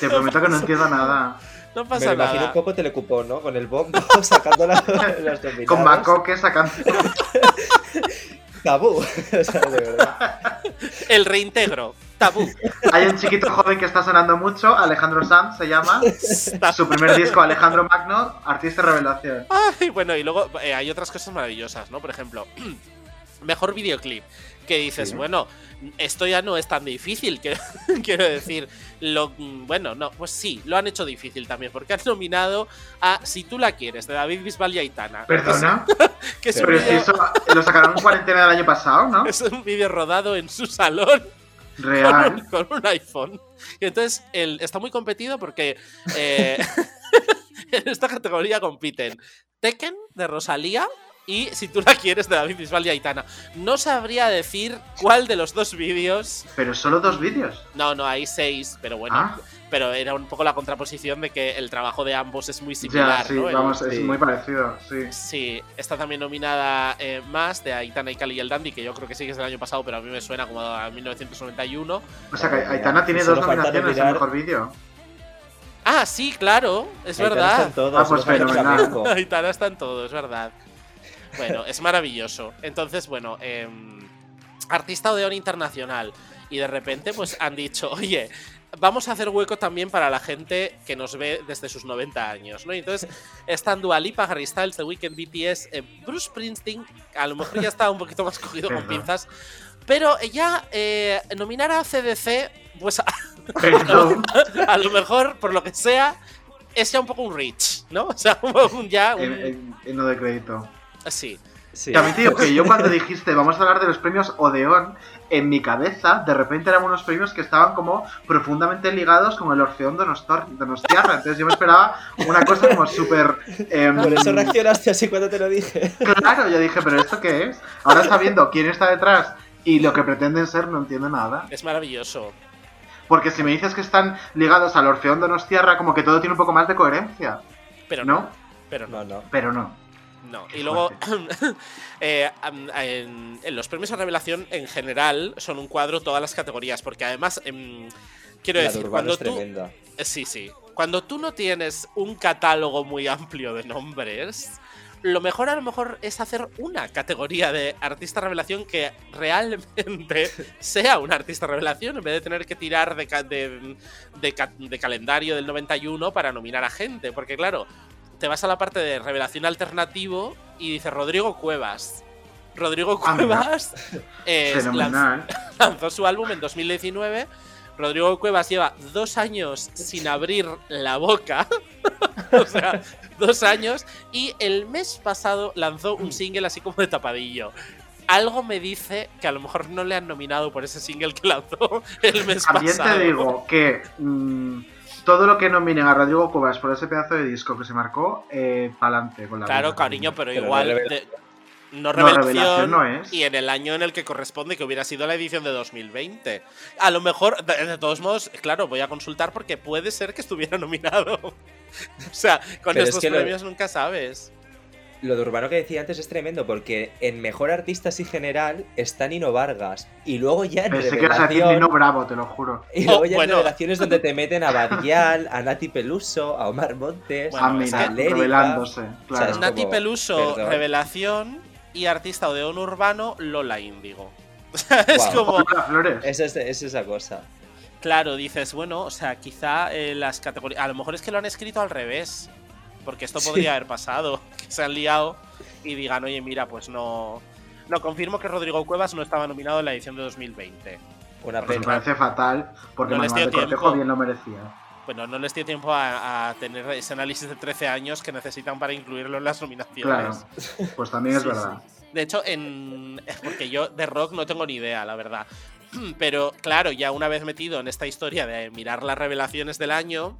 Speaker 15: te prometo que no entiendo nada.
Speaker 14: No
Speaker 2: Me
Speaker 14: pasa
Speaker 2: lo
Speaker 14: nada.
Speaker 2: imagino un poco telecupón, ¿no? Con el bombo sacando la- los dominados.
Speaker 15: Con Bacoque sacando.
Speaker 2: Tabú. O sea, de verdad.
Speaker 14: El reintegro. Tabú.
Speaker 15: Hay un chiquito joven que está sonando mucho, Alejandro Sanz se llama. Su primer disco, Alejandro Magno, artista revelación.
Speaker 14: Ay, bueno, y luego eh, hay otras cosas maravillosas, ¿no? Por ejemplo, mejor videoclip. que dices,
Speaker 16: Sí.
Speaker 14: bueno, esto ya no es tan difícil, que, quiero decir, lo, bueno, no, pues sí, lo han hecho difícil también, porque han nominado a Si tú la quieres, de David Bisbal y Aitana.
Speaker 1: ¿Perdona?
Speaker 14: Que es un
Speaker 1: Pero es que
Speaker 14: vídeo-
Speaker 1: eso lo sacaron en cuarentena del año pasado, ¿no?
Speaker 14: Es un vídeo rodado en su salón.
Speaker 1: Real.
Speaker 14: Con un, con un iPhone. Y entonces el- está muy competido porque eh, en esta categoría compiten Tekken de Rosalía y Si tú la quieres de David Bisbal y Aitana. No sabría decir cuál de los dos vídeos.
Speaker 1: Pero solo dos vídeos.
Speaker 14: No, no, hay seis, pero bueno.
Speaker 1: Ah.
Speaker 14: Pero era un poco la contraposición de que el trabajo de ambos es muy similar.
Speaker 1: Ya, sí,
Speaker 14: ¿no? El-
Speaker 1: vamos, es
Speaker 14: Sí.
Speaker 1: muy parecido, sí.
Speaker 14: Sí, está también nominada eh, más de Aitana y Cali y el Dandy, que yo creo que sí que es del año pasado, pero a mí me suena como a 1991.
Speaker 1: O sea que Aitana tiene dos nominaciones al mejor vídeo.
Speaker 14: Ah, sí, claro, es
Speaker 1: Aitana
Speaker 14: verdad.
Speaker 1: está en todo, Ah, pues solo falta fenomenal. Flamenco.
Speaker 14: Aitana está en todo, es verdad. Bueno, es maravilloso. Entonces, bueno, em, artista de oro internacional. Y de repente, pues han dicho, oye, vamos a hacer hueco también para la gente que nos ve desde sus 90 años, ¿no? Y entonces están Dua Lipa, Harry Styles, The Weeknd, BTS, eh, Bruce Springsteen, a lo mejor ya está un poquito más cogido con
Speaker 1: Perdón.
Speaker 14: pinzas, pero ya eh, nominar a CDC, pues a,
Speaker 1: Perdón.
Speaker 14: a lo mejor, por lo que sea, es ya un poco un reach, ¿no? O sea, un- un- ya un...
Speaker 1: En, en- en lo de crédito.
Speaker 14: sí.
Speaker 1: También te digo que yo cuando dijiste vamos a hablar de los premios Odeón, en mi cabeza de repente eran unos premios que estaban como profundamente ligados con el Orfeón de Donostiarra. Entonces yo me esperaba una cosa como súper... em,
Speaker 2: Por eso reaccionaste así cuando te lo dije.
Speaker 1: Claro, yo dije, pero ¿esto qué es? Ahora sabiendo quién está detrás y lo que pretenden ser, no entiendo nada.
Speaker 14: Es maravilloso.
Speaker 1: Porque si me dices que están ligados al Orfeón Donostiarra, como que todo tiene un poco más de coherencia.
Speaker 14: Pero
Speaker 1: ¿No?
Speaker 14: Pero no.
Speaker 1: Pero no.
Speaker 14: No, y luego eh, am- en, en los premios a revelación en general son un cuadro todas las categorías, porque además em, quiero
Speaker 2: La de
Speaker 14: decir,
Speaker 2: Urbano
Speaker 14: cuando
Speaker 2: es
Speaker 14: tú
Speaker 2: tremenda.
Speaker 14: eh, sí, sí, cuando tú no tienes un catálogo muy amplio de nombres, lo mejor a lo mejor es hacer una categoría de artista revelación que realmente sea un artista revelación en vez de tener que tirar de, ca- de- de ca- de calendario del 91 para nominar a gente, porque claro, te vas a la parte de revelación alternativo y dice Rodrigo Cuevas. Rodrigo
Speaker 1: Ah, mira.
Speaker 14: Cuevas eh,
Speaker 1: Fenomenal.
Speaker 14: lanz- lanzó su álbum en 2019. Rodrigo Cuevas lleva dos años sin abrir la boca. o sea, dos años. Y el mes pasado lanzó un single así como de tapadillo. Algo me dice que a lo mejor no le han nominado por ese single que lanzó el mes
Speaker 1: También
Speaker 14: pasado.
Speaker 1: te digo que mm, todo lo que nominen a Rodrigo Cubas por ese pedazo de disco que se marcó, eh, pa'lante con la
Speaker 14: Claro,
Speaker 1: vida.
Speaker 14: cariño, pero,
Speaker 1: Pero no
Speaker 14: igual.
Speaker 1: revelación.
Speaker 14: de- no
Speaker 1: No,
Speaker 14: revelación.
Speaker 1: revelación no es.
Speaker 14: Y en el año en el que corresponde, que hubiera sido la edición de 2020. A lo mejor, de, de todos modos, claro, voy a consultar porque puede ser que estuviera nominado. o sea, con
Speaker 2: Pero es
Speaker 14: estos
Speaker 2: que lo-
Speaker 14: premios nunca sabes.
Speaker 2: Lo de Urbano que decía antes es tremendo porque en Mejor Artista y General está Nino Vargas y luego ya en
Speaker 1: Pensé que ibas a decir
Speaker 2: Revelación-
Speaker 1: Nino Bravo, te lo juro.
Speaker 2: Y luego ya en Revelación es donde te meten a Badial, a Nati Peluso, a Omar Montes,
Speaker 1: Bueno,
Speaker 2: a
Speaker 1: es que-
Speaker 2: Lérica.
Speaker 1: revelándose,
Speaker 2: O sea,
Speaker 1: claro.
Speaker 2: es
Speaker 14: Nati
Speaker 2: como,
Speaker 14: Peluso,
Speaker 2: perdón.
Speaker 14: Revelación y artista de Ono Urbano, Lola Índigo. O sea, es
Speaker 2: Guau.
Speaker 14: como.
Speaker 2: Esa es, es esa cosa.
Speaker 14: Claro, dices, bueno, o sea, quizá eh, las categorías. A lo mejor es que lo han escrito al revés. Porque esto
Speaker 2: Sí.
Speaker 14: podría haber pasado. Que se han liado y digan, oye, mira, pues no. No, confirmo que Rodrigo Cuevas no estaba nominado en la edición de 2020.
Speaker 2: Una
Speaker 1: Pues me parece fatal, porque
Speaker 14: No les
Speaker 1: Manuel de
Speaker 14: dio
Speaker 1: Cortejo
Speaker 14: tiempo.
Speaker 1: bien lo merecía.
Speaker 14: Bueno, no les dio tiempo a, a tener ese análisis de 13 años que necesitan para incluirlo en las
Speaker 1: Claro,
Speaker 14: nominaciones.
Speaker 1: pues también es
Speaker 14: Sí,
Speaker 1: verdad.
Speaker 14: sí. De hecho, en... porque yo de rock no tengo ni idea, la verdad. Pero claro, ya una vez metido en esta historia de mirar las revelaciones del año,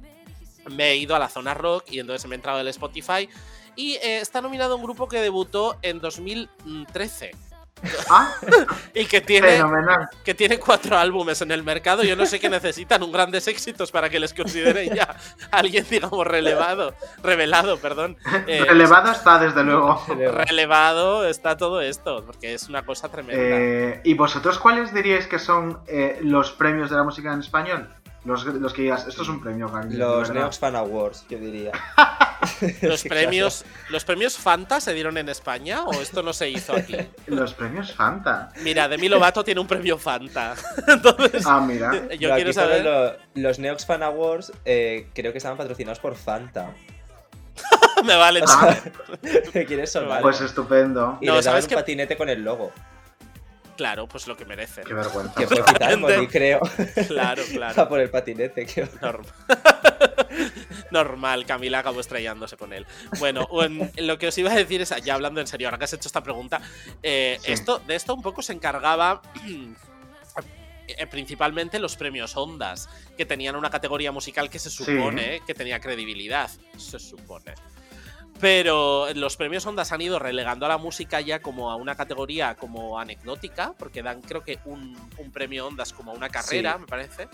Speaker 14: me he ido a la zona rock y entonces me he entrado el Spotify. Y eh, está nominado un grupo que debutó en 2013. y que tiene,
Speaker 1: Ah, Fenomenal.
Speaker 14: que tiene cuatro álbumes en el mercado. Yo no sé qué necesitan, un grandes éxitos para que les consideren ya alguien, digamos, relevado. Revelado, perdón. Eh,
Speaker 1: Relevado está, desde luego.
Speaker 14: relevado está todo esto, porque es una cosa tremenda.
Speaker 1: Eh, ¿Y vosotros cuáles diríais que son eh, los premios de la música en español? Los, los que digas, esto es un premio, cariño, de
Speaker 2: Los
Speaker 1: verdad.
Speaker 2: Neox Fan Awards, yo diría.
Speaker 14: ¿Los premios, ¿Los premios Fanta se dieron en España o esto no se hizo aquí?
Speaker 1: Los premios Fanta.
Speaker 14: Mira, Demi Lovato tiene un premio Fanta. Entonces,
Speaker 1: Ah, mira.
Speaker 14: yo
Speaker 2: No,
Speaker 14: quiero
Speaker 2: aquí solo
Speaker 14: saber.
Speaker 2: lo- los Neox Fan Awards eh, creo que estaban patrocinados por Fanta.
Speaker 14: Me vale.
Speaker 2: O sea, ¿Te quieres sonar?
Speaker 1: Pues estupendo.
Speaker 2: Y
Speaker 1: No,
Speaker 2: le daban
Speaker 1: ¿sabes
Speaker 2: un
Speaker 1: qué?
Speaker 2: patinete con el logo.
Speaker 14: Claro, pues lo que merecen.
Speaker 1: Qué vergüenza.
Speaker 2: Que fue quitar
Speaker 14: Claramente.
Speaker 2: Molly, creo.
Speaker 14: Claro, claro.
Speaker 2: Va por el patinete, creo.
Speaker 14: Normal, Camila acabó estrellándose con él. Bueno, um, lo que os iba a decir es, ya hablando en serio, ahora que has hecho esta pregunta, eh,
Speaker 17: Sí.
Speaker 14: esto, de esto un poco se encargaba eh, principalmente los premios Ondas, que tenían una categoría musical que se supone que tenía credibilidad, se supone. Pero los premios Ondas han ido relegando a la música ya como a una categoría como anecdótica, porque dan creo que un, un premio Ondas como a una carrera,
Speaker 17: Sí.
Speaker 14: me parece.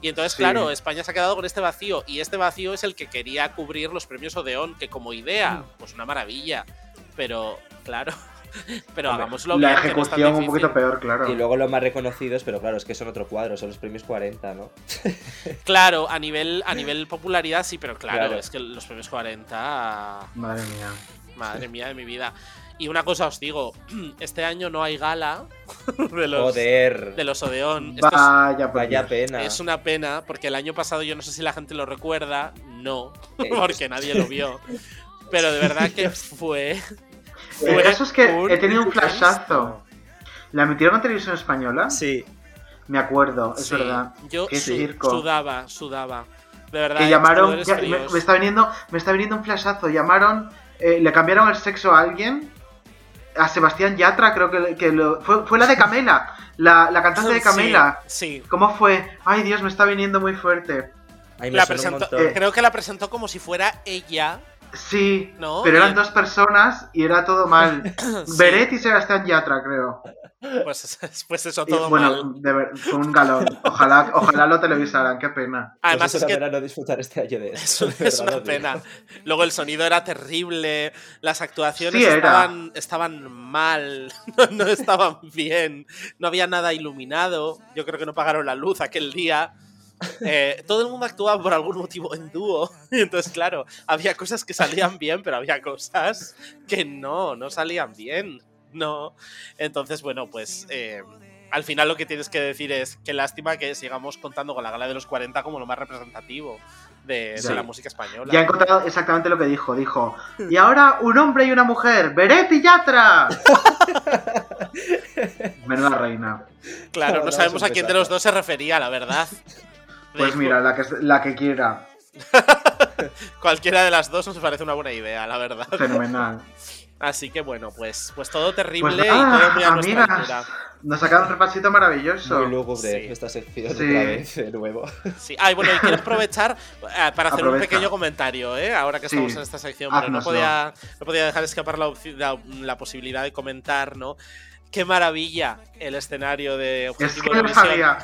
Speaker 14: Y entonces,
Speaker 17: Sí.
Speaker 14: claro, España se ha quedado con este vacío, y este vacío es el que quería cubrir los premios Odeón, que como idea, pues una maravilla. Pero, claro, pero hagámoslo bien. que no es tan difícil.
Speaker 1: peor, claro.
Speaker 2: Y luego los más reconocidos, pero claro, es que son otro cuadro, son los premios 40, ¿no?
Speaker 14: Claro, a nivel, a nivel popularidad sí, pero claro,
Speaker 2: Claro.
Speaker 14: es que los premios 40.
Speaker 1: Madre mía.
Speaker 14: Madre mía de mi vida. Y una cosa os digo, este año no hay gala de los,
Speaker 2: Joder.
Speaker 14: de los Odeón. Esto es-
Speaker 1: Vaya, por
Speaker 2: Vaya
Speaker 1: Dios.
Speaker 2: pena.
Speaker 14: Es una pena, porque el año pasado yo no sé si la gente lo recuerda, no,
Speaker 2: Eh.
Speaker 14: porque nadie lo vio. Pero de verdad que fue.
Speaker 1: El
Speaker 14: fue
Speaker 1: caso Eh, es que
Speaker 14: un
Speaker 1: he tenido un
Speaker 14: desastre.
Speaker 1: flashazo. ¿La emitieron en televisión española?
Speaker 2: Sí.
Speaker 1: Me acuerdo, es
Speaker 14: Sí,
Speaker 1: verdad.
Speaker 14: Yo
Speaker 1: Qué
Speaker 14: su-
Speaker 1: circo.
Speaker 14: sudaba, sudaba. De verdad.
Speaker 1: que llamaron.
Speaker 14: sudores
Speaker 1: ya- me,
Speaker 14: fríos.
Speaker 1: me está viniendo, me está viniendo un flashazo. Llamaron. eh, le cambiaron el sexo a alguien. A Sebastián Yatra, creo que, que lo- fue, fue la de Camela. La, la cantante de
Speaker 14: Sí,
Speaker 1: Camela.
Speaker 14: sí.
Speaker 1: ¿Cómo fue? Ay, Dios, me está viniendo muy fuerte.
Speaker 14: La presentó- creo que la presentó como si fuera ella.
Speaker 1: Sí,
Speaker 14: ¿No?
Speaker 1: pero eran
Speaker 14: Y-
Speaker 1: dos personas y era todo mal.
Speaker 14: Sí.
Speaker 1: Beret y Sebastián Yatra, creo.
Speaker 14: Pues, pues eso
Speaker 1: Y,
Speaker 14: todo
Speaker 1: bueno,
Speaker 14: mal.
Speaker 1: de ver- fue un galón. Ojalá, ojalá lo televisaran, qué pena.
Speaker 14: Además,
Speaker 2: Pues
Speaker 14: es
Speaker 2: una
Speaker 14: que
Speaker 2: pena no disfrutar este año de eso. de
Speaker 14: es
Speaker 2: verdad,
Speaker 14: una
Speaker 2: lo digo.
Speaker 14: pena. Luego el sonido era terrible, las actuaciones
Speaker 2: Sí, era.
Speaker 14: estaban, estaban mal, no, no estaban bien, no había nada iluminado, yo creo que no pagaron la luz aquel día. Eh, todo el mundo actuaba por algún motivo en dúo, y entonces claro, había cosas que salían bien, pero había cosas que no, no salían bien, no. Entonces bueno, pues... eh, al final lo que tienes que decir es qué lástima que sigamos contando con la gala de los 40 como lo más representativo de, de
Speaker 1: Sí.
Speaker 14: la música española.
Speaker 1: Ya he encontrado exactamente lo que dijo. Dijo, y ahora un hombre y una mujer, Beret y Yatra. Menuda reina.
Speaker 14: Claro, no
Speaker 1: Ahora es
Speaker 14: sabemos a
Speaker 1: un
Speaker 14: quién de los dos se refería, la verdad.
Speaker 1: Pues mira, la que, la que quiera.
Speaker 14: Cualquiera de las dos nos parece una buena idea, la verdad.
Speaker 1: Fenomenal.
Speaker 14: Así que bueno, pues, pues todo
Speaker 1: Pues
Speaker 14: terrible y todo
Speaker 1: nada,
Speaker 14: muy a nuestra
Speaker 1: amigas,
Speaker 14: altura.
Speaker 1: nos ha quedado un repasito maravilloso.
Speaker 2: Muy lúgubre esta sección
Speaker 1: Sí.
Speaker 2: otra vez, de nuevo.
Speaker 14: Sí. Ah, y bueno, y quiero aprovechar eh, para hacer un
Speaker 2: Aprovecha.
Speaker 14: pequeño comentario, ¿eh? Ahora que
Speaker 2: Sí,
Speaker 14: estamos en esta sección, pero no
Speaker 2: haznoslo.
Speaker 14: podía, no podía dejar escapar la, opci- la- la posibilidad de comentar, ¿no? Qué maravilla el escenario de
Speaker 1: Es
Speaker 14: Objetivo
Speaker 1: que lo
Speaker 14: Eurovisión.
Speaker 1: sabía.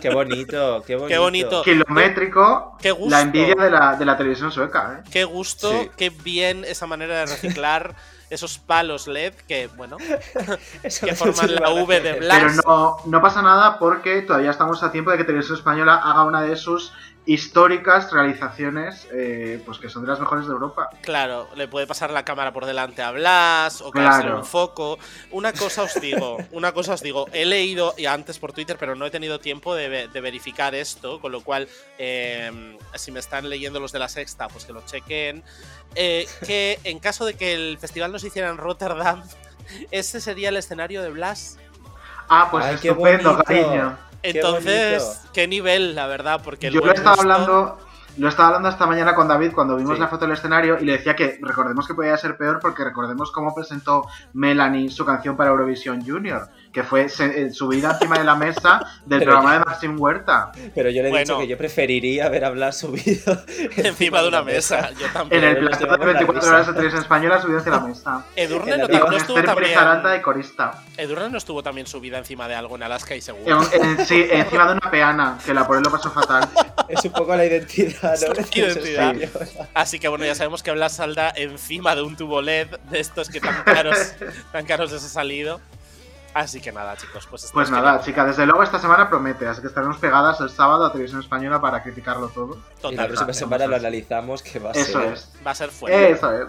Speaker 2: Qué bonito, qué bonito.
Speaker 14: Qué bonito.
Speaker 1: Kilométrico,
Speaker 14: Qué gusto.
Speaker 1: la envidia de la, de la televisión sueca. ¿eh?
Speaker 14: Qué gusto,
Speaker 1: Sí.
Speaker 14: qué bien esa manera de reciclar esos palos LED que, bueno, que forman la V de
Speaker 1: Pero
Speaker 14: Blas.
Speaker 1: no, no pasa nada porque todavía estamos a tiempo de que Televisión Española haga una de sus históricas realizaciones, eh, pues que son de las mejores de Europa.
Speaker 14: Claro, le puede pasar la cámara por delante a Blas o clavarse
Speaker 1: Claro.
Speaker 14: un foco. Una cosa os digo, una cosa os digo, he leído y antes por Twitter, pero no he tenido tiempo de, ve- de verificar esto, con lo cual, eh, si me están leyendo los de la sexta, pues que lo chequen. Eh, que en caso de que el festival no se hiciera en Rotterdam, ese sería el escenario de Blas.
Speaker 1: Ah, pues
Speaker 2: Ay, qué
Speaker 1: estupendo,
Speaker 2: bonito.
Speaker 1: cariño.
Speaker 2: Qué
Speaker 14: Entonces,
Speaker 2: bonito.
Speaker 14: qué, nivel, la verdad, porque el
Speaker 1: Yo lo
Speaker 14: buen
Speaker 1: estaba
Speaker 14: gusto-
Speaker 1: hablando. Lo estaba hablando esta mañana con David cuando vimos
Speaker 14: Sí.
Speaker 1: la foto del escenario y le decía que recordemos que podía ser peor porque recordemos cómo presentó Melanie su canción para Eurovisión Junior, que fue se- eh, subida encima de la mesa del
Speaker 2: Pero
Speaker 1: programa
Speaker 2: ya-
Speaker 1: de Maxim Huerta.
Speaker 2: Pero yo le he dicho
Speaker 1: Bueno.
Speaker 2: que yo preferiría ver a Blas subido
Speaker 14: encima de una mesa. Yo también.
Speaker 1: En el plató de 24 horas de televisión española subido hacia la mesa.
Speaker 14: Edurne
Speaker 1: Y
Speaker 14: no,
Speaker 1: con
Speaker 14: no estuvo
Speaker 1: Esther Pérez
Speaker 14: también.
Speaker 1: Aranda de corista.
Speaker 14: Edurne no estuvo también subida encima de algo en Alaska y seguro.
Speaker 1: En- en- sí, encima de una peana, que la por él lo pasó fatal.
Speaker 2: Es un poco la identidad, ¿no?
Speaker 14: Identidad. Así que bueno, ya sabemos que Blas salda encima de un tubo LED de estos que tan caros, tan caros les ha salido. Así que nada, chicos, pues esto
Speaker 1: Pues
Speaker 14: es
Speaker 1: nada,
Speaker 14: que-
Speaker 1: chica, desde luego esta semana promete, así que estaremos pegadas el sábado a Televisión Española para criticarlo todo.
Speaker 2: Y la
Speaker 3: ah,
Speaker 2: próxima semana lo analizamos que va a
Speaker 1: Eso
Speaker 2: ser.
Speaker 1: es.
Speaker 14: va a ser fuerte.
Speaker 1: Eso es.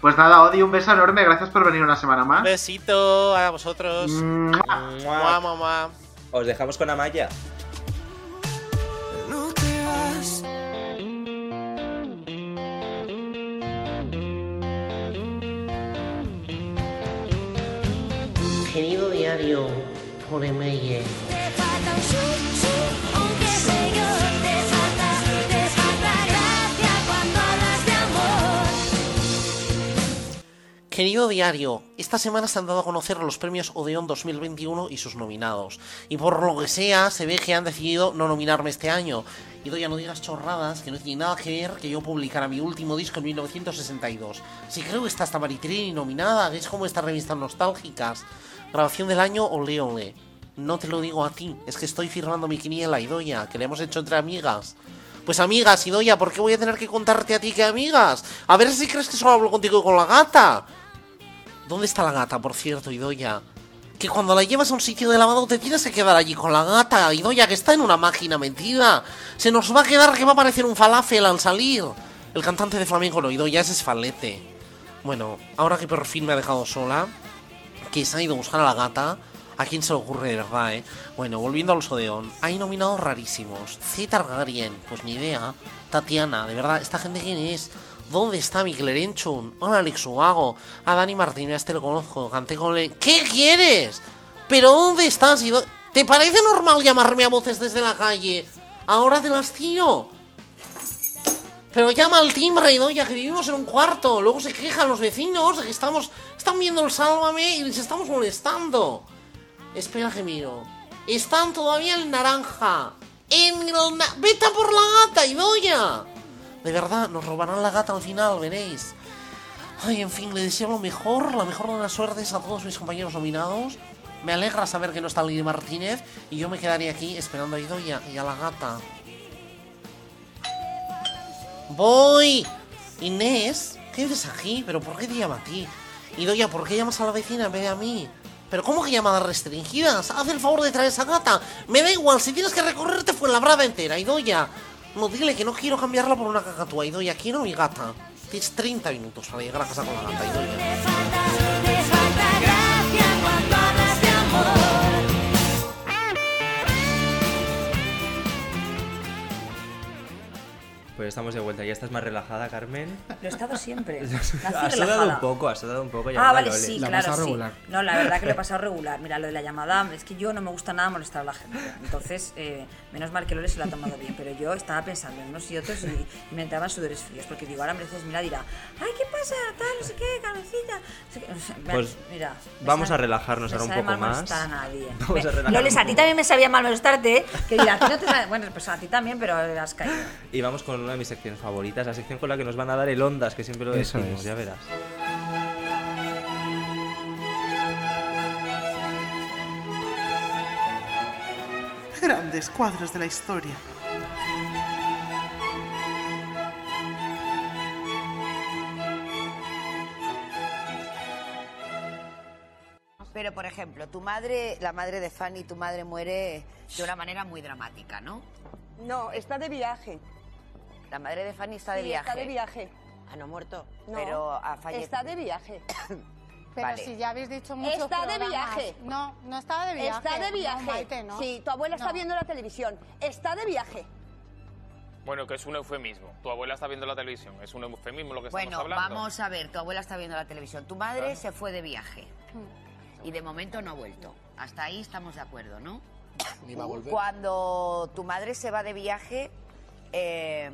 Speaker 1: Pues nada, Odi, un beso enorme, gracias por venir una semana
Speaker 14: Un
Speaker 1: más.
Speaker 14: besito a vosotros.
Speaker 1: Mm. Ah,
Speaker 14: Mua,
Speaker 2: Mua.
Speaker 14: mua, mua.
Speaker 2: Os dejamos con Amaya.
Speaker 18: No te vas.
Speaker 9: Que vivo diario
Speaker 19: hijo de Meyer.
Speaker 5: Querido diario, esta semana se han dado a conocer los premios Odeón 2021 y sus nominados. Y por lo que sea, se ve que han decidido no nominarme este año. Y tú ya no digas chorradas, que no tiene nada que ver que yo publicara mi último disco en 1962. Si creo que está hasta Maritrini nominada, que es como estas revistas nostálgicas. Grabación del año, ole ole. No te lo digo a ti, es que estoy firmando mi quiniela, Idoya, que le hemos hecho entre amigas. Pues amigas, Idoya, ¿por qué voy a tener que contarte a ti que amigas? A ver si crees que solo hablo contigo y con la gata. ¿Dónde está la gata, por cierto, Idoya? Que cuando la llevas a un sitio de lavado te tienes que quedar allí con la gata, Idoya, que está en una máquina mentira. Se nos va a quedar que va a aparecer un falafel al salir. El cantante de flamenco no, Idoya, ese es Falete. Bueno, ahora que por fin me ha dejado sola, que se ha ido a buscar a la gata, ¿a quién se le ocurre de verdad, eh? Bueno, volviendo a los Odeón, hay nominados rarísimos. C. Targaryen, pues ni idea. Tatiana, de verdad, ¿esta gente quién es? ¿Dónde está mi Clerenchun? Hola, Alex Ubago. A Dani Martínez, este lo conozco. Canté con él. ¿Qué quieres? ¿Pero dónde estás? ¿Y dó- ¿Te parece normal llamarme a voces desde la calle? Ahora te las tiro. Pero llama al timbre, Idoya, que vivimos en un cuarto. Luego se quejan los vecinos de que estamos. Están viendo el sálvame y les estamos molestando. Espera que miro. Están todavía en naranja. En el na- Vete a por la gata, Idoya. De verdad, nos robarán la gata al final, veréis. Ay, en fin, le deseo lo mejor, la mejor de las suertes a todos mis compañeros nominados. Me alegra saber que no está Lili Martínez y yo me quedaría aquí esperando a Idoya y a la gata. ¡Voy! Inés, ¿qué haces aquí? ¿Pero por qué te llama a ti? Idoya, ¿por qué llamas a la vecina en vez de a mí? ¿Pero cómo que llamadas restringidas? Haz el favor de traer esa gata. Me da igual, si tienes que recorrerte fue la brava entera, Idoya. No, dile que no quiero cambiarla por una cacatúa, Idoya. Quiero mi gata. Tienes 30 minutos para llegar a casa con la gata, Idoya.
Speaker 2: Pues estamos de vuelta, ya estás más relajada, Carmen.
Speaker 3: Lo he estado siempre.
Speaker 2: Has
Speaker 3: Nací
Speaker 2: sudado
Speaker 3: relajada.
Speaker 2: un poco, has sudado un poco. ya
Speaker 3: Ah,
Speaker 2: me
Speaker 3: vale,
Speaker 2: duele.
Speaker 3: sí, claro, sí. No, la verdad que lo he pasado regular. Mira, lo de la llamada, es que yo no me gusta nada molestar a la gente. Entonces, eh, menos mal que Lore se lo ha tomado bien, pero yo estaba pensando en unos y otros y, y me entraban sudores fríos, porque digo, ahora veces mira, dirá, ay, ¿qué pasa? Tal, no sé qué, Carmencita. no sé qué". O sea, me-
Speaker 2: Pues
Speaker 3: mira, me
Speaker 2: vamos
Speaker 3: sabe-
Speaker 2: a relajarnos
Speaker 3: me
Speaker 2: ahora un
Speaker 3: sabe
Speaker 2: poco
Speaker 3: mal
Speaker 2: más.
Speaker 3: molestar a nadie.
Speaker 2: Vamos
Speaker 3: Me-
Speaker 2: a relajarnos
Speaker 3: Loles, a
Speaker 2: un
Speaker 3: ti
Speaker 2: poco.
Speaker 3: también me sabía mal molestarte, ¿eh? que dirá, "A ti no te sabe-". Bueno, pues a ti también, pero has caído.
Speaker 2: Y vamos con una de mis secciones favoritas, la sección con la que nos van a dar el ondas, que siempre lo
Speaker 1: Eso
Speaker 2: decimos,
Speaker 1: es.
Speaker 2: ya verás.
Speaker 20: Grandes cuadros de la historia.
Speaker 21: Pero, por ejemplo, tu madre, la madre de Fanny, tu madre muere de una manera muy dramática, ¿no?
Speaker 8: No, está de viaje.
Speaker 21: La madre de Fanny está de
Speaker 8: Sí,
Speaker 21: viaje.
Speaker 8: está de viaje.
Speaker 21: Ah, no muerto,
Speaker 8: No,
Speaker 21: pero ha fallecido.
Speaker 8: Está de viaje.
Speaker 22: Pero
Speaker 21: Vale.
Speaker 22: si ya habéis dicho muchos
Speaker 8: Está de
Speaker 22: programas.
Speaker 8: viaje.
Speaker 22: No, no estaba de viaje.
Speaker 8: Está de
Speaker 22: No,
Speaker 8: viaje.
Speaker 22: Maite, no.
Speaker 8: Sí, tu abuela está
Speaker 22: No.
Speaker 8: viendo la televisión. Está de viaje.
Speaker 14: Bueno, que es un eufemismo. Tu abuela está viendo la televisión. Es un eufemismo lo que
Speaker 21: Bueno,
Speaker 14: estamos hablando.
Speaker 21: vamos a ver, tu abuela está viendo la televisión. Tu madre
Speaker 14: Claro.
Speaker 21: se fue de viaje y de momento no ha vuelto. Hasta ahí estamos de acuerdo, ¿no?
Speaker 23: Ni va a volver.
Speaker 21: Cuando tu madre se va de viaje, eh,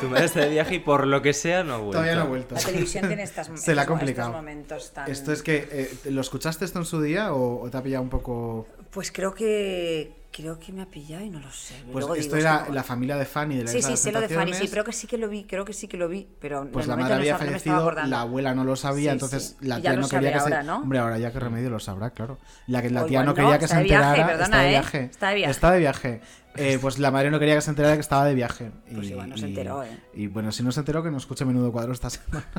Speaker 2: Tu madre está de viaje y por lo que sea no ha vuelto.
Speaker 1: Todavía no ha vuelto.
Speaker 3: La televisión tiene estas-
Speaker 1: Pues Se la ha
Speaker 3: estos-
Speaker 1: complicado.
Speaker 3: estos momentos tan-
Speaker 1: Esto es que. eh, ¿Lo escuchaste esto en su día o, o te ha pillado un poco.?
Speaker 3: Pues creo que creo que me ha pillado y no lo sé.
Speaker 1: Pues
Speaker 3: Luego
Speaker 1: esto
Speaker 3: digo,
Speaker 1: era
Speaker 3: es como-
Speaker 1: la familia de Fanny de la
Speaker 3: Sí,
Speaker 1: Isla
Speaker 3: sí, sé lo de Fanny, sí,
Speaker 1: Tentaciones.
Speaker 3: creo que sí que lo vi, creo que sí que lo vi, pero en
Speaker 1: Pues
Speaker 3: el
Speaker 1: la
Speaker 3: momento
Speaker 1: madre había
Speaker 3: no sab- no me estaba
Speaker 1: fallecido,
Speaker 3: acordando.
Speaker 1: la abuela no lo sabía,
Speaker 3: Sí,
Speaker 1: entonces
Speaker 3: sí.
Speaker 1: la
Speaker 3: Y ya
Speaker 1: tía
Speaker 3: lo
Speaker 1: no quería
Speaker 3: sabe
Speaker 1: que
Speaker 3: ahora,
Speaker 1: se.
Speaker 3: ¿no?
Speaker 1: Hombre, ahora ya que remedio lo sabrá, claro. La, que, la
Speaker 3: O
Speaker 1: tía
Speaker 3: igual
Speaker 1: no quería
Speaker 3: no,
Speaker 1: que
Speaker 3: está
Speaker 1: se
Speaker 3: de viaje,
Speaker 1: enterara. está
Speaker 3: perdona,
Speaker 1: de
Speaker 3: ¿eh?
Speaker 1: viaje.
Speaker 3: Está de viaje.
Speaker 1: Está de viaje. Eh, pues la madre no quería que se enterara que estaba de viaje.
Speaker 3: Pues igual no se enteró, ¿eh?
Speaker 1: Y bueno, si no se enteró, que no escuche menudo cuadro esta semana.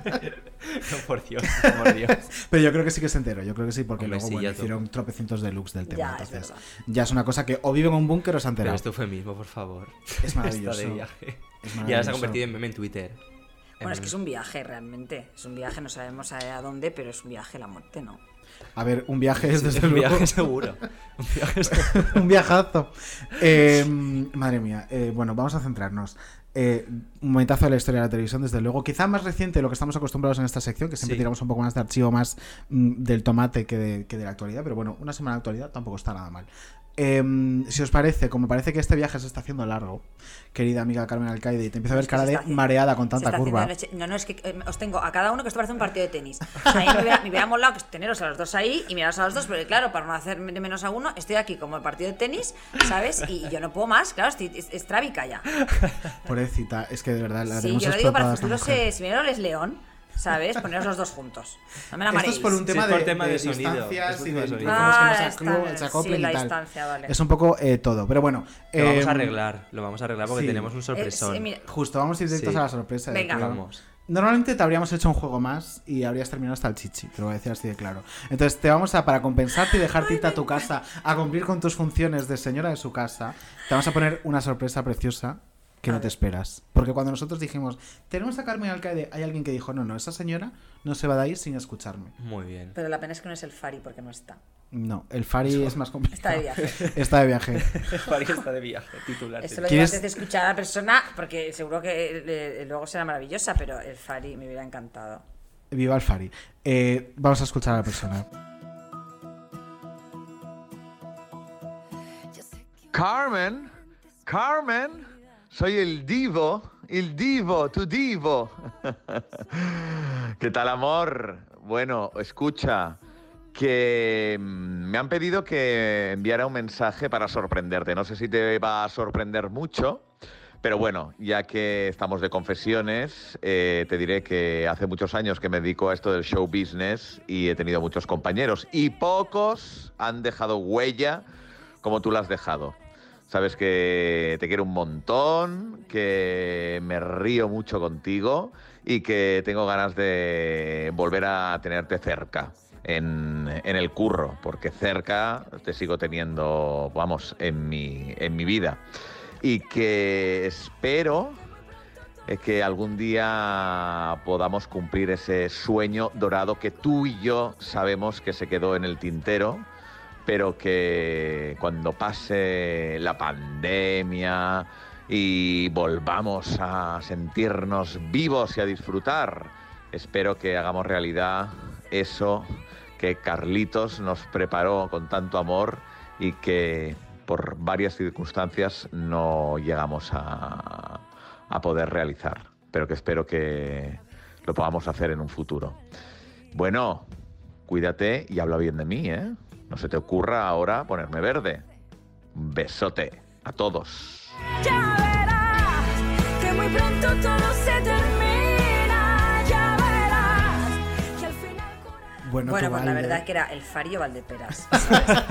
Speaker 2: No, por Dios, por Dios.
Speaker 1: Pero yo creo que sí que se enteró, yo creo que sí, porque
Speaker 2: Hombre,
Speaker 1: luego
Speaker 2: sí,
Speaker 1: bueno,
Speaker 2: ya tú.
Speaker 1: hicieron tropecientos de looks del tema.
Speaker 2: Ya, es
Speaker 1: entonces,
Speaker 2: verdad.
Speaker 1: ya es una cosa que o vive en un búnker o se ha
Speaker 2: Pero
Speaker 1: enterado.
Speaker 2: esto fue mismo, por favor.
Speaker 1: Es maravilloso.
Speaker 2: Está de viaje.
Speaker 1: Es
Speaker 2: Y ahora se
Speaker 1: maravilloso.
Speaker 2: ha convertido en meme en Twitter.
Speaker 3: Bueno, es que es un viaje realmente, es un viaje, no sabemos a, a dónde, pero es un viaje la muerte, ¿no?
Speaker 1: A ver, un viaje es
Speaker 2: Sí,
Speaker 1: desde
Speaker 2: Em, un
Speaker 1: luego.
Speaker 2: viaje seguro. Un viaje seguro.
Speaker 1: Em, Un viajazo. Eh, madre mía. eh, bueno, vamos a centrarnos. Eh, un momentazo de la historia de la televisión, desde luego. Quizá más reciente de lo que estamos acostumbrados en esta sección, que siempre
Speaker 24: Sí.
Speaker 1: tiramos un poco más de archivo más mm, del tomate que de, que de la actualidad, pero bueno, una semana de actualidad tampoco está nada mal. Em, si os parece, como parece que este viaje se está haciendo largo, querida amiga Carmen Alcaide, y te empiezo a ver cara de mareada con
Speaker 3: Se
Speaker 1: tanta
Speaker 3: está
Speaker 1: curva.
Speaker 3: haciendo leche. No, no, es que eh, os tengo a cada uno que esto parece un partido de tenis. O sea, a mí me hubiera, me hubiera molado que teneros a los dos ahí y miraros a los dos, pero claro, para no hacer de menos a uno, estoy aquí como el partido de tenis, ¿sabes? Y, y yo no puedo más, claro, estoy es- estrábica ya.
Speaker 1: Pobrecita, es que de verdad la
Speaker 3: Sí,
Speaker 1: tenemos
Speaker 3: yo lo digo
Speaker 1: explotada
Speaker 3: para
Speaker 1: esta
Speaker 3: futuros
Speaker 1: mujer.
Speaker 3: eh, si me es León, ¿sabes? Poneros los dos juntos. No me la
Speaker 1: Esto es por un tema
Speaker 24: Sí,
Speaker 1: de,
Speaker 24: por tema de sonido.
Speaker 1: distancias
Speaker 24: Es por
Speaker 1: y
Speaker 24: tema
Speaker 1: de
Speaker 24: de
Speaker 1: cómo
Speaker 24: sonido.
Speaker 3: Ah,
Speaker 1: se
Speaker 3: la
Speaker 1: acoplan,
Speaker 3: distancia,
Speaker 1: se acoplan
Speaker 3: sí,
Speaker 1: y
Speaker 3: la
Speaker 1: tal.
Speaker 3: distancia, vale.
Speaker 1: Es un poco eh, todo, pero bueno.
Speaker 24: Lo vamos
Speaker 1: em,
Speaker 24: a arreglar, lo vamos a arreglar porque
Speaker 1: sí.
Speaker 24: tenemos un sorpresón.
Speaker 3: Eh, sí, mira.
Speaker 1: Justo, vamos directos
Speaker 24: Sí.
Speaker 1: a la sorpresa. de
Speaker 3: Venga.
Speaker 1: que-
Speaker 24: Vamos.
Speaker 1: Normalmente te habríamos hecho un juego más y habrías terminado hasta el chichi, te lo voy a decir así de claro. Entonces te vamos a, para compensarte y dejarte irte a tu casa a cumplir con tus funciones de señora de su casa, te vamos a poner una sorpresa preciosa que no te esperas. Porque cuando nosotros dijimos, tenemos a Carmen Alcaide, hay alguien que dijo, no, no, esa señora no se va de ahí sin escucharme.
Speaker 24: Muy bien.
Speaker 3: Pero la pena es que no es el Fari porque no está.
Speaker 1: No, el Fari es más complicado.
Speaker 3: Está de viaje.
Speaker 1: Está de viaje.
Speaker 24: Fari está de viaje, titular.
Speaker 3: Eso lo digo
Speaker 1: ¿Quieres-
Speaker 3: antes de escuchar a la persona porque seguro que eh, eh, luego será maravillosa, pero el Fari me hubiera encantado.
Speaker 1: Viva el Fari. Eh, vamos a escuchar a la persona.
Speaker 25: Carmen, Carmen, soy el divo, el divo, tu divo. ¿Qué tal, amor? Bueno, escucha, que mm, me han pedido que enviara un mensaje para sorprenderte. No sé si te va a sorprender mucho, pero bueno, ya que estamos de confesiones, eh, te diré que hace muchos años que me dedico a esto del show business y he tenido muchos compañeros y pocos han dejado huella como tú la has dejado. Sabes que te quiero un montón, que me río mucho contigo y que tengo ganas de volver a tenerte cerca en, en el curro, porque cerca te sigo teniendo, vamos, en mi, en mi vida. Y que espero eh, que algún día podamos cumplir ese sueño dorado que tú y yo sabemos que se quedó en el tintero pero que cuando pase la pandemia y volvamos a sentirnos vivos y a disfrutar, espero que hagamos realidad eso que Carlitos nos preparó con tanto amor y que por varias circunstancias no llegamos a, a poder realizar, pero que espero que lo podamos hacer en un futuro. Bueno, cuídate y habla bien de mí, ¿eh? No se te ocurra ahora ponerme verde. Un besote a todos.
Speaker 8: Ya verás que muy pronto todo se termina. Ya verás que al final.
Speaker 1: Bueno,
Speaker 3: Bueno,
Speaker 1: tú,
Speaker 3: pues la
Speaker 1: Valde.
Speaker 3: verdad que era el Fari o Valdeperas. ¿sabes?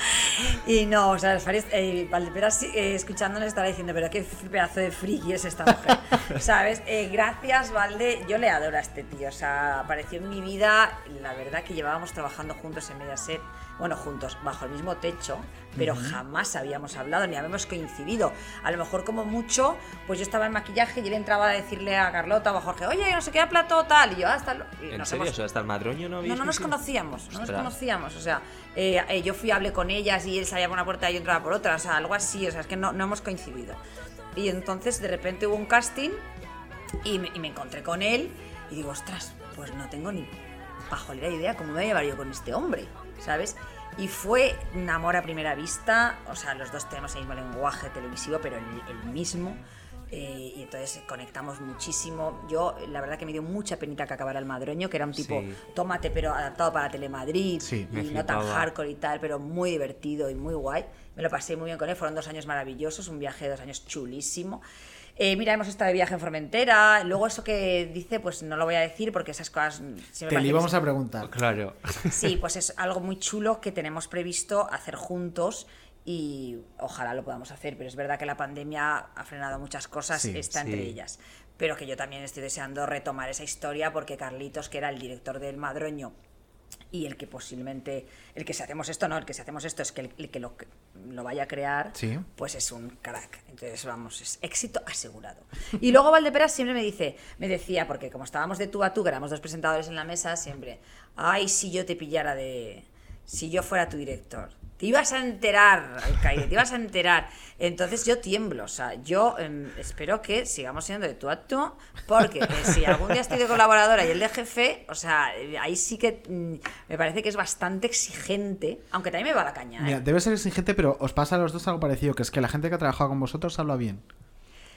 Speaker 3: y no, o sea, el Fari, eh, Valdeperas sí, eh, escuchándonos estará diciendo, pero qué pedazo de friki es esta mujer. ¿Sabes? Eh, gracias, Valde. Yo le adoro a este tío. O sea, apareció en mi vida. La verdad que llevábamos trabajando juntos en Mediaset. Bueno, juntos, bajo el mismo techo, pero
Speaker 7: Ujú.
Speaker 3: jamás habíamos hablado ni habíamos coincidido. A lo mejor, como mucho, pues yo estaba en maquillaje y él entraba a decirle a Carlota o a Jorge, oye, no sé qué a plato tal. Y yo, hasta.
Speaker 24: ¿En serio? O sea, hasta el madroño no habéis
Speaker 3: No, no nos
Speaker 24: coincidido?
Speaker 3: conocíamos, no nos
Speaker 24: Ostras.
Speaker 3: conocíamos. O sea, eh, eh, yo fui, hablé con ellas y él salía por una puerta y yo entraba por otra, o sea, algo así, o sea, es que no, no hemos coincidido. Y entonces de repente hubo un casting y me, y me encontré con él y digo, ostras, pues no tengo ni pajolera idea cómo me voy a llevar yo con este hombre, ¿sabes? Y fue un amor a primera vista, o sea, los dos tenemos el mismo lenguaje televisivo, pero el- el mismo. Eh, y entonces conectamos muchísimo. Yo, la verdad que me dio mucha penita que acabara el madroño, que era un tipo
Speaker 7: Sí.
Speaker 3: tómate, pero adaptado para Telemadrid
Speaker 7: Sí,
Speaker 3: y
Speaker 7: me
Speaker 3: no tan
Speaker 7: flipaba.
Speaker 3: hardcore y tal, pero muy divertido y muy guay. Me lo pasé muy bien con él, fueron dos años maravillosos, un viaje de dos años chulísimo. Eh, mira, hemos estado de viaje en Formentera. Luego, eso que dice, pues no lo voy a decir porque esas cosas. mm, siempre
Speaker 1: Te
Speaker 3: parecen-
Speaker 1: lo íbamos a preguntar.
Speaker 24: Claro.
Speaker 3: Sí, pues es algo muy chulo que tenemos previsto hacer juntos y ojalá lo podamos hacer, pero es verdad que la pandemia ha frenado muchas cosas,
Speaker 7: Sí,
Speaker 3: está
Speaker 7: sí.
Speaker 3: entre ellas. Pero que yo también estoy deseando retomar esa historia porque Carlitos, que era el director del Madroño y el que posiblemente, el que si hacemos esto, no, el que si hacemos esto es que el, el que lo, lo vaya a crear,
Speaker 7: Sí.
Speaker 3: pues es un crack. Entonces, vamos, es éxito asegurado. Y luego Valdeperas siempre me dice, me decía, porque como estábamos de tú a tú, que éramos dos presentadores en la mesa, siempre, ay, si yo te pillara de. Si yo fuera tu director. Te ibas a enterar, alcaide, te ibas a enterar. Entonces yo tiemblo, o sea, yo em, espero que sigamos siendo de tú a tú, porque eh, si algún día estoy de colaboradora y el de jefe, o sea, eh, ahí sí que mm, me parece que es bastante exigente, aunque también me va la caña. ¿eh?
Speaker 1: Mira, debe ser exigente, pero os pasa a los dos algo parecido, que es que la gente que ha trabajado con vosotros habla bien.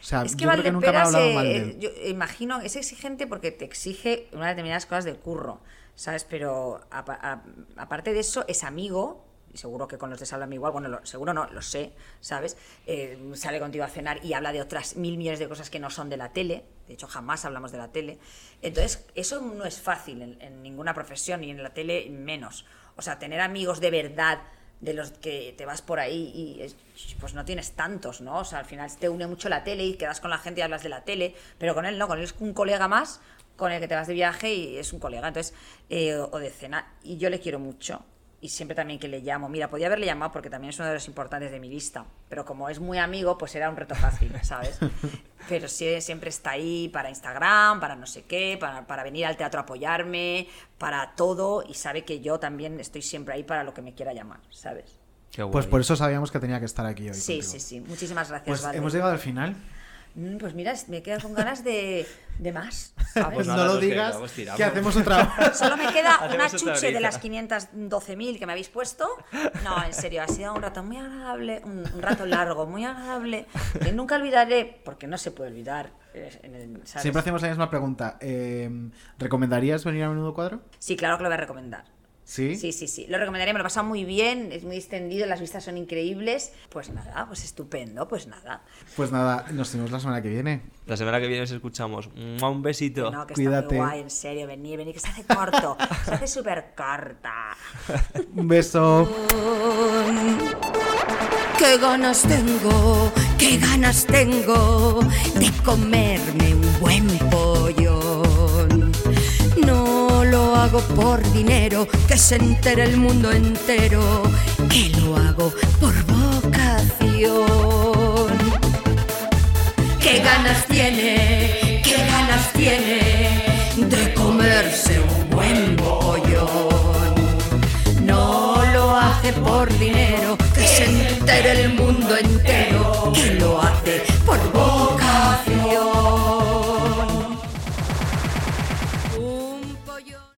Speaker 1: O sea,
Speaker 3: Es que
Speaker 1: yo creo que nunca me ha
Speaker 3: Valdeperas,
Speaker 1: hablado
Speaker 3: eh,
Speaker 1: mal de él.
Speaker 3: yo imagino, es exigente porque te exige unas determinadas cosas del curro, ¿sabes? Pero apa- a- aparte de eso, es amigo, y seguro que con los de Salva igual, bueno, lo- seguro no, lo sé, ¿sabes? Eh, sale contigo a cenar y habla de otras mil millones de cosas que no son de la tele, de hecho jamás hablamos de la tele. Entonces, eso no es fácil en, en ninguna profesión y en la tele menos. O sea, tener amigos de verdad de los que te vas por ahí y es- pues no tienes tantos, ¿no? O sea, al final te une mucho la tele y quedas con la gente y hablas de la tele, pero con él no, con él es un colega más con el que te vas de viaje y es un colega, entonces, eh, o de cena. Y yo le quiero mucho y siempre también que le llamo, mira, podía haberle llamado porque también es uno de los importantes de mi lista, pero como es muy amigo, pues era un reto fácil, ¿sabes? pero sí, siempre está ahí para Instagram, para no sé qué, para, para venir al teatro a apoyarme, para todo, y sabe que yo también estoy siempre ahí para lo que me quiera llamar, ¿sabes?
Speaker 1: Pues por eso sabíamos que tenía que estar aquí hoy.
Speaker 3: Sí,
Speaker 1: contigo.
Speaker 3: sí, sí. Muchísimas gracias,
Speaker 1: Pues
Speaker 3: Valde.
Speaker 1: hemos llegado al final.
Speaker 3: Mm, Pues mira, me quedo con ganas de, de más.
Speaker 1: Ah, pues No nada, lo pues que digas, vamos, tiramos. que hacemos otra-
Speaker 3: Solo me queda una
Speaker 1: Hacemos otra
Speaker 3: chuche de
Speaker 1: horita.
Speaker 3: las 512.000 que me habéis puesto. No, en serio, ha sido un rato muy agradable, un, un rato largo, muy agradable, que nunca olvidaré, porque no se puede olvidar. eh, en el- ¿sabes?
Speaker 1: Siempre hacemos la misma pregunta. Eh, ¿Recomendarías venir a menudo cuadro?
Speaker 3: Sí, claro que lo voy a recomendar.
Speaker 1: Sí.
Speaker 3: Sí, sí, sí. Lo recomendaría, me lo he pasado muy bien, es muy distendido, las vistas son increíbles. Pues nada, pues estupendo, pues nada.
Speaker 1: Pues nada, nos vemos la semana que viene.
Speaker 24: La semana que viene nos escuchamos. ¡Mua! Un
Speaker 1: Oh,
Speaker 24: besito.
Speaker 3: No, que está muy guay, en serio, venir, venir, que se hace corto, se hace súper corta.
Speaker 1: Un beso.
Speaker 4: Qué ganas tengo, qué ganas tengo de comerme un buen pollón. No lo hago por dinero, que se entere el mundo entero, que lo hago por vocación. Qué ganas tiene, qué ganas tiene de comerse un